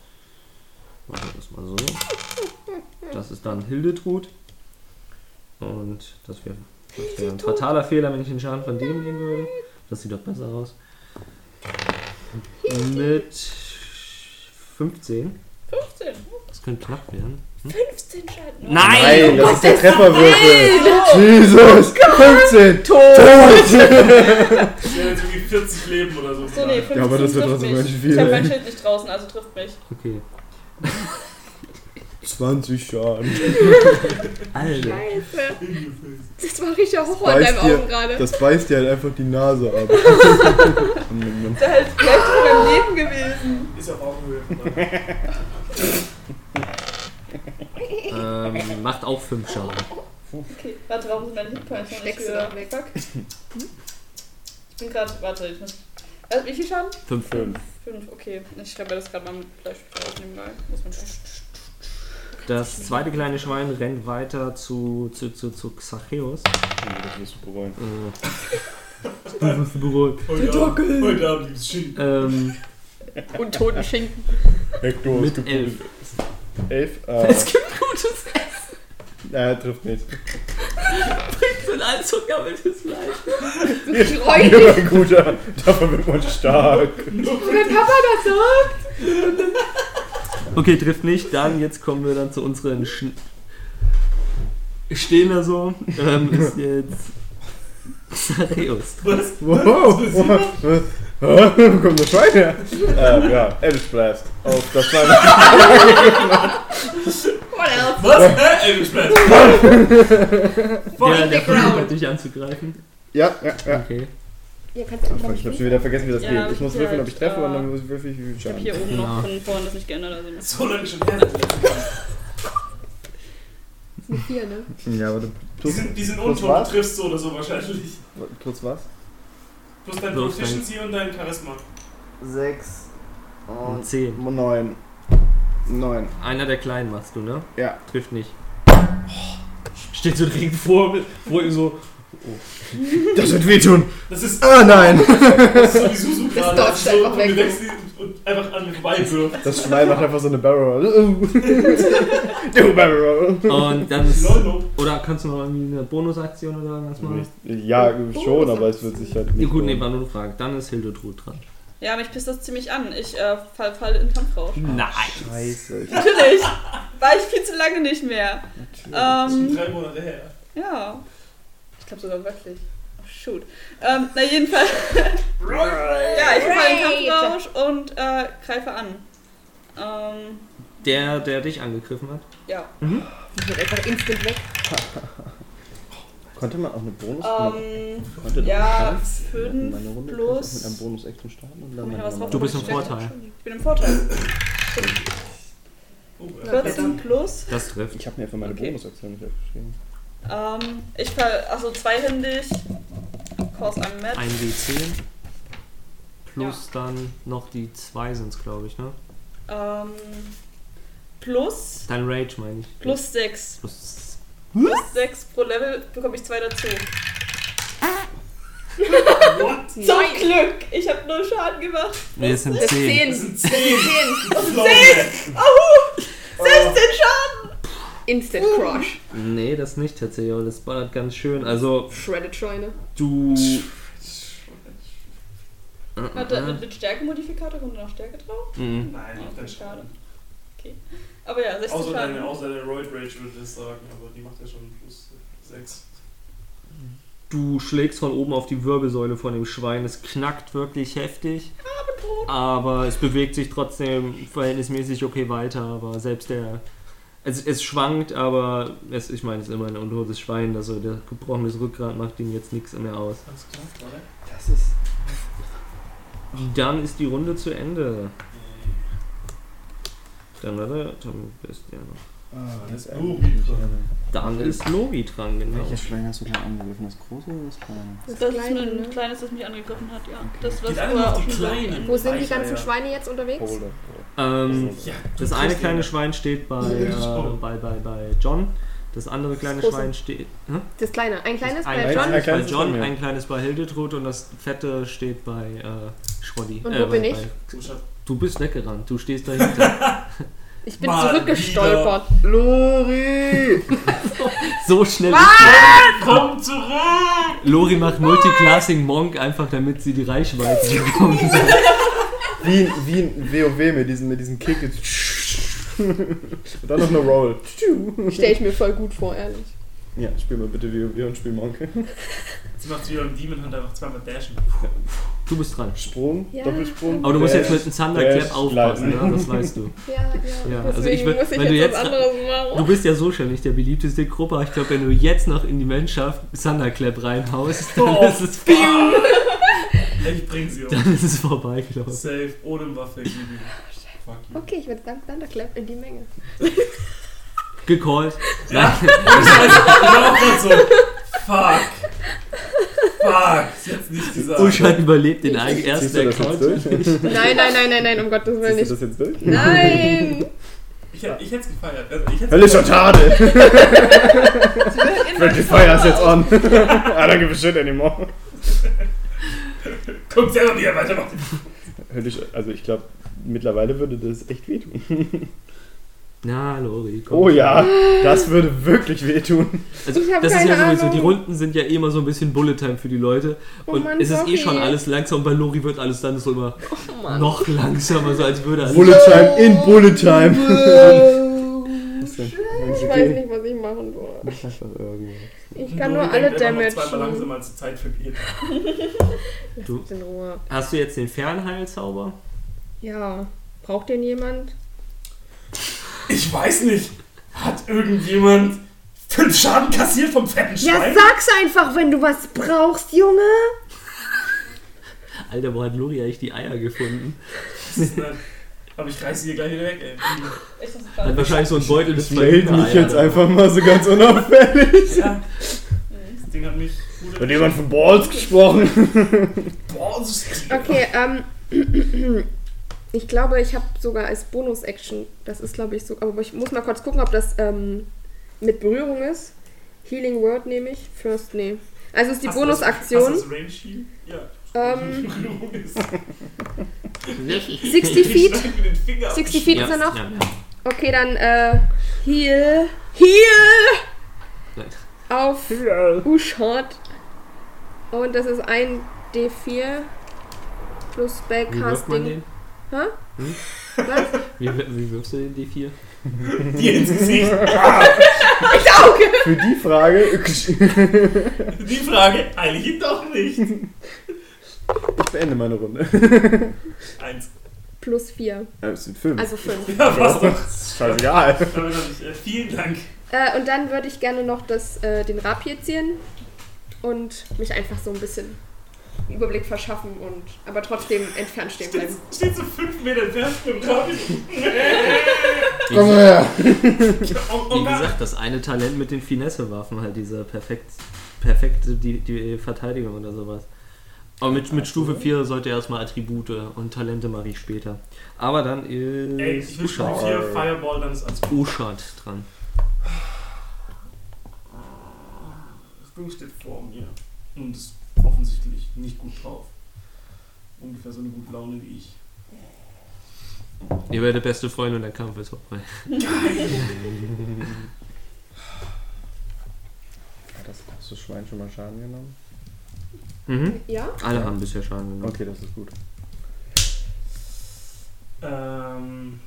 Machen wir das mal so. Das ist dann Hildetrud. Und das wäre das wär ein fataler Fehler, wenn ich den Schaden von dem nehmen würde. Das sieht doch besser aus. Mit 15.
15.
Das könnte knapp werden.
15 Schaden.
Nein!
das ist der Trefferwürfel. Jesus! 15! Tot!
Ich werde jetzt irgendwie 40 Leben oder so.
So, nee, 15
Ja, aber das wird
trifft
trotzdem ganz
mich.
schön
Ich habe
viel.
mein Schild nicht draußen, also trifft mich.
Okay.
20 Schaden.
Alter.
Scheiße.
Hingefüllt.
Das war richtiger Horror in deinen
Beißt dir-
Augen gerade.
Das beißt dir halt einfach die Nase ab.
Der halt vielleicht in meinem Leben gewesen.
Ist auf Augenhöhe.
Ähm, macht auch 5 Schaden.
Okay, warte, warum sind meine Hitpoints noch nicht
Steckst du
höher?
doch weg.
Fuck. Ich bin gerade, warte, ich muss.
Äh,
Also, wie viel Schaden?
5.
Fünf, okay. Ich schreibe mir das gerade mal mit Fleischspieler aufnehmen, weil muss man schon.
Das zweite kleine Schwein rennt weiter zu, zu, zu, zu Xacheus.
Das wirst du bereuen.
Äh, das ist beruhigt.
Heute Abend, heute Abend liebes Schinken.
Ähm,
Und toten Schinken.
Hector
mit
ist
elf.
Elf?
Ah.
Äh,
gibt gutes
äh, trifft nicht.
und alles vergammeltes Fleisch.
Freudig.
Ja, gut, ja, davon wird man stark.
Wenn Papa das sagt.
Okay, trifft nicht. Dann, jetzt kommen wir dann zu unseren Schn Stehen da so. Ähm, ist jetzt Xacheus.
Was?
Wow! Wo kommt das Schwein her?
äh, ja, Elvis Blast. Auf das war
What else?
Was? Hä? Ey, ich bleib.
Der, der
the
versucht
ground.
natürlich anzugreifen.
Ja, ja, ja.
Okay.
Ihr kannst
Fuck, ich hab schon wieder vergessen, wie das
Ja,
geht. Ich muss
ja,
würfeln, ob ich
ich,
treffe
äh,
und dann muss ich würfeln, wie viel
Ich habe
Schaden.
hier oben
Ja.
noch von vorhin das nicht geändert. Also
So lange schon her. dass ich das gemacht habe.
mit vier, ne?
Ja, aber du.
Die
Plus,
sind, die sind
Plus
untot,
was?
du triffst so oder so wahrscheinlich.
plus was?
Plus dein
Plus
Proficiency und dein Charisma.
Sechs. Hm.
Und 10.
Neun. Neun.
Einer der Kleinen machst du, ne?
Ja.
Trifft nicht. Steht so direkt vor, vor ihm so.
Das wird wehtun!
Das ist,
Ah nein!
das ist sowieso so gerade.
dodgt
ist so,
einfach
und du
weg.
wächst die- und einfach an mir vorbei wirft.
Das Schwein macht einfach so eine Barrel Roll. du Barrel Roll.
Und dann ist.
Lolo.
Oder kannst du noch irgendwie eine Bonusaktion oder irgendwas machen?
Ja, schon, aber es wird sich halt
Ja,
nicht.
gut, nee, war nur eine Frage. Dann ist Hildetrud dran.
Ja, mich pisst das ziemlich an. Ich äh, fall, fall in Tankraut.
Nein!
Scheiße. ich-
Natürlich! War ich viel zu lange nicht mehr.
Das ist schon
Ähm,
drei Monate her.
ja. Ich glaube sogar wirklich. Oh, shoot. Ähm, na, jedenfalls. ja, ich fall in
Great.
Tankrausch und äh, greife an. Ähm,
Der, der dich angegriffen hat.
ja.
Ich wird einfach instant weg.
Konnte man auch eine Bonus?
Ähm,
konnte
ja,
man
5
eine Runde
plus-
mit einem Bonus Action starten und
Komm,
dann
ich
eine
hab was
Runde-
drauf.
Du bist im
Stärke.
Vorteil.
Ich bin im Vorteil.
Oh, ja.
14 plus.
Das trifft.
Ich habe mir einfach meine
Okay.
Bonusaktion nicht aufgeschrieben.
Ähm, ich fall, also zweihändig. Cause I'm mad.
Ein W10. Plus dann noch die zwei sind's, glaube ich, ne?
Ähm, plus,
Dein Rage, meine ich.
plus 6.
Plus.
Plus 6 pro Level bekomme ich 2 dazu.
What?
Zum
Nein.
Glück! Ich habe 0 Schaden gemacht.
Nee, es sind
Das
zehn.
Das
zehn.
sind 10.
Zehn.
Flowback.
Ahu! 16 Schaden!
Instant Crush.
Nee, das nicht tatsächlich, aber das ballert ganz schön. Also,
Shredded Schweine.
du.
Warte, mit, mit Stärkemodifikator kommt da noch Stärke drauf?
äh, Mhm.
Nein,
Ah,
ich
okay,
bin schade.
schade. Okay. Aber ja, 16
Außer
Schaden.
deine, außer deine Roid Rage würde das sagen, aber die macht ja schon plus 6.
Du schlägst von oben auf die Wirbelsäule von dem Schwein. Es knackt wirklich heftig. Aber es bewegt sich trotzdem verhältnismäßig okay weiter. Aber selbst der. Es, es schwankt, aber es, ich meine, es ist immer ein untotes Schwein. Also der gebrochenes Rückgrat macht ihm jetzt nichts mehr aus.
Alles klar, warte.
Das ist.
Dann ist die Runde zu Ende. Dann, warte, dann bist du ja noch.
Ah,
das ist
ärgert mich.
Logik.
Dann ist Lobi dran, genau.
Welches Schwein hast du gleich angegriffen? Das große oder das kleine?
Das, ist
Kleine,
ein
ne?
kleines, das mich angegriffen hat, ja. Das, was
Geht
vorher
einfach auf
auch
die
schon
Kleinen.
war.
Wo sind die
Weicher,
ganzen
ja.
Schweine jetzt unterwegs?
Hold up.
Ähm,
Ja,
Das eine kleine Schwein steht bei, äh, bei, bei, bei John. Das andere kleine
große.
Schwein steht. Hä?
Das kleine. Ein kleines
ein
bei
kleines
John.
Ein
bei
kleines
John,
bei mir.
ein kleines bei Hildetrud und das fette steht bei äh, Schroddi.
Und
äh,
wo
bei,
bin ich?
Bei,
Schwein.
du bist weggerannt, du stehst dahinter.
Ich bin
Mal
zurückgestolpert.
Lori!
so schnell ist
Komm zurück!
Lori macht Multiclassing Monk einfach, damit sie die Reichweite bekommt.
Wie, in- wie in WoW mit diesem, mit diesem Kick. jetzt. Und dann noch eine Roll.
Stell ich mir voll gut vor, ehrlich.
Ja, spiel mal bitte WoW und spiel Monk.
Jetzt macht wieder im Demon Hunt einfach zweimal Dashen.
Du bist dran.
Sprung,
Ja.
Doppelsprung.
Aber du musst
Dash,
jetzt mit dem
Dash,
Thunderclap aufpassen,
Leiten.
ne? das weißt du.
Ja,
Ja,
ja.
also
Deswegen
ich würd-
muss ich
wenn du
jetzt, was
jetzt-
anderes
Du
machen.
bist ja so schon nicht der beliebteste Gruppe. Ich glaube, wenn du jetzt noch in die Mannschaft Thunderclap reinhaust, dann,
Oh.
ist, es, dann
Ich bring sie um.
ist es vorbei, glaube ich.
Safe, ohne Waffe, Gibi.
Oh,
Fuck you.
Okay, ich werde dann Thunderclap in die Menge.
Gecallt.
Ja, ich war auch grad so. Fuck. Fuck. Ich hätt's nicht gesagt.
Ushan überlebt den eigenen
Ziehst
ersten
du das jetzt
Account.
durch? Ziehst
Nein, nein, nein, nein, nein, um Gottes Willen
du
nicht.
das jetzt durch?
Nein!
Ich, hätt, ich hätt's gefeiert. Also, ich hätt's
Höllischer
gefeiert.
Tade! Wird die
Wirklich
Fire jetzt on. I don't give a Ah, shit anymore.
Guck selber, wie er weitermacht.
Höllisch, also ich glaube, mittlerweile würde das echt wehtun.
Na, Lori, komm.
Oh ja, das würde wirklich wehtun.
Also,
Ich hab
das ist ja
keine
sowieso, die
Ahnung.
Runden sind ja eh immer so ein bisschen Bullet Time für die Leute.
Oh
Und
Mann,
es ist eh
sorry. Oh
schon alles langsam, weil Lori wird alles dann so immer noch langsamer, so als würde alles.
Bullet Time in Bullet Time.
Ich weiß nicht, was ich machen soll. Ich kann nur
Lori
alle
denkt immer noch
Damage.
zweimal langsamer als die Zeit vergeht.
Du,
In Ruhe.
hast du jetzt den Fernheilzauber?
Ja. Braucht den jemand?
Ich weiß nicht. Hat irgendjemand fünf Schaden kassiert vom fetten Schwein?
sag's einfach, wenn du was brauchst, Junge!
Alter, wo hat Lori eigentlich die Eier gefunden?
Nein. Aber ich reiße hier gleich wieder weg, ey.
Ich das
Hat wahrscheinlich so einen Beutel mit
Ich melde mich
Kindereiern
jetzt
dabei.
einfach mal so ganz unauffällig.
Ja. Das Ding hat mich gut
Hat jemand von Balls gesprochen?
Boah, das ist
Okay, ähm. Ich glaube, ich habe sogar als Bonus-Action, das ist glaube ich so, aber ich muss mal kurz gucken, ob das ähm, mit Berührung ist. Healing Word nehme ich, First, nee. Also ist die
Hast du das-
Bonusaktion.
Hast du das Range Shield? Ja.
Ähm,
Ist-
60
Ich
Feet.
schneide mir den Finger ab.
60 Feet ist er noch.
Ja,
Okay, dann äh, Heal. Heal!
Nein.
Auf U-Shot. Und das ist ein D4 plus
Wie wirft man den?
Spellcasting. Hä?
Hm?
Was?
Wie, wie wirfst du den D4?
Dir ins Gesicht. Ah,
Für die Frage, ich
Die Frage eigentlich doch nicht.
beende meine Runde.
Eins.
Plus 4.
Ja, Es sind fünf.
Also
Hm.
5.
Ja, passt doch.
Scheißegal.
Damit hab ich, äh, vielen Dank.
Äh, und dann würde ich gerne noch das, äh, den Rapier ziehen und mich einfach so ein bisschen Überblick verschaffen und aber trotzdem entfernt stehen
Steht,
bleiben.
steht so fünf Meter entfernt vom Rabi.
Komm her.
Und,
Wie
und da-
gesagt, das eine Talent mit den Finessewaffen halt, dieser perfekt, perfekte die, die Verteidigung oder sowas. Aber mit, mit Stufe 4 sollte erstmal Attribute und Talente mache ich später. Aber dann
Ey, ich
ist
will schon
Uschat.
vier Fireball, dann ist alles gut.
Uschat dran.
Das Ding steht vor mir. Und ist offensichtlich nicht gut drauf. Ungefähr so eine gute Laune wie ich.
Ihr werdet beste Freunde und der Kampf ist vorbei.
Das, hast du Schwein schon mal Schaden genommen?
Mhm.
Ja?
Alle haben bisher Schaden genommen.
Okay, das ist gut.
Ähm,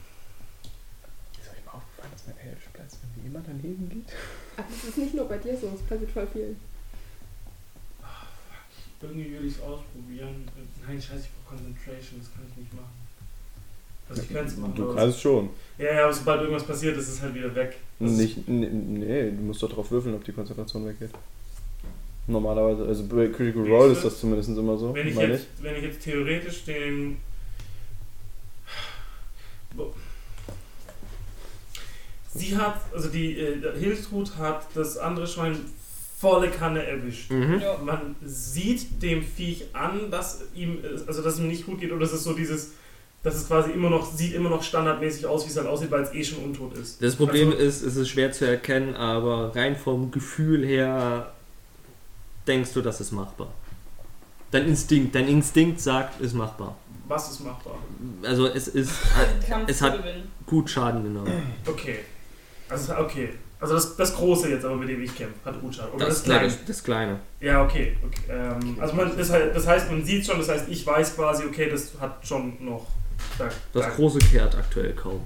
Ist euch mal aufgefallen, dass mein Hellish Platz irgendwie immer daneben geht?
Aber das ist nicht nur bei dir so, es passiert voll viel.
irgendwie will ich es ausprobieren. Nein, scheiße, ich brauche Concentration, das kann ich nicht machen. Also ich kann es machen,
Du
aber-
kannst schon.
Ja, ja, aber sobald irgendwas passiert, ist es halt wieder weg. Das ist-
Nicht, nee, nee, du musst doch drauf würfeln, ob die Konzentration weggeht. Normalerweise, also bei Critical Roll ist das zumindest immer so,
Wenn ich,
meine
jetzt, wenn ich jetzt theoretisch den. Bo- Sie hat, also die äh, Hiltrud hat das andere Schwein volle Kanne erwischt.
Mhm.
Ja.
Man sieht dem Viech an, dass ihm, äh, also dass es ihm nicht gut geht, oder es ist so dieses, dass es quasi immer noch, sieht immer noch standardmäßig aus, wie es halt aussieht, weil es eh schon untot ist.
Das Problem
Also-
ist, es ist schwer zu erkennen, aber rein vom Gefühl her denkst du, das ist machbar. Dein Instinkt, dein Instinkt sagt, ist machbar.
Was ist machbar?
Also es ist
Kampf
Es hat-
zu gewinnen.
gut Schaden genommen.
Okay. Also, okay. Also das, das Große jetzt, aber mit dem ich kämpfe, hat gut Schaden. Oder
Das,
das, das Kleine.
kleine, das kleine.
Ja, okay. okay. Ähm, also man, das, he- das heißt, man sieht schon, das heißt, ich weiß quasi, okay, das hat schon noch Dank,
Das
dank.
große kehrt aktuell kaum.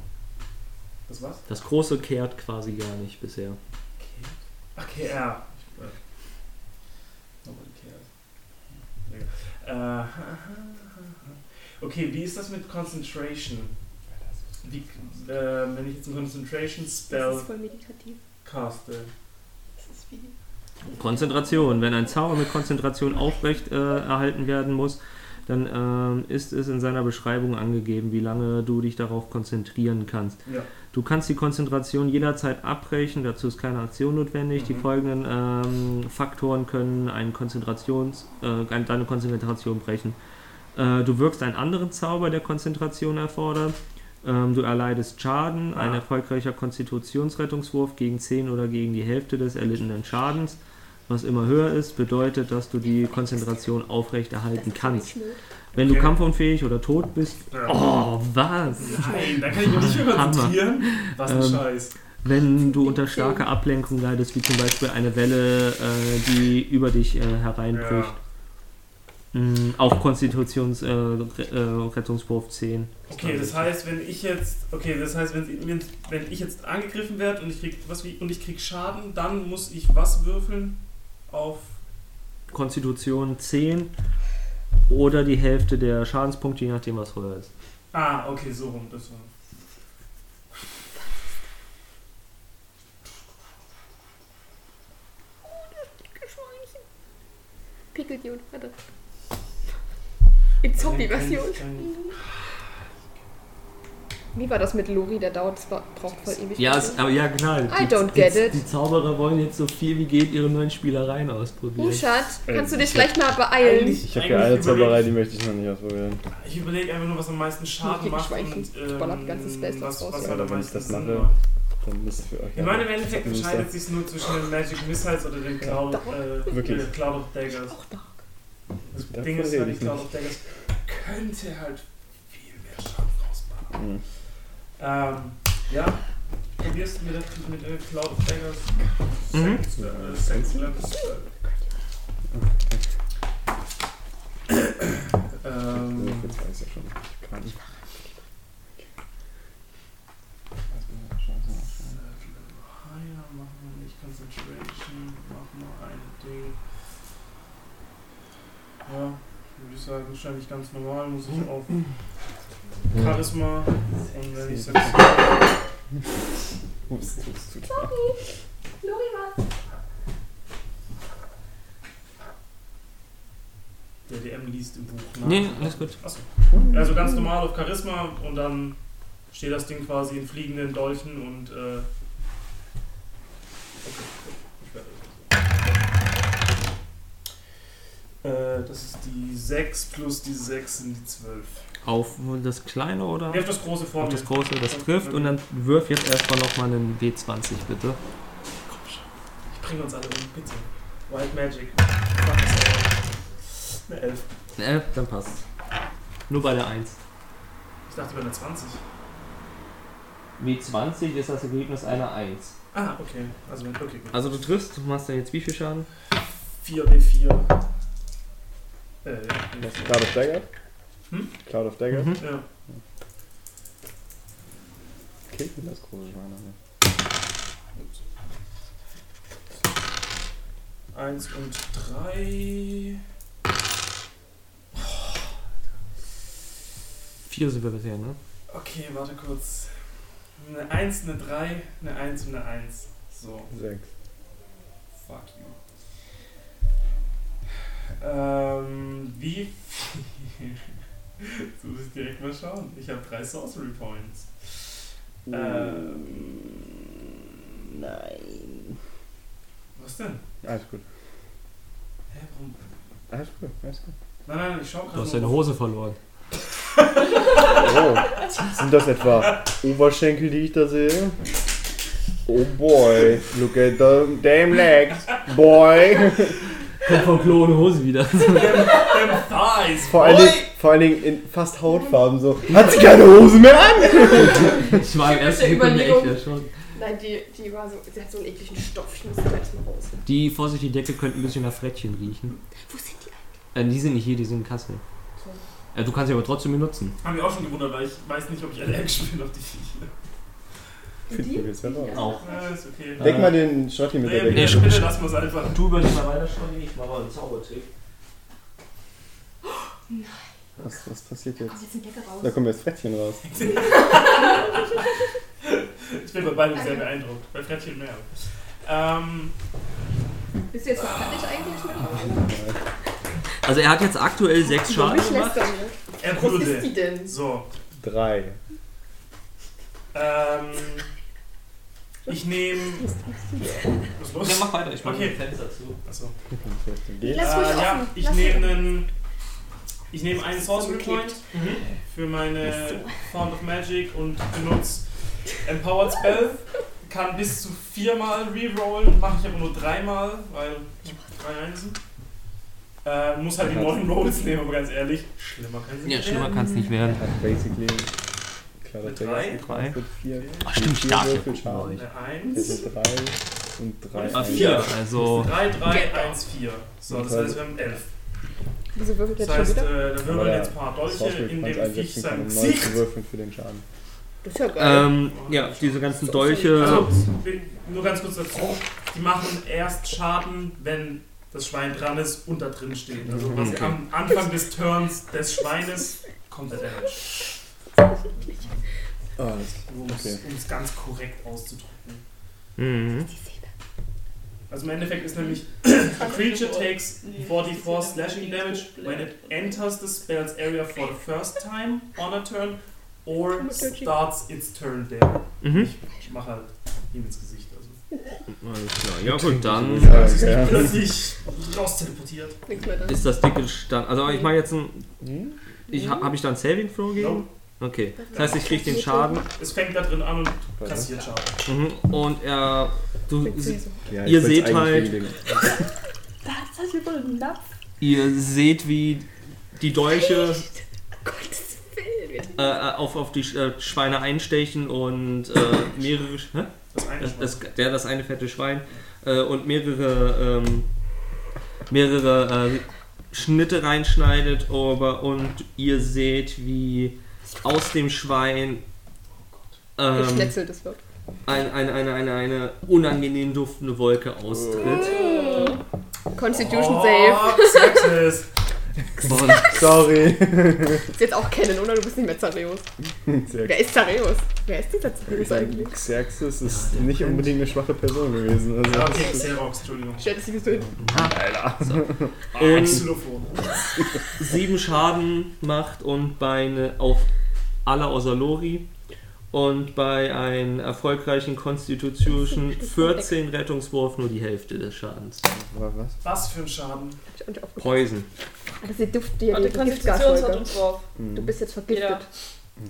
Das was?
Das große kehrt quasi gar nicht bisher.
Okay, ja. Nochmal gekehrt. Egal. Äh, okay, wie ist das mit Concentration? Wie, äh, wenn ich jetzt einen Concentration
Das
Spell
ist voll meditativ.
caste.
Das ist wie
Konzentration. Wenn ein Zauber mit Konzentration aufrecht äh, erhalten werden muss, dann ähm, ist es in seiner Beschreibung angegeben, wie lange du dich darauf konzentrieren kannst.
Ja.
Du kannst die Konzentration jederzeit abbrechen, dazu ist keine Aktion notwendig. Die
Mhm.
folgenden ähm, Faktoren können einen Konzentrations, äh, deine Konzentration brechen. Äh, du wirkst einen anderen Zauber, der Konzentration erfordert. Ähm, du erleidest Schaden, ein
Ah.
erfolgreicher Konstitutionsrettungswurf gegen 10 oder gegen die Hälfte des erlittenen Schadens, was immer höher ist, bedeutet, dass du die Konzentration aufrechterhalten kannst. Wenn du
Okay.
kampfunfähig oder tot bist, oh, was?
Nein, da kann ich mich nicht mehr
Hammer.
konzentrieren. Was ein
Ähm,
Scheiß.
Wenn du unter starker Ablenkung leidest, wie zum Beispiel eine Welle, äh, die über dich äh, hereinbricht.
Ja.
Mm, auch Konstitutionsrettungswurf äh, Re- äh, Rettungswurf 10.
Okay, das heißt, wenn ich jetzt, okay, das heißt, wenn, wenn, wenn ich jetzt angegriffen werde und ich krieg was wie und ich krieg Schaden, dann muss ich was würfeln auf
Konstitution 10 oder die Hälfte der Schadenspunkte, je nachdem, was höher ist.
Ah, okay, so rum, das war.
Pickeldion, warte. In Zombie-Version. Wie war das mit Lori? Der dauert, das braucht voll ewig.
Ja, es, aber ja, genau. Die,
don't
die,
get it.
Die Zauberer wollen jetzt so viel wie geht ihre neuen Spielereien ausprobieren.
Huschat, Oh, kannst du dich
Äh,
gleich mal beeilen?
Ich habe ja eine Zauberei, die möchte ich noch nicht ausprobieren.
Ich überlege einfach nur, was am meisten Schaden
gegen
macht und
Schweinchen. Ballert
ähm,
ganzes Fleisch
was,
raus,
was
ja.
halt am
Wenn ich
meisten
das
Sinn
mache,
macht.
Dann ist für euch.
Ich meine, im Endeffekt
Dann ist
entscheidet sich nur zwischen den Magic Missiles oder den Cloud, äh,
Wirklich.
äh, Cloud of Daggers.
Auch dark.
Das
Davon
Ding ist
rede
halt, die
ich
Cloud
nicht.
of Daggers könnte halt viel mehr Schaden rausmachen.
das- Mhm.
Ähm, ja. Probierst du mir das mit äh, Cloud of Daggers?
Mhm.
Sex, äh, Sex Levels, äh.
Nee,
Ähm,
Jetzt weiß ich schon. Ich kann.
Higher, machen wir nicht Concentration, machen wir ein Ding. Ja, würde ich sagen, wahrscheinlich ganz normal, muss ich auf Charisma und wenn ich
Sehr
Sex.
Ups, ups, ups.
Lori war.
Der DM liest im Buch. nach.
Nee, alles gut.
Achso. Also ganz normal auf Charisma und dann steht das Ding quasi in fliegenden Dolchen und äh. Okay. Ich werde Äh, das ist die 6 plus die 6 sind die 12.
Auf das kleine oder
Ich habe das große vor
auf
mir.
Ah. das große, das trifft. Und dann wirf jetzt erstmal nochmal einen W20, bitte.
Komm schon. Ich bringe uns alle um, bitte. Wild Magic. Mach das aber. Eine 11.
Äh, dann passt. Nur bei der 1.
Ich dachte bei einer 20.
W20 ist das Ergebnis einer 1.
Ah, okay. Also, okay, gut.
Also du triffst, du machst dann jetzt wie viel Schaden?
4 W4. Äh,
Hast du Cloud of Dagger?
Hm?
Cloud of Dagger?
Mhm.
ja.
Killt mir das große Schwein noch nicht.
1 und 3.
4 sind wir bisher, ne?
Okay, warte kurz. Eine 1, eine 3, eine 1 und eine 1. So,
Sechs.
fuck you. Ähm, wie viel? Jetzt muss ich direkt mal schauen. Ich habe 3 Sorcery Points. Ähm,
Nein.
was denn?
Alles gut.
Hä, warum?
Alles gut, alles gut.
Nein, nein, nein, ich schau
Also
Du hast
gerade.
deine
nur-
Hose verloren.
Oh, sind das etwa Oberschenkel, die ich da sehe? Oh boy, look at the damn legs, boy.
Kommt vom Klo ohne Hose wieder.
Dem- dem Thighs,
Vor allen,
boy!
Dingen, vor allen Dingen in fast Hautfarben so. Hat sie keine Hosen mehr an?
Ich war im ersten Sekunde echt erschrocken.
Nein, die, die war so. Sie hat so einen ekligen Stoff. Ich muss da jetzt mal raus.
Die, Vorsicht, die Decke könnte ein bisschen nach Frettchen riechen.
Wo sind die?
Äh, die sind nicht hier, die sind in Kassel. Äh, du kannst sie aber trotzdem benutzen.
Haben wir auch schon gewundert, weil ich weiß nicht, ob ich allergisch bin auf die Viecher.
Finden wir es ja raus.
Auch.
Ja, ist okay.
Deck mal den Schrotti mit
Äh, Ah. Nee,
der
bitte,
Decke.
bitte lassen wir es einfach.
Du übernimmst mal weiter schon, ich mache mal einen Zaubertrick.
Was, was passiert
Kommt
jetzt?
jetzt ein Deckel raus.
Da kommen jetzt Frettchen raus.
Ich bin bei beiden sehr beeindruckt. Bei Frettchen mehr. Ähm,
Bist du jetzt noch fertig eigentlich mit
Also er hat jetzt aktuell sechs
Über
Schaden
mich
gemacht.
lässt er nicht.
er
Was ist die
würde.
denn?
So.
Drei.
Ähm, ich nehme. Was ist los?
Ja, mach weiter, ich mache
Okay.
ein Fenster zu.
Achso.
Geht?
Lass ruhig
Äh, ja,
offen.
ich
Lass
nehme
ruhig.
einen. Ich nehme einen Sorcery
Zugeklebt.
Point für meine Found of Magic und benutze Empowered Spell. Kann bis zu viermal rerollen, mache ich aber nur dreimal, weil ich hab drei Einsen. Äh, muss halt die Modern Rolls nehmen, aber ganz ehrlich, schlimmer kann sie
Ja,
nicht
schlimmer
werden.
kann es nicht werden.
Hat basically. Klar,
Mit
der
drei?
erste Kreis mit vier.
Ach stimmt, ich
Vier
darf ja
Würfel
gucken bei
Schaden.
euch.
Eine
Das
1,
sind drei und drei.
Ah,
Eins.
vier.
Also
3, 3, 1, 4. So, das heißt, wir haben 11.
Wieso würfelt
Das
jetzt schon
heißt, äh,
wieder?
da
Aber
wirbeln
der
jetzt ein paar Dolche
Sorcery
in
Point
dem Viech
einsetzen kann,
sein
um neu
Gesicht.
zu würfeln für den Schaden.
Das ist ja geil.
ähm, ja, diese ganzen Dolche.
Also, nur ganz kurz dazu. Die machen erst Schaden, wenn das Schwein dran ist und da drin steht. Also quasi
Okay.
am Anfang des Turns des Schweines kommt der Damage.
Ah,
Um es
Okay.
um es ganz korrekt auszudrücken.
Mhm.
Also im Endeffekt ist nämlich a creature takes 44 slashing damage when it enters the spell's area for the first time on a turn or starts its turn there.
Mhm.
Ich mache halt ihm ins Gesicht. Also.
Alles klar. Ja gut, dann
Ja,
Also
ja.
ich bin plötzlich raus teleportiert.
Nichts mehr drin.
ist das dicke Stand. Also ich mache jetzt ein.
Hm?
Ich, Habe ich da einen Saving Throw gegen? Okay. Das heißt, ich kriege den Schaden.
Es fängt da drin an
ne?
und kassiert Schaden.
Mhm. Und er. Du,
Klingt süß.
Ja,
Ihr
ich will's
seht
eigentlich
halt-
wegen dem-
Das hat hier wohl einen Napf.
ihr seht, wie die Dolche
Gottes Willen. wir-
äh, auf, auf die äh, Schweine einstechen und äh, mehrere. Hä?
Das eine
Das,
Schwein.
das, der das eine fette Schwein äh, und mehrere ähm, mehrere äh, Schnitte reinschneidet aber, und ihr seht wie aus dem Schwein ähm,
Geschnetzeltes Wort.
ein, eine, eine, eine, eine unangenehm duftende Wolke austritt.
Constitution
Oh,
Save.
Success.
Und
Sorry.
Ist jetzt auch kennen, oder? Du bist nicht mehr Zareus. Wer
Xerxes,
ist Zareus? Wer ist dieser Zareus eigentlich?
Xerxes ist nicht unbedingt eine schwache Person gewesen. Also
Ja, okay, Xerox, Entschuldigung.
Stellt es sich so hin.
Ähm,
Ein Xylophon.
sieben Schaden macht und bei ne, auf alle außer Lori und bei einem erfolgreichen Constitution 14 Rettungswurf nur die Hälfte des Schadens.
Wa- was?
Was für ein Schaden.
Hab ich auch nicht aufgepasst.
Poison.
Ah, Das ist die Duft, die
Warte,
die
Konstitution hat
Giftgasfolge.
uns drauf.
Mhm.
Du bist jetzt
Ja.
vergiftet.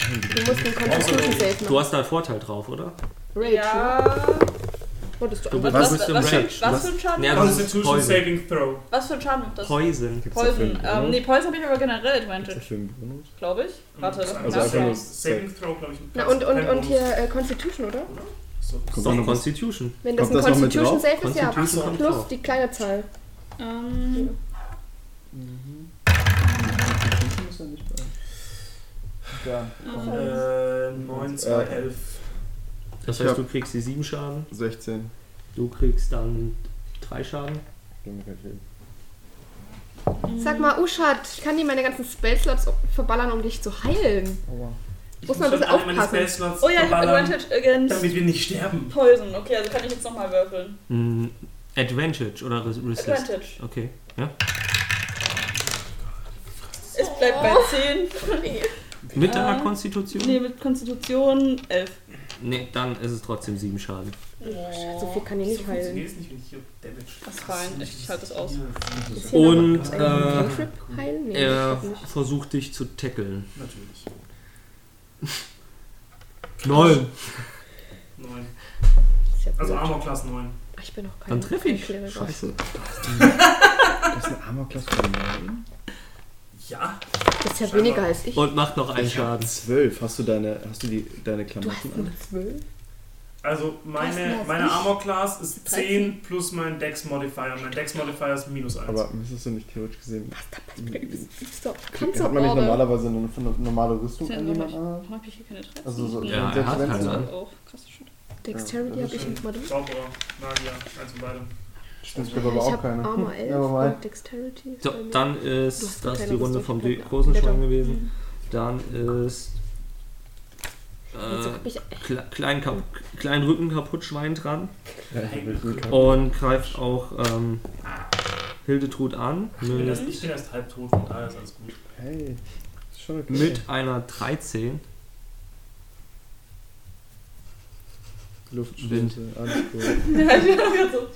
Du musst einen Constitution Save
Also, Du
machen.
hast da einen Vorteil drauf, oder?
Rage, ne?
Ja.
Wolltest du
Du
einfach-
bist-
Was,
bist
was,
im
was, für-
Rage.
was für ein Schaden?
Ja, also das ist
Constitution
Poison.
Saving Throw.
Was für ein Schaden macht das?
Poison.
Gibt's da für
Poison.
einen
Ähm,
ne?
Bonus?
nee, Poison habe ich aber generell
Ist das
Advantage,
für einen Bonus?
glaube ich. Warte,
Das ist
Also
lass
einfach
mich
einfach
nur
nur
nachschauen.
Saving Throw, glaube ich. ein
Na und, und,
kein
und
Bonus.
hier äh, Constitution, oder?
So.
Ist doch Constitution.
Wenn das
Kommt das
ein
noch mit
Constitution
drauf?
Save ist, ja.
Constitution kommt
Plus
drauf.
die kleine Zahl.
Ähm, ähm,
Äh, 9, 2, 11.
Das
Ich
heißt,
hab-
du kriegst die 7 Schaden,
16.
du kriegst dann 3 Schaden.
Damit kann ich leben.
Sag mal, Uschat, ich kann dir meine ganzen Spellslots verballern, um dich zu heilen.
Oh,
Muss man ein
halt
bisschen aufpassen.
oh ja, ich habe Advantage against
Damit wir nicht sterben.
Poison. Okay, also kann ich jetzt nochmal würfeln.
Mm, Advantage oder Res- Resist?
Advantage.
Okay, ja.
Es bleibt bei 10.
Mit deiner
Äh,
Konstitution?
Nee, mit Konstitution 11.
Nee, dann ist es trotzdem 7 Schaden.
Oh.
So viel kann ich
So
nicht heilen.
funktioniert es nicht, wenn ich hier Damage
Das ist fein. Ich halte das aus.
Ist hier noch
Und
ein
äh,
Cantrip heilen? Nee,
er
ich glaub nicht.
versucht dich zu tackeln.
Natürlich.
Nein.
9.
Ist ja
Also
blöd.
Armor Class 9.
Ah, Ich bin auch kein
Dann treffe ich.
kein Kleriker.
Scheiße.
Das ist ein armer Klasse von 9.
Ja.
Das ist ja weniger als ich.
Und macht noch einen
Ich hab
Schaden.
12. Hast du deine, hast du die, deine Klamotten an?
Zwölf?
Also meine,
das
meine
nicht?
Armor Class ist
13.
10 plus mein Dex Modifier. Mein Dex Modifier ist minus 1.
Aber müsstest du nicht theoretisch gesehen.
So,
Hat man nicht
Panzerorde.
normalerweise eine, eine normale Rüstung an jemand an?
Warum hab ich hier keine Oh, 13?
Also so,
Ja,
und
er
selbst
hat
wenn's
keine
so-
an.
Auch krass schon.
Dexterity
Ja,
habe ich
schön.
nicht mal drin.
Zauberer, Magier, also eins von beiden.
Stimmt, ich
Ich
glaube aber auch
habe
keine.
Armor 11
aber mal.
und Dexterity. ist
So,
bei mir.
dann
Du
ist
hast eine
das die
kleine
Runde
Rüstung,
vom
ich
D-
glaub,
großen
ja. Mhm.
Schwan gewesen. Dann ist.
Wieso
Äh,
hab ich echt
Kle kleinen, Kap kleinen Rücken kaputt Schwein dran
Ja, ich will nicht haben.
und greift auch ähm, Hildetrud an
Ich bin,
mit,
erst, ich bin erst halb tot, von daher ist alles gut.
Hey, ist schon okay.
mit einer 13.
Luftschwinte, alles gut.
Ja, ich war grad so.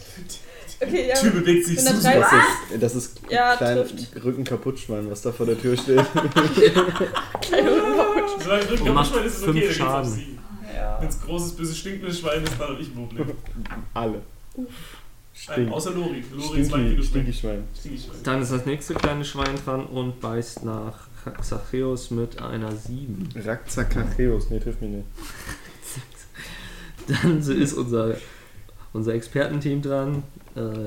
Okay, ja.
Tür bewegt sich
Wenn er
so.
drei-
Das ist, das ist
Ja,
klein
trifft.
Rücken kaputt, Schwein, was da vor der Tür steht.
Solange es
Und
wirklich
macht
Schwein ist, ist es
fünf
okay, dann geht's auf
Schaden.
sie.
Ja.
Wenn's großes, böses, stinkendes Schwein ist, dann hab ich ein Problem.
Alle.
Nein,
Stink.
außer Lori. Lori ist mein
Stinky,
Kilo
stinky
Schwein.
Schwein.
Stinky Schwein.
Dann ist das nächste kleine Schwein dran und beißt nach Xacheus mit einer 7.
Raxakacheus, nee, trifft mich nicht.
Dann ist unser, unser Expertenteam dran. Äh,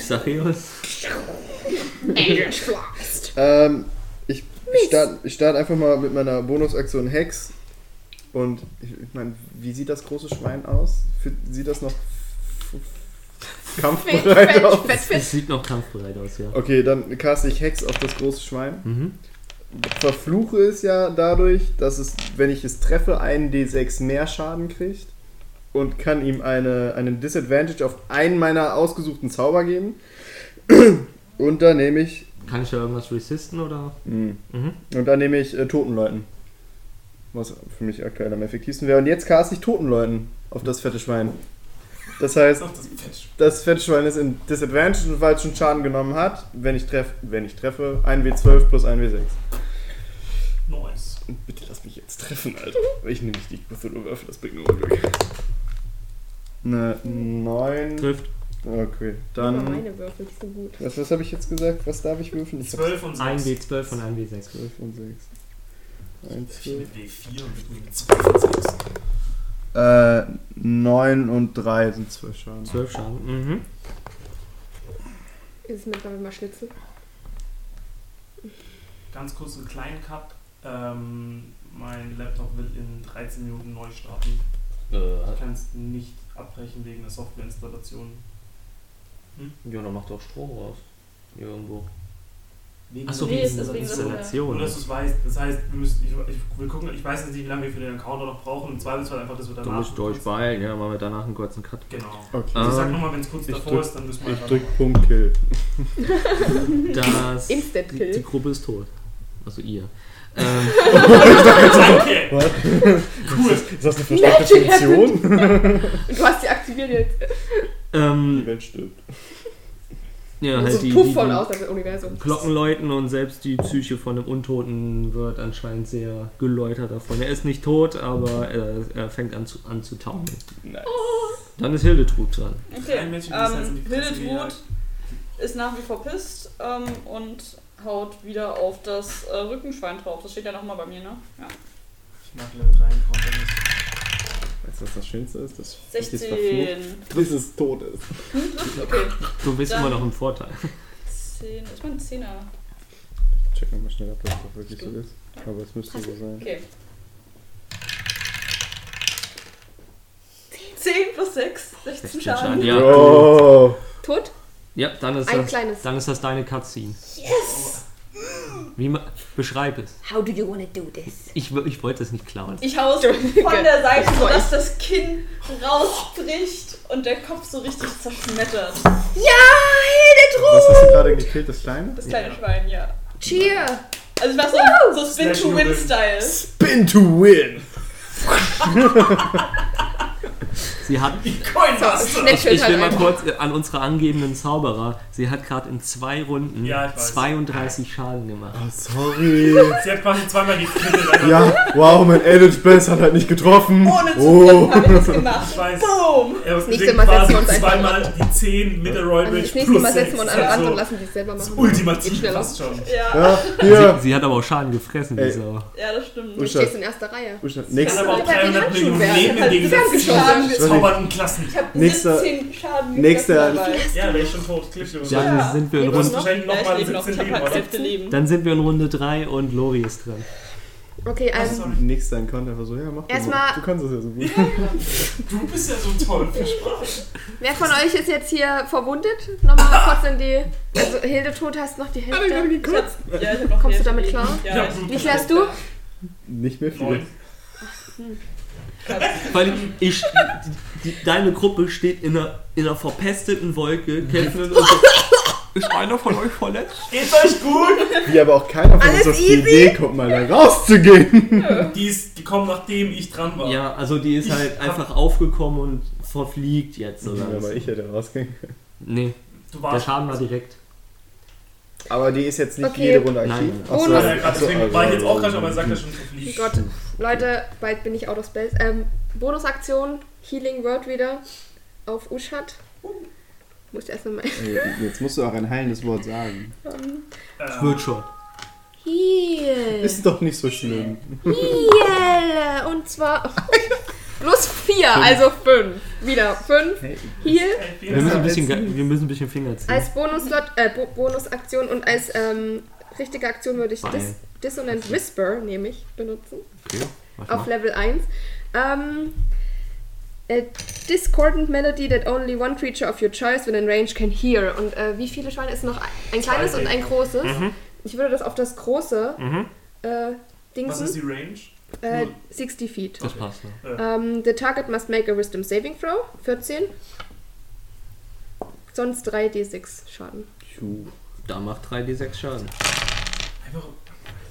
Xacheus.
Ähm, ich starte ich start einfach mal mit meiner Bonusaktion Hex. Und ich, ich meine, wie sieht das große Schwein aus? Für, sieht das noch f- f-
Fett,
kampfbereit
fett,
aus?
fett, fett.
Es sieht noch kampfbereit aus, ja.
Okay, dann caste ich Hex auf das große Schwein.
Mhm.
Verfluche es ja dadurch, dass es, wenn ich es treffe, einen D6 mehr Schaden kriegt. Und kann ihm eine, einen Disadvantage auf einen meiner ausgesuchten Zauber geben. Und dann nehme ich.
Kann ich da irgendwas resisten oder?
Mh,
Mhm.
Und dann nehme ich äh, Totenläuten. Was für mich aktuell am effektivsten wäre. Und jetzt cast ich Totenläuten auf das fette Schwein. Das heißt,
Ist noch das Fett.
das fette Schwein ist in Disadvantage, und weil es schon Schaden genommen hat. Wenn ich, treff, wenn ich treffe, 1W12 plus 1W6.
Nice.
Und bitte lass mich jetzt treffen, Alter. Ich nehme nicht die Cthulhu-Würfel, das bringt nur Unglück. Ne, 9.
Trifft
Okay,
Aber
dann.
meine Würfel die sind gut.
Was, was habe ich jetzt gesagt? Was darf ich würfeln? Ich hab
12 und 6.
1W12 und 1W6.
12 und 6. 1,
Ich
12.
mit W4 und mit 12 und 6.
Äh, 9 und 3 sind 12 Schaden.
12 Schaden. Mhm.
Ist es mit, wenn wir mal schnitzen?
Ganz kurz einen kleinen Cut. Ähm, mein Laptop will in 13 Minuten neu starten.
Äh,
Ich kann es nicht abbrechen wegen der Softwareinstallation.
Ja, dann macht auch Strom raus. Hier irgendwo.
Wegen
Achso,
der
Nee,
wie
es
ist
ist
das
wegen
Installation.
der-
Installation?
Nur, dass du es weißt. Das heißt, wir müssen, ich, ich, wir gucken, ich weiß jetzt nicht, wie lange wir für den Encounter noch brauchen. Im Zweifelsfall einfach, dass wir
Du
danach...
musst durchbeilen, ja, machen wir danach einen kurzen Cut.
Genau.
Okay.
Also ich sag
Ähm,
nochmal, wenn es kurz
Ah. ich
davor
drück-
ist, dann müssen wir
Ich
einfach
drück Punkt Kill.
Das, die,
Instant Kill.
die Gruppe ist tot. Also ihr. Ähm,
Danke!
Ist das eine versteckte Funktion?
Und du hast die aktiviert jetzt.
Die
ähm,
Welt stirbt.
ja,
Und
halt
so
die, die,
puff voll aus
die
das Universum.
Glocken läuten und selbst die Psyche von einem Untoten wird anscheinend sehr geläutert davon. Er ist nicht tot, aber er, er fängt an zu, an zu taumeln.
Nice.
Dann ist Hildetrud dran.
Okay,
Ein
ähm,
Mädchen, das heißt in die Presse
Wildetrud ist nach wie vor pisst ähm, und haut wieder auf das äh, Rückenschwein drauf. Das steht ja nochmal bei mir, ne? Ja.
Ich mag Level 3 Encounter nicht.
Weißt du, was das Schönste ist? Das ist jetzt verflucht,
16.
bis es tot ist.
Okay,
Du bist
Dann-
immer noch im Vorteil.
10. Ich meine 10er.
Check nochmal schnell ab, ob das wirklich so ist. Aber es müsste so sein.
Okay. 10 plus 6, 16 Schaden.
Ja.
Bro.
Tot?
ja, dann ist,
Ein
das,
kleines.
dann ist das deine Cutscene. Wie ma- beschreib es.
How do you wanna do this?
Ich, w- ich wollte es nicht klauen.
Ich hau's von der Seite, sodass das Kinn rausbricht und der Kopf so richtig zerschmettert.
Was hast du gerade gekillt, das Kleine?
Das kleine Schwein, ja.
Cheer!
Also ich mach so, so
Slash and win.
Spin-to-Win-Style.
Spin to win!
Sie hat
Die Coin
So,
Master.
Ich,
Snatchel
ich will
halt
mal kurz
einfach.
äh, an unsere angebenden Zauberer. Sie hat gerade in zwei Runden
Ja, ich weiß.
32 Schaden gemacht.
Ah,
Oh, sorry.
Sie hat quasi zweimal gekrittelt.
Ja, wow, mein Edit Space hat halt nicht getroffen.
Ohne zu
oh.
oh. habe ich das gemacht.
Ich weiß.
Boom!
Er
Nächste
singt
Mal setzen
quasi
wir uns einfach
zweimal die 10 mit der Royal
Also
Bridge
das nächste
plus
Mal setzen
sechs.
wir uns an den Rand
Also,
und lassen die selber machen. Geht
Ultimativ
schneller.
fast schon.
Ja,
Ja, hier.
Sie, sie hat aber auch Schaden gefressen, die
Ey.
Sau.
ja, das stimmt.
Du stehst in erster Reihe.
Kann
Nächste,
aber auch
Aber die
300
Handschuhe
Millionen
werden
Leben im
halt
Gegensatz zu
ferngeschlagen.
diesen zaubernden Klassen.
Ich habe
Nächster-
17 Schaden
nächster-
gegessen dabei.
Ja, wäre ich schon tot. Glücklich.
Dann
Ja.
sind wir in
Lebst
Runde,
noch?
Wahrscheinlich
Ja,
nochmal
ich lebe noch. Ich
17
habe
Leben,
halt
oder?
Hälfte Leben.
dann sind wir in Runde 3 und Lori ist dran.
Okay, also
Sorry.
nächster ein Konter einfach so, ja, mach du
Erstmal-
mal. Du kannst das ja so gut.
Du bist ja so toll für Spaß.
wer von euch ist jetzt hier verwundet? Nochmal kurz in die. Also Hilde tot hast noch die Hälfte.
gekotzt. Ja, ich hab noch
Kommst du
Hälfte
damit
Leben.
klar?
Ja,
Ja,
ich-
gut.
Wie viel hast du?
Nicht mehr viele.
Neun.
Weil ich, die, die, deine Gruppe steht in einer, in einer verpesteten Wolke, kämpfen in unserer- Ist einer von euch verletzt?
Geht's euch gut?
Wie aber auch keiner von
Alles
uns auf die
easy.
Idee kommt, mal da rauszugehen.
Die ist gekommen, nachdem ich dran war.
Ja, also die ist halt
Ich hab-
einfach aufgekommen und verfliegt jetzt. Oder?
aber ich hätte rausgehen können.
Nee,
Du
der
warst
Schaden war direkt.
Aber die ist jetzt nicht
Okay.
jede Runde aktiv.
Nein.
Ach so,
Bonus.
Ja, gerade
ach so,
deswegen
also-
war ich jetzt auch gerade schon, aber sagt er schon zu viel.
Oh Gott. Leute, bald bin ich out of space. Ähm, Bonusaktion, Healing Word wieder auf Ushat. Muss ich erst nochmal.
Ey, äh, Jetzt musst du auch ein heilendes Wort sagen.
Äh,
Wird schon.
Heal.
Ist doch nicht so schlimm.
Heal. Und zwar plus vier, also fünf. Wieder fünf. Heal
ey,
Wir
vielen
müssen ein
Dank.
bisschen, ge- wir müssen ein bisschen Finger ziehen.
als Bonuslot, äh, Bo Bonusaktion und als ähm, richtige Aktion würde ich Dis
Nein.
Dissonant Whisper nämlich benutzen.
Okay, mach
auf
mal.
Level 1. Ähm, a discordant melody that only one creature of your choice within range can hear. Und äh, wie viele Schweine ist noch ein- ein kleines und ein großes? Ich würde das auf das große äh,
Was ist
Dingsen.
die Range?
Äh, 60 feet.
Das passt. Ja.
Ähm, the target must make a wisdom saving throw. 14. Sonst 3d6 Schaden.
Da macht 3d6 Schaden.
Einfach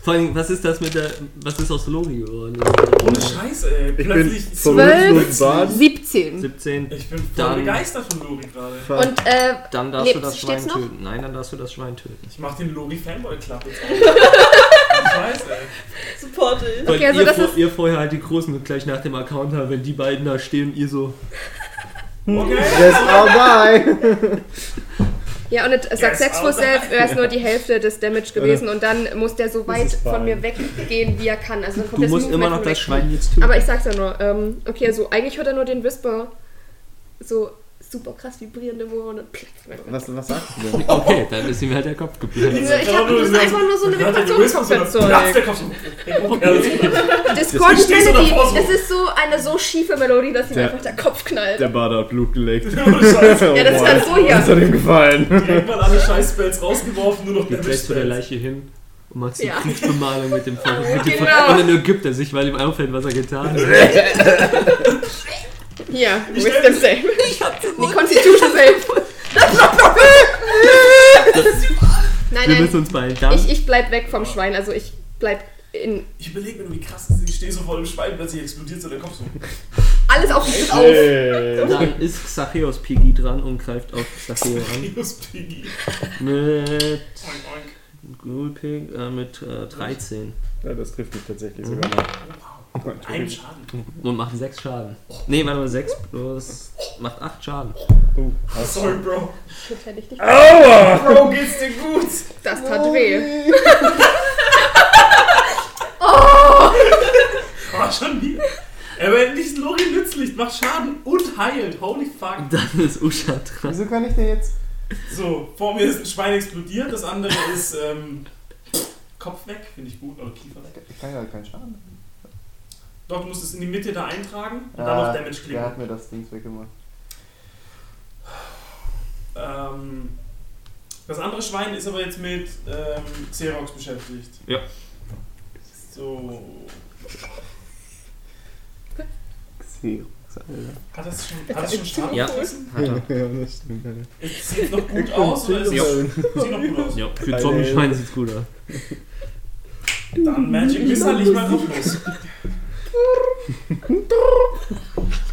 Vor allem, was ist das mit der. Was ist aus Lori geworden?
ohne Scheiß, ey.
Ich
Plötzlich.
bin
so-
verrückt und baden.
17.
17.
ich bin voll
Dann-
begeistert von Lori gerade.
Und äh,
Dann darfst
Lebt-
du das Schwein
steht's noch?
töten. Nein, dann darfst du das Schwein töten.
Ich mach den Lori-Fanboy-Club jetzt auf. Ohne Scheiß, ey.
Supporte ich.
Weil
also
ihr,
das
vor-
ist-
ihr vorher halt die Großen und gleich nach dem Account haben, wenn die beiden da stehen, ihr so.
Okay.
Yes, oh, bye.
Ja, und it successful
out.
self wäre es nur die Hälfte des Damage gewesen und dann muss der so weit von mir weggehen, wie er kann. Also dann kommt
Du
das
musst
Movement
immer noch das
weg.
Schwein jetzt töten.
Aber ich sag's ja nur. Ähm, okay, also eigentlich hört er nur den Whisper. So super krass vibrierende Ohren und platz.
Was, was sagst du denn?
Okay, dann ist ihm halt der Kopf geblieben.
Also, Ich hab das ist einfach nur so eine
Platz der
Vibrationskompression.
Kopf. Okay.
Discord
Stehst du
Melody,
davor so?
das ist so eine so schiefe Melodie, dass ihm
Der-
einfach der Kopf knallt.
Der Bade hat Blut geleckt.
Ohne Scheiß.
ja, das ist dann so
Das
hier.
hat ihm gefallen.
Direkt mal alle Scheiß-Spells rausgeworfen, nur noch
Geht gleich zu der
Damage-Spells.
Leiche hin und macht
Ja.
eine Kriegsbemalung mit dem Ver mit dem
Genau.
Ver Und dann ergibt er sich, weil ihm einfällt, was er getan hat.
Hier,
Ich
Wisdom
stell-
Save. Die Constitution Save. Nein,
Wir
nein,
müssen uns beeilen. Dann
Ich, ich bleib weg vom Schwein, also ich bleib in.
Ich überlege mir nur, wie krass das ist. Ich stehe so vor dem Schwein, plötzlich explodiert so der Kopf so.
Alles auf mich auf.
Ey.
Dann ist Xacheos Piggy dran und greift auf Xacheo an.
Minus Piggy.
Mit
Oink, oink.
Ghoul Pig, äh, mit äh, 13.
Ja, das trifft mich tatsächlich sogar noch.
Ein Schaden.
Und macht 6 Schaden. Nee, warte mal, 6 plus. macht 8 Schaden.
Uh,
Sorry, Bro.
Shit, hätte ich dich-
Aua!
Bro, geht's dir gut?
Das tat weh.
War schon wieder. Er wird nicht Lori nützlich, macht Schaden und heilt. Holy fuck.
Dann ist Usha dran.
Wieso kann ich dir jetzt.
So, vor mir ist ein Schwein explodiert, das andere ist ähm, Kopf weg, finde ich gut, oder Kiefer weg.
Ich kann ja keinen Schaden.
Doch, du musst es in die Mitte da eintragen und dann
Ah,
auf Damage
Äh, Der
klicken.
hat mir das Ding weggemacht.
Ähm, das andere Schwein ist aber jetzt mit ähm, Xerox beschäftigt.
Ja.
So.
Xerox, Alter.
Hat das schon, hat das schon Schaden?
Ja. Hat er.
Ja, das stimmt, Alter.
Äh,
Sieht noch gut aus oder ist
Ja.
es, sieht noch gut aus?
Ja, für Zombie-Schweine sieht's gut aus.
Dann Magic Missile nicht mal drauf los.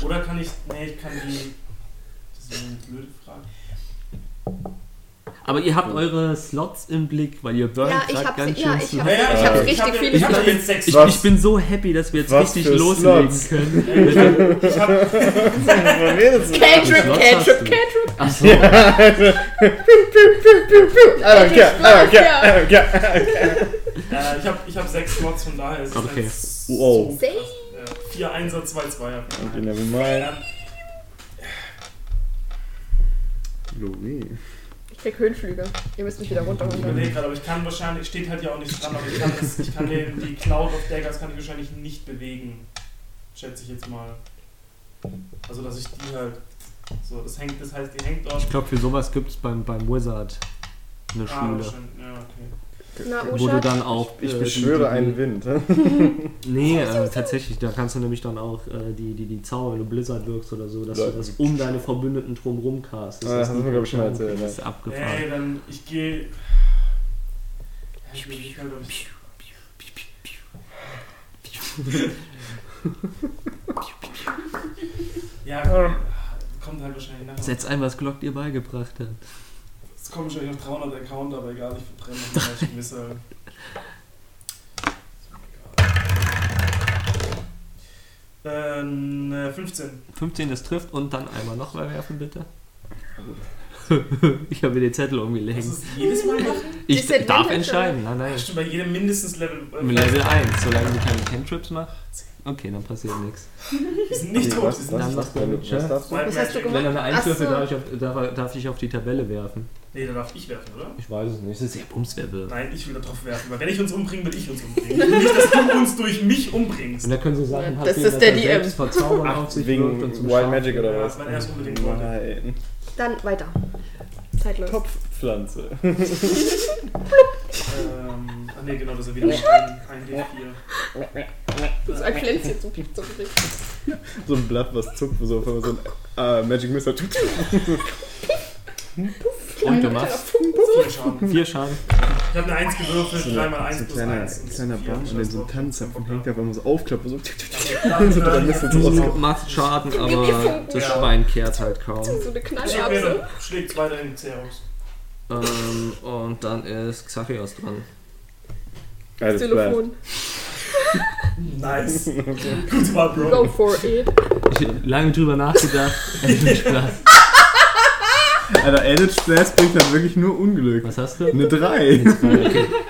Oder kann ich. Nee, ich kann die. Das ist eine blöde Frage.
Aber ihr habt eure Slots im Blick, weil ihr Burn
Ja, ich
gerade
hab
ganz
sie-
schön
ja, ich
zu-
hab-
Äh, ich
hab richtig
hab,
viele
Ich habe
Fragen.
jetzt sechs.
ich,
Stück.
ich bin so happy, dass wir jetzt
was
richtig
für
loslegen
Slots?
können.
Ich hab- ich hab
Wovon redest du?
Cantrip,
Slots hast
Cantrip,
du.
Cantrip.
Achso,
I don't care, I don't care, I don't care.
Äh, ich habe ich hab sechs Slots, von daher ist es
Okay.
jetzt
Wow.
so
Save.
krass. Ja, vier Einser, zwei Zweier. Äh,
Okay, never mind.
Ich krieg Höhenflüge. Ihr müsst mich wieder
Ich
runterholen.
überlege gerade, aber ich kann wahrscheinlich, steht halt ja auch nicht dran, aber ich kann, das, ich kann den, die Cloud of Daggers kann ich wahrscheinlich nicht bewegen. Schätze ich jetzt mal. Also, dass ich die halt. So, das hängt, das heißt, die hängt dort.
ich glaube, für sowas gibt es beim, beim Wizard eine
Ah,
Schule.
bestimmt, ja, okay.
Na,
wo du
Usha,
dann auch.
Ich
äh,
beschwöre
die-
einen Wind.
Nee, äh, tatsächlich, da kannst du nämlich dann auch äh, die, die, die Zauber, wenn du Blizzard wirkst oder so, dass
Ja.
du das um deine Verbündeten drumrum castest.
Ah, das hast du mir, glaub ich, schon mal
Das
erzählt,
ist abgefahren.
Ey, dann, ich gehe. Ja, ich überleg halt, ob ich-
Ähm.
Ja, kommt halt wahrscheinlich nachher.
Setz ein, was Glock dir beigebracht hat.
Es kommen schon noch 300 Account, aber egal, ich verbrenne noch mal ich halt. misse. Ähm, äh, 15.
15, das trifft und dann einmal noch mal werfen, bitte. ich habe mir den Zettel
Das
umgelegt.
ist jedes Mal noch.
Ich
Disadvantage,
darf
oder?
entscheiden. Nein, nein.
Hast du bei jedem mindestens Level.
Im Level 1, solange du keine Cantrips machst. Okay, dann passiert nichts.
Die sind nicht
Nee,
tot,
was-
die sind
was-
nicht
machst du
was-
mit,
was
ja?
darfst du?
Wild
Was hast du
Magic.
gemacht?
Wenn er eine 1
Ach
würfelt,
so.
darf ich, auf, darf, darf ich auf die Tabelle werfen.
Nee, da darf ich werfen, oder?
Ich weiß es nicht. Das ist ja Bumswerbe.
Nein, ich will da drauf werfen, weil wenn ich uns umbringe, will ich uns umbringen. Ich will nicht, dass du uns durch mich umbringst.
Und da können so Sachen
Ja, das
passieren,
ist der
dass er
DM.
selbst verzaubern auf sich wirkt und
Wegen
zum
Wild
Schaden-
Magic oder
Ja,
was?
weil er es unbedingt wollte.
Nein.
dann weiter. Zeit läuft.
Topfpflanze.
Ähm, ah ne, genau, das ist ja wieder ein, ein D4.
Das ist ein Pflänzchen zum Piep zum Piep.
So ein Blatt, was zuckt, so, auf einmal so ein äh, Magic Missile.
Und du machst
Vier Schaden.
4 Schaden.
Ich habe eine 1 gewürfelt, 3 mal 1
ein
plus
kleiner,
1.
kleiner Baum und dann so ein Tannenzapfen hängt auf einmal so aufklappt und so.
Also,
Oder
dann
Mist
ist
jetzt
Du
rausgekommen.
machst Schaden, aber
Gib
das
mir Funken.
Schwein kehrt halt kaum.
So eine Knallerbse.
es Schlägt weiter in die Zerus.
Ähm, und dann ist Xachios dran.
Alles klar.
Telefon.
Nice. Gut war,
Go
Bro.
for it.
Ich hab lange drüber nachgedacht. Endlich Spaß.
Alter, Edit Splash bringt halt wirklich nur Unglück.
Was hast du?
Eine 3.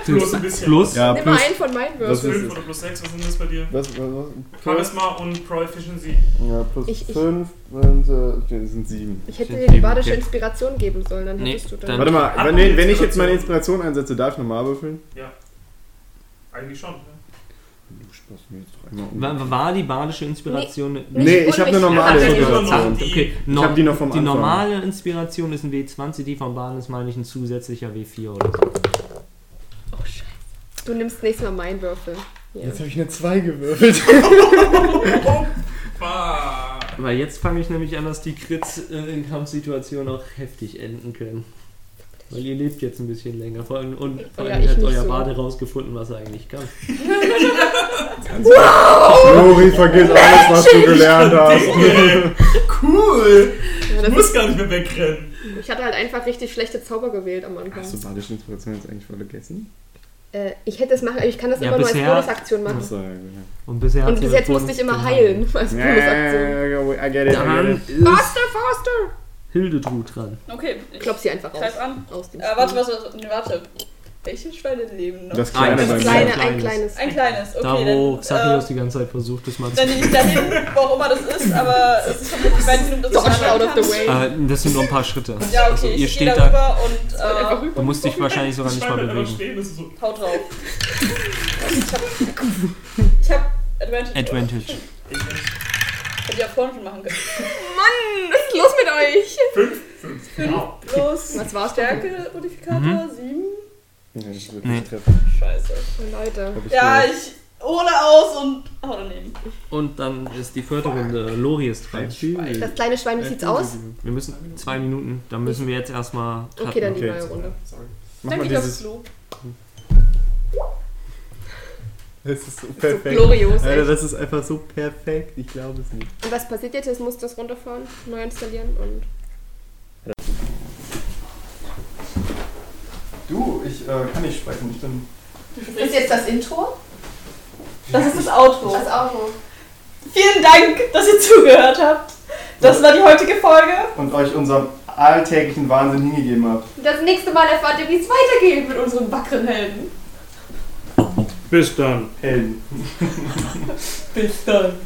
Plus ein bisschen.
Plus.
Ja,
Nimm mal
plus.
einen von meinen
Was
Würfeln.
ist-
5 oder plus 6, was sind das bei dir?
Was, was, was?
Charisma und Proficiency.
Ja, plus
Ich- ich-
5 sind, äh, sind 7.
Ich hätte dir
Sieben,
die badische
okay.
Inspiration geben sollen, dann
Nee,
hättest du
dann-
dann.
Warte mal,
Ab-
wenn, nee, wenn ich jetzt meine Inspiration einsetze, darf ich nochmal würfeln?
Eigentlich schon. ne?
Du sparst mir jetzt doch einmal um.
War war die badische Inspiration.
Nicht
Nee, ich habe eine
unwichtig.
normale
Ach,
die
Ach,
Inspiration.
Inspiration.
okay.
Ich habe die noch vom
die
Anfang.
normale Inspiration ist ein W20, die vom Baden ist, meine ich, ein zusätzlicher W4 oder so.
Du nimmst nächstes Mal meinen Würfel. Ja.
Jetzt habe ich eine 2 gewürfelt.
Bah.
Weil jetzt fange ich nämlich an, dass die Crits äh, in Kampfsituationen auch heftig enden können. Weil ihr lebt jetzt ein bisschen länger. Vor allem, und vor
Ja,
allem
ich
hat
nicht
euer
so.
Bade rausgefunden, was er eigentlich kann.
Oh,
Lori, vergiss alles, was du gelernt hast.
Dinge. Cool.
Ja,
Ich
das
muss gar nicht mehr wegrennen.
ist, ich hatte halt einfach richtig schlechte Zauber gewählt am Anfang.
Hast du badische Inspiration jetzt eigentlich voll vergessen?
Äh, ich hätte es machen, aber ich kann das
Ja,
immer nur als
bisher-
Bonusaktion machen.
Achso, ja, genau. ja.
Und bisher
Und
hat
bis
sie halt
jetzt musste ich immer heilen als Bonusaktion.
I get it, I
Dann
get it.
ist
Faster, faster!
Hildetrud dran.
Okay, ich
Klopf sie einfach raus.
greif an.
Aus dem
Äh, warte, was, was, nee, warte. Welche Schweine leben noch?
Das
Eins.
kleine bei
Das
mir.
kleine, ein
Kleines.
kleines.
Ein kleines, okay.
da wo
dann, äh,
Xachios die ganze Zeit versucht, das mal zu
dann nehme ich dahin, wo auch immer das ist, aber es ist vermutlich weit genug, dass ich
Dodge out
anhalten
of the
kann.
way.
Äh, das sind nur ein paar Schritte.
Ja, okay,
also, ihr
ich gehe
steht
da
da,
rüber und äh,
du musst dich wahrscheinlich sogar nicht
Schreib
mal
halt einfach
bewegen.
stehen, das ist so.
hau drauf. Ich hab, ich hab Advantage.
Advantage.
Hätte ich ja vorhin schon machen können.
Mann, was ist los mit euch?
Wow.
Plus
Was war's denn?
Stärke-Modifikator 7.
Nee, das wird
Nee.
nicht treffen.
Scheiße.
Oh, Leute.
Hab ich
Ja,
gehört.
ich hole aus und hau daneben.
Und dann ist die vierte Runde. Lori ist dran.
Natürlich.
Das kleine Schwein, wie sieht's aus?
Wir müssen zwei Minuten, da müssen wir jetzt erstmal. cutten.
Okay, dann die
Okay.
neue Runde.
Sorry.
Mach
Dann
mal
geht aufs
dieses.
Klo.
Das ist so
So
perfekt.
glorios,
Alter,
echt.
das ist einfach so perfekt. Ich glaube es nicht.
Und was passiert jetzt? Jetzt musst du das runterfahren, neu installieren und.
Du, ich äh, kann nicht sprechen. Ich bin
Ist das jetzt das Intro? Oh.
Das ist das Outro.
Das Outro.
Vielen Dank, dass ihr zugehört habt. Das war die heutige Folge.
und euch unserem alltäglichen Wahnsinn hingegeben habt.
Das nächste Mal erfahrt ihr, wie es weitergeht mit unseren wackeren Helden.
Bis dann.
Helden.
Bis dann.